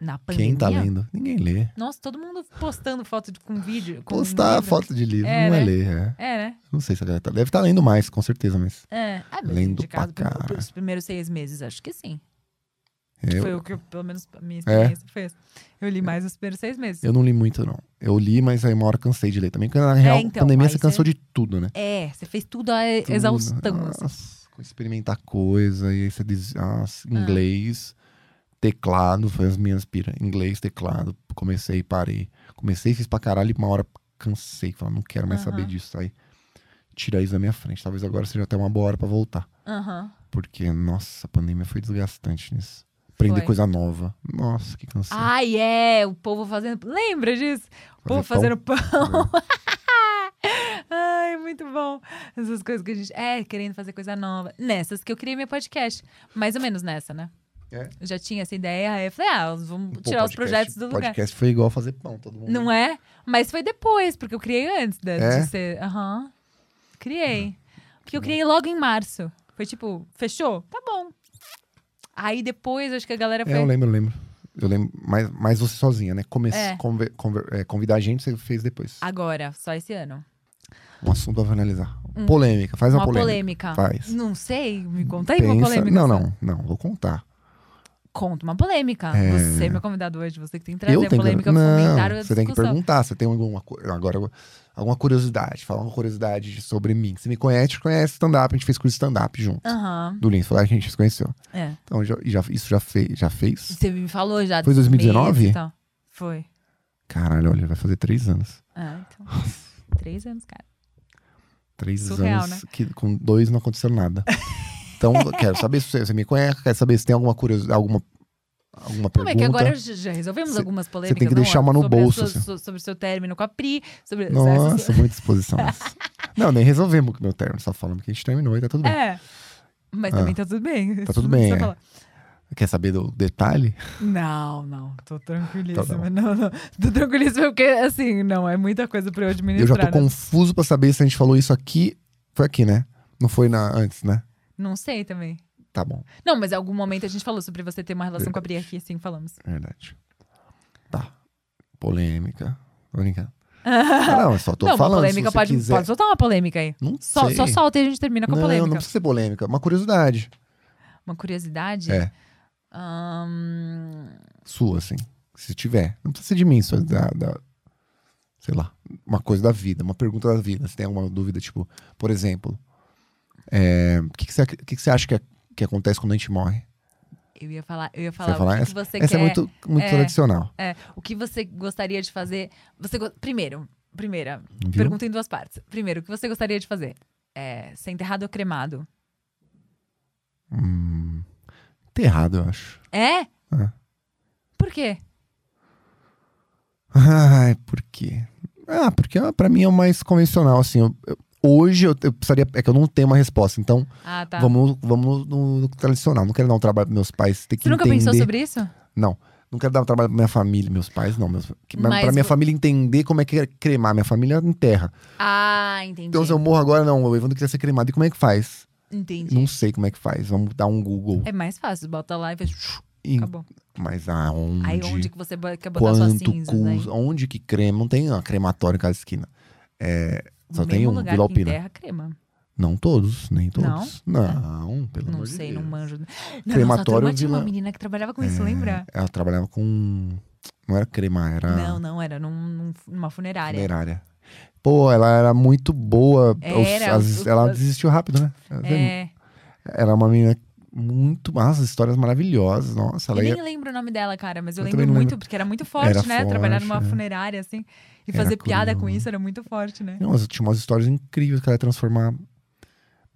Na pandemia. Quem tá lendo? Ninguém lê. Nossa, todo mundo postando foto de- com vídeo. Com Postar livro. foto de livro É, não é né? ler, é. É, né? Não sei se a galera tá... Deve estar lendo mais, com certeza, mas... É. Ah, mas Lendo indicado pra pelo- cara. pelos primeiros seis meses, acho que sim. Eu, É? Foi o que, pelo menos, a minha experiência fez. Eu li mais os primeiros seis meses. eu não li muito, não. Eu li, mas aí uma hora cansei de ler também. Porque na real, então, pandemia aí você você- cansou de tudo, né? É, você fez tudo a Tudo. ah, né? exaustão. assim. Nossa, experimentar coisa. E aí você diz... Nossa, Ah. inglês, teclado. Foi as minhas pira. Inglês, teclado. Comecei, parei. Comecei, fiz pra caralho. e Uma hora cansei. Falei, não quero mais saber Aham. disso. Aí tira isso da minha frente. Talvez agora seja até uma boa hora pra voltar. Aham. Porque, nossa, a pandemia foi desgastante nisso. Aprender Foi. coisa nova. Nossa, que cansei. Ai, é, o povo fazendo. Lembra disso? O povo Fazer fazendo pão. Ai, muito bom. Essas coisas que a gente. É, querendo fazer coisa nova. Nessas que eu criei meu podcast. Mais ou menos nessa, né? É. Eu já tinha essa ideia. Aí eu falei, ah, vamos Pô, tirar os podcast- projetos do lugar. Podcast foi igual fazer pão, todo mundo. Não é? Mas foi depois, porque eu criei antes da, É? Uhum. de ser. Aham. Criei. Porque eu criei logo em março. Foi tipo, fechou? Tá bom. Aí depois, acho que a galera É, eu foi. lembro, eu lembro. Eu lembro, mas, mas você sozinha, né? Come É. Ah. conver- conver- é, convidar a gente, você fez depois. Agora, só esse ano. Um assunto pra analisar. Polêmica, faz uma, Hum. uma polêmica. polêmica. Faz. Não sei, me conta aí uma Pensa- polêmica. Não, sua. não, não, vou contar. Conta uma polêmica. É. Você é meu convidado hoje, você que tem que trazer eu a tenho polêmica que... pro Não, comentário da você tem que discussão. perguntar, você tem alguma co- agora alguma curiosidade, falar uma curiosidade sobre mim. Você me conhece, conhece stand-up, a gente fez curso de stand-up junto. Ah. Aham, Do Lins, foi lá que a gente se conheceu. é. Então, já- já- isso já, fe, já fez? Você me falou já. Foi dos 2019? meses e tal. Foi. Caralho, olha, vai fazer três anos. Ah, então. Três anos, cara. Três Surreal, anos né? que com dois não aconteceu nada. Então, eu quero saber se você, você me conhece, quero saber se tem alguma curiosidade, alguma, alguma Como pergunta. é que agora já já resolvemos Cê- algumas tem polêmicas? que deixar não? uma no sobre a bolso, sua- assim. so- sobre o seu término com a Pri, sobre... Nossa, muita exposição. essa. não, nem resolvemos o meu término, só falando que a gente terminou e tá tudo bem. É. Mas Ah. também tá tudo bem. Tá tudo Não precisa bem, é. falar. Quer saber do detalhe? Não, não. Tô tranquilíssima. Tá, bom. não, não. Tô tranquilíssima porque, assim, não, é muita coisa pra eu Eu já administrar. tô né? confuso pra saber se a gente falou isso aqui. Foi aqui, né? Não foi na, antes, né? Não sei também. Tá bom, Não, mas em algum momento a gente falou sobre você ter uma relação com a Pri aqui, assim, falamos. é verdade. Tá. Polêmica. Tô brincando. Não, eu só tô não, uma falando. polêmica se você pode, quiser. pode soltar uma polêmica aí. Não Só, sei. só solta e a gente termina com não, a polêmica. não precisa ser polêmica. é Uma curiosidade Uma curiosidade? É. Ahn, sua, assim. Se tiver. Não precisa ser de mim, só da, da- Sei lá. Uma coisa da vida, uma pergunta da vida. Se tem alguma dúvida, tipo, por exemplo, é, o que, que, você, ac- o que, que você acha que, ac- que acontece quando a gente morre? eu ia falar, eu ia Você falar, vai falar o que que, essa? você essa quer, é muito, muito é. tradicional. é, o que você gostaria de fazer. Você go- primeiro, primeira Viu? pergunta em duas partes. Primeiro, o que você gostaria de fazer? É, ser enterrado ou cremado? Hum, tá errado, eu acho. É? É. Por quê? Ai, por quê? Ah, porque ah, pra mim é o mais convencional, assim. eu- eu- hoje eu, eu precisaria. É que eu não tenho uma resposta, então Ah, tá. vamos, vamos no, no tradicional. Não quero dar um trabalho pros meus pais ter que você nunca entender. pensou sobre isso? Não. Não quero dar um trabalho pra minha família, meus pais, não. Meus, que- pra- Mas pra minha vo- família entender como é que é cremar. Minha família enterra. Ah, entendi. Então, se eu morro agora, não. O Evandro queria ser cremado. E como é que faz? Entendi. Não sei como é que faz. Vamos dar um Google. É mais fácil, bota lá e faz. E- Acabou. Mas aonde? Aí onde que você bo- quer botar suas quanto cinzas? né? aí? custa? Onde que crema? Não tem uma crematória em cada esquina. É, só No tem mesmo um, lugar Vila que Alpina. enterra crema. Não todos, nem todos. Não, pelo É. Não amor de sei, Deus. não manjo. Na nossa Crematório, turma tinha uma Vila- É. menina que trabalhava com isso, lembra? Ela trabalhava com. Não era cremar, era Não, não, era num- num- numa funerária. funerária. Pô, ela era muito boa. Os- Era, as- os- ela desistiu rápido, né? Ela É, Era uma menina muito. Nossa, histórias maravilhosas. Nossa, eu ela ia. nem lembro o nome dela, cara, mas eu, Eu lembro também não muito, lembro. porque era muito forte, Era né? Trabalhar forte, numa é. funerária, assim, e Era fazer piada com curioso. isso era muito forte, né? Não, mas tinha umas histórias incríveis que ela ia transformar,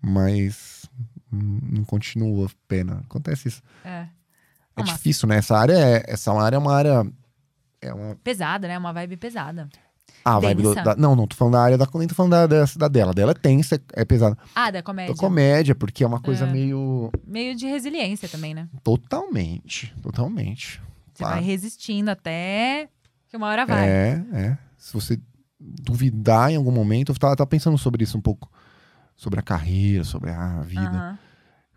mas hum, não continua, pena. Acontece isso. É. É Não, mas- difícil, né? Essa área é, essa área é uma área. É uma. Pesada, né? Uma vibe pesada. Ah, vibe do- Densa. da- Não, não tô falando da área da. Nem tô falando da, dessa- da dela. A dela é tensa, é pesada. Ah, da Da comédia. comédia, porque é uma coisa É. meio. Meio de resiliência também, né? Totalmente. Totalmente. Você Claro. vai resistindo até que uma hora vai. É, é. Se você duvidar em algum momento, eu tava, tava pensando sobre isso um pouco. Sobre a carreira, sobre a vida. Aham,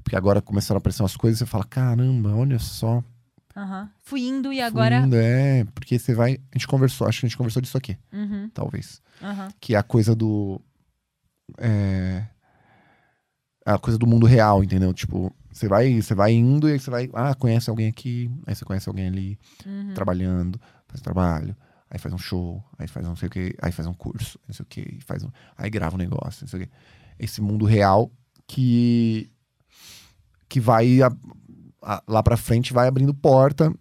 Porque agora começaram a aparecer umas coisas e você fala: caramba, olha só. aham. Fui indo e agora. fluindo, é, porque você vai. A gente conversou, acho que a gente conversou disso aqui, Uhum, talvez. aham. Que é a coisa do. É, a coisa do mundo real, entendeu? Tipo, você vai, você vai indo e aí você vai. Ah, conhece alguém aqui, aí você conhece alguém ali, Uhum. trabalhando, faz trabalho, aí faz um show, aí faz não sei o que, aí faz um curso, não sei o que, faz um, aí grava um negócio, não sei o que. Esse mundo real que que vai a- a- lá pra frente vai abrindo porta,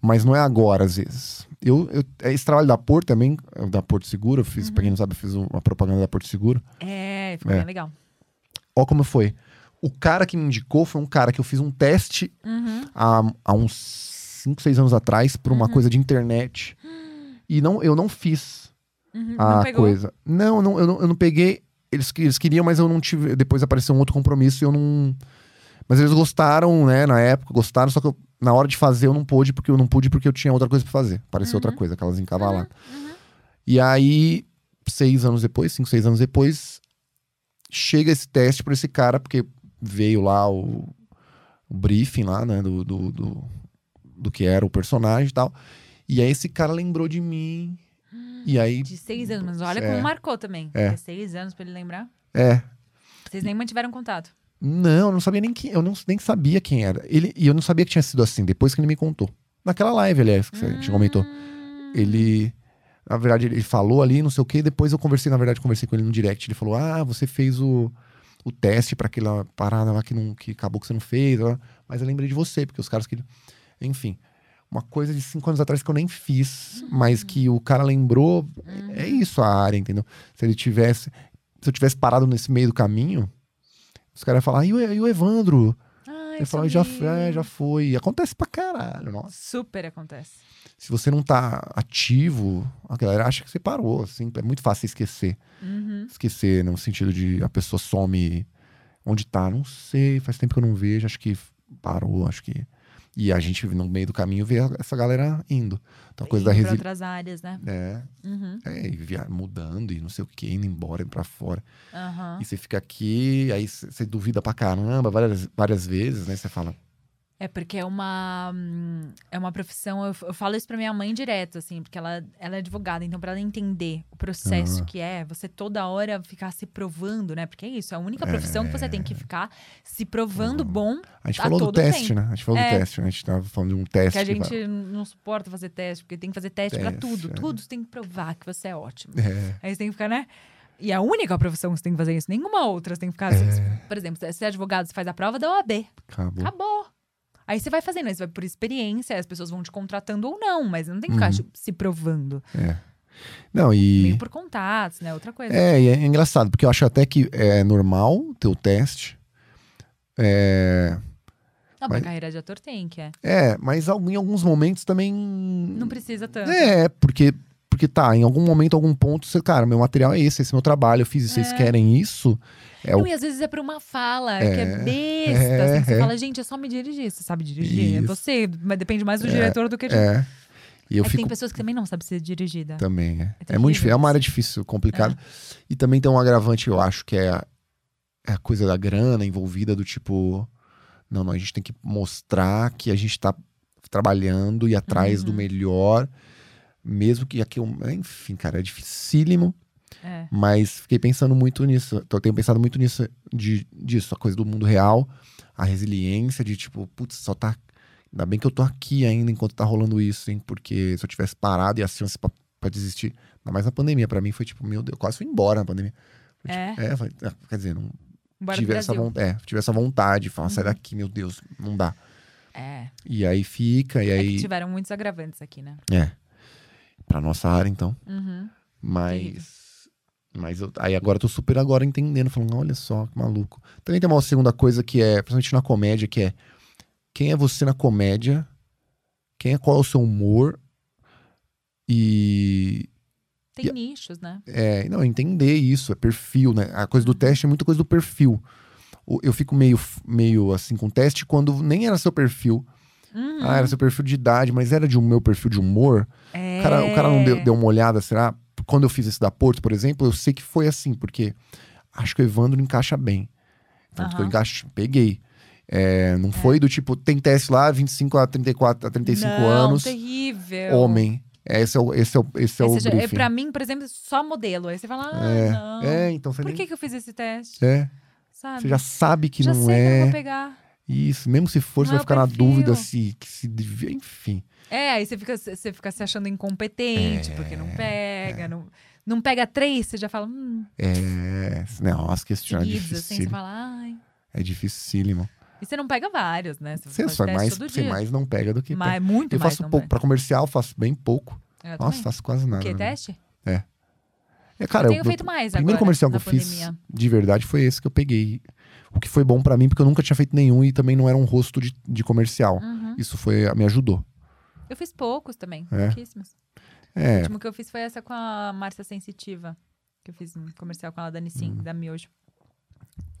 mas não é agora às vezes. Eu, eu é esse trabalho da Porto também, da Porto Seguro, eu fiz, pra quem não sabe, eu fiz uma propaganda da Porto Seguro. É, ficou É. bem legal. Ó como foi. O cara que me indicou foi um cara que eu fiz um teste Uhum. há, há uns 5, 6 anos atrás por uma coisa de internet. E não, eu não fiz Uhum. Não a pegou. Ah, coisa. Não, não, eu não, eu não peguei. Eles, que- eles queriam, mas eu não tive. Depois apareceu um outro compromisso e eu não. Mas eles gostaram, né, na época, gostaram, só que eu- na hora de fazer eu não pude, porque eu não pude porque eu tinha outra coisa pra fazer. Parecia Uhum. outra coisa, aquelas encavaladas. E aí, seis anos depois, cinco, seis anos depois, chega esse teste pra esse cara, porque veio lá o, o briefing lá, né, do, do, do, do que era o personagem e tal. E aí esse cara lembrou de mim. E aí, De seis anos, mas olha É. como marcou também. É. É. Seis anos pra ele lembrar. é, Vocês nem mantiveram contato. Não, eu não sabia nem quem, eu não, nem sabia quem era. Ele, e eu não sabia que tinha sido assim, depois que ele me contou. Naquela live, aliás, que você Ah. que você comentou. Hum. Ele, na verdade, ele falou ali, não sei o quê, depois eu conversei, na verdade, conversei com ele no direct. Ele falou, ah, você fez o, o teste pra aquela parada lá que, não, que acabou que você não fez, lá, mas eu lembrei de você, porque os caras que... Enfim, uma coisa de cinco anos atrás que eu nem fiz, mas que o cara lembrou. É isso a área, entendeu? Se ele tivesse. Se eu tivesse parado nesse meio do caminho, os caras iam falar, "Ah, e o, e o Evandro? Ai, Ele falar, sobre já, ele. é, já foi. E Acontece pra caralho, nossa. Super acontece. Se você não tá ativo, a galera acha que você parou, assim. É muito fácil esquecer. Uhum. Esquecer, no sentido de a pessoa some onde tá, não sei, faz tempo que eu não vejo, acho que parou, acho que. E a gente, no meio do caminho, vê essa galera indo. Então, a coisa da Indo pra resiliência. outras áreas, né? É, Uhum. é, e via, mudando e não sei o que, indo embora, indo pra fora. Aham. E você fica aqui, aí você você duvida pra caramba várias, várias vezes, né? Você fala, É porque é uma hum, é uma profissão. Eu, f- eu falo isso pra minha mãe direto, assim, porque ela, ela é advogada, então pra ela entender o processo Aham. que é, você toda hora ficar se provando, né? Porque é isso, é a única profissão que você tem que ficar se provando Uhum. bom, a gente A falou Tá do todo teste, tempo. né? A gente falou É. do teste, né? A gente tava falando de um teste. que a que gente vai- n- não suporta fazer teste, porque tem que fazer teste, pra Teste, tudo. é. Tudo você tem que provar que você é ótimo. É, Aí você tem que ficar, né? E é a única profissão que você tem que fazer isso, nenhuma outra você tem que ficar. Por exemplo, você é advogado, você faz a prova da OAB. acabou. Acabou. Aí você vai fazendo, aí você vai por experiência, as pessoas vão te contratando ou não, mas não tem que ficar tipo, se provando. Não, Uhum. e. Meio por contatos, né? Outra coisa. É, e é engraçado, porque eu acho até que é normal ter o teste. É, não, pra mas- carreira de ator tem, que é. é mas al- em alguns momentos também. Não precisa tanto. É, porque, porque tá, em algum momento, algum ponto, você, cara, meu material é esse, esse é meu trabalho, eu fiz isso, vocês querem isso? É Não, o. e às vezes é por uma fala, que é É, besta. assim, que você é. fala, gente, é só me dirigir. Você sabe dirigir, é Isso. você. Mas depende mais do diretor do que de... É. E eu É que fico tem pessoas que também não sabem ser dirigida. É também, é. É, muito terrível difícil, é uma isso. É. área difícil, complicada. E também tem um agravante, eu acho, que é a, é a coisa da grana envolvida, do tipo, não, não, a gente tem que mostrar que a gente tá trabalhando e atrás Uhum. do melhor, mesmo que aqui, enfim, cara, é dificílimo. É. Mas fiquei pensando muito nisso. Então, Eu tenho pensado muito nisso, de, disso, a coisa do mundo real, a resiliência de tipo, putz, só tá. Ainda bem que eu tô aqui ainda enquanto tá rolando isso, hein? Porque se eu tivesse parado e as chances pra, pra desistir. Ainda mais na pandemia, pra mim foi tipo, meu Deus, eu quase fui embora na pandemia. Foi, tipo, é, foi- é, quer dizer, não Bora pro tive essa, Brasil. Uhum. von- é, tive essa vontade, falar, sai daqui, meu Deus, não dá. É. E aí fica, e É aí. que tiveram muitos agravantes aqui, né? É. Pra nossa área, então. Uhum. Terrível. Mas. Mas eu, aí agora eu tô super agora entendendo, falando, olha só, que maluco. Também tem uma segunda coisa que é, principalmente na comédia, que é quem é você na comédia, quem é qual é o seu humor. E. Tem nichos, né? É, não, entender isso, é perfil, né? A coisa do teste é muita coisa do perfil. O- Eu fico meio, f- meio assim com teste quando nem era seu perfil. Uhum. Ah, era seu perfil de idade, mas era de um meu perfil de humor. É. O cara, o cara não deu, deu uma olhada, será? Quando eu fiz esse da Porto, por exemplo, eu sei que foi assim, porque acho que o Evandro encaixa bem. Tanto que eu Aham. encaixo, peguei. É, não foi do tipo, tem teste lá, 25 a 34, a 35 não, anos, terrível. homem. Esse é o, esse é o, esse é Ou o seja, é, briefing. pra mim, por exemplo, só modelo. Aí você fala, ah, não. É, então você Por nem- que, que eu fiz esse teste? é, Sabe? você já sabe que Já não sei que eu não é. vou pegar. Isso, mesmo se for, você Não é vai o ficar na perfil. dúvida se, que se devia- enfim. É, aí você fica, você fica se achando incompetente, É, porque não pega. Não, não pega três, você já fala, hum, É, nossa, que questionar é seguidos, assim, você difícil. fala, ai. É dificílimo. E você não pega vários, né? Você faz só é teste mais, todo você dia. mais não pega do que pega. Mas, muito Eu mais. faço não pouco. pega. Pra comercial, faço bem pouco. Eu Nossa, também. faço quase nada. Que né? teste? É, cara, eu eu- tenho o feito mais primeiro agora. comercial que na eu fiz pandemia. de verdade foi esse que eu peguei. O que foi bom pra mim, porque eu nunca tinha feito nenhum e também não era um rosto de, de comercial. Uhum. Isso foi, me ajudou. Eu fiz poucos também, É? pouquíssimos. O É, último que eu fiz foi essa com a Márcia Sensitiva. Que eu fiz um comercial com ela da Nissin, da Miojo.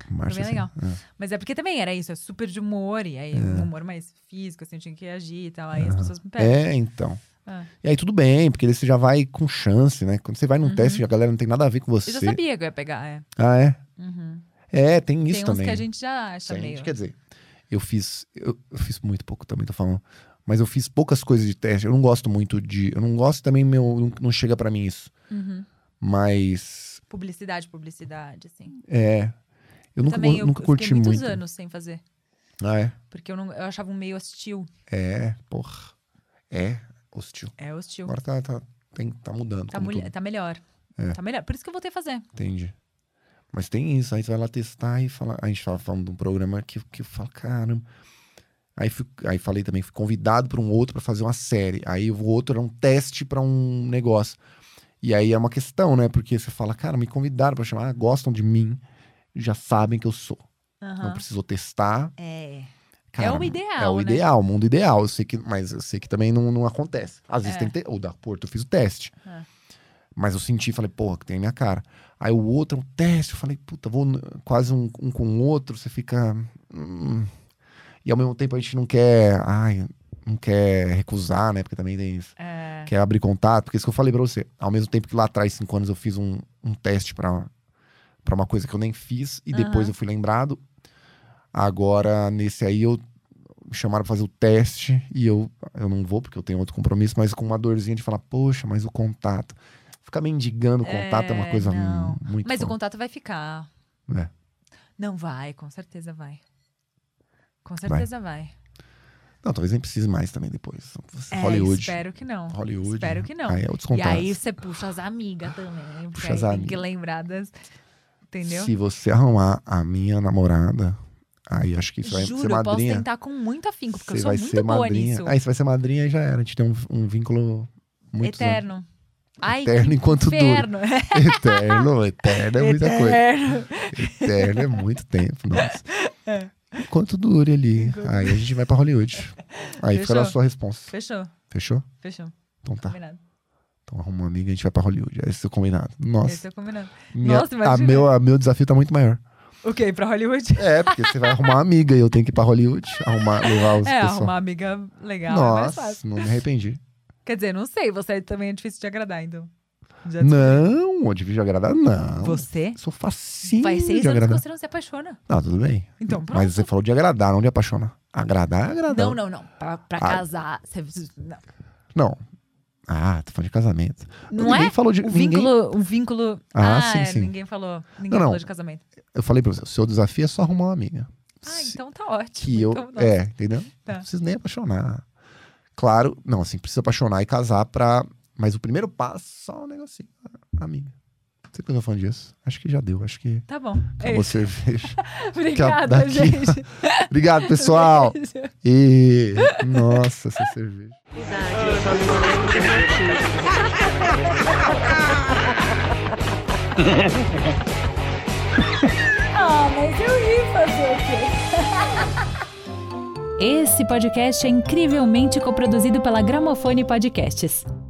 Foi Márcia. bem assim, legal. Hum. é. Mas é porque também era isso, é super de humor. E aí, um humor mais físico, assim, eu tinha que reagir e tal. Aí as pessoas me pedem. É, então. Ah. E aí tudo bem, porque daí você já vai com chance, né? Quando você vai num teste, a galera não tem nada a ver com você. Uhum. Eu já sabia que eu ia pegar, é. Ah, é? Uhum. É, tem Tem isso uns também. que a gente já acha Sim, meio. Quer dizer, eu fiz. Eu, eu fiz muito pouco também, tô falando. Mas eu fiz poucas coisas de teste. Eu não gosto muito de. Eu não gosto também, meu. Não, não chega pra mim isso. Uhum. Mas. Publicidade, publicidade, assim. É. Eu, nunca, também go- eu, nunca eu curti fiquei muitos muito. anos sem fazer. Ah, é? Porque eu, não, eu achava um meio hostil. É, porra. É, hostil. É hostil. Agora tá, tá, tem, tá mudando. Tá, como mulher- tudo. É. tá melhor. Tá melhor. Por isso que eu voltei a fazer. Entendi. Mas tem isso, aí você vai lá testar e fala. A gente tava falando de um programa que, que eu falo, caramba. Aí, fui- aí falei também, fui convidado para um outro para fazer uma série. Aí o outro era um teste para um negócio. E aí é uma questão, né? Porque você fala, cara, me convidaram para chamar, gostam de mim, já sabem que eu sou. Não Aham. precisou testar. É. Cara, é o ideal. é o né? ideal, o mundo ideal. Eu sei que, mas eu sei que também não, não acontece. Às vezes É. tem que ter. O da Porto eu fiz o teste. É. Mas eu senti e falei, porra, que tem a minha cara. Aí o outro é um teste. Eu falei, puta, vou n- quase um, um com o outro. Você fica. hum. E ao mesmo tempo a gente não quer. Ai, não quer recusar, né? Porque também tem isso. É. Quer abrir contato. Porque isso que eu falei pra você. Ao mesmo tempo que lá atrás, cinco anos, eu fiz um, um teste pra, pra uma coisa que eu nem fiz. E depois Aham. eu fui lembrado. Agora, nesse aí, eu me chamaram pra fazer o teste. E eu, eu não vou, porque eu tenho outro compromisso. Mas com uma dorzinha de falar, poxa, mas o contato... Ficar mendigando o contato é, uma É, coisa hum, não. muito... Mas o foda. contato vai ficar. É. Não vai, com certeza vai. Com certeza vai. Não, talvez nem precise mais também depois. É, Hollywood. Espero que não. Hollywood. espero que não. Aí é outros E contatos. aí você puxa as amigas também. Puxa porque as aí Tem amigas. que lembrar das. Entendeu? Se você arrumar a minha namorada... Aí acho que isso vai ser Juro, eu posso madrinha. tentar com muito afinco, porque eu Você sou vai muito ser boa madrinha. nisso. Aí você vai ser madrinha e já era. A gente tem um, um vínculo é muito Eterno. Ai, eterno enquanto dura. inferno. Eterno, eterno é muita coisa. Eterno. Eterno é muito tempo, nossa. É. Enquanto dure ali. Aí a gente vai pra Hollywood. Aí fica na Fechou? sua resposta. Fechou, Fechou? fechou. Então tá. Combinado. Então arruma uma amiga e a gente vai pra Hollywood. Esse é o combinado. Nossa. Esse é o combinado. minha- Nossa, a imagina. meu, a meu desafio tá muito maior. O quê? Pra Hollywood? É, porque você vai arrumar uma amiga e eu tenho que ir pra Hollywood. Arrumar, levar os é, pessoal. arrumar amiga legal é mais fácil. Nossa, não me arrependi. Quer dizer, não sei, você também é difícil de agradar, então. Já- Não, onde vídeo agradar, não. Você? Sou facinho Faz seis de anos que agradar. você não se apaixona. Não, tudo bem. Então, pronto. Mas você falou de agradar, não de apaixonar. Agradar é agradar. Não, não, não. Pra, pra Ah. casar. Você... Não, Não. Ah, tô falando de casamento. não ninguém é? falou de. O ninguém- vínculo. O vínculo... Ah, sim, é, sim. Ninguém falou. Ninguém Não, não. falou de casamento. Eu falei pra você, o seu desafio é só arrumar uma amiga. Ah, Se- então tá ótimo. Que eu. então, nossa. é, entendeu? Tá. Não precisa nem apaixonar. Claro, não, assim, precisa apaixonar e casar pra. Mas o primeiro passo é só um negocinho. Amiga. Não sei por que eu tô falando disso. Acho que já deu. Acho que Tá bom. É acabou a isso. cerveja. Obrigada, daqui- gente. Obrigado, pessoal. E. Nossa, essa cerveja. Amizade, eu só não lembro do motivo. Ah, mas eu ri fazer o quê? Esse podcast é incrivelmente coproduzido pela Gramofone Podcasts.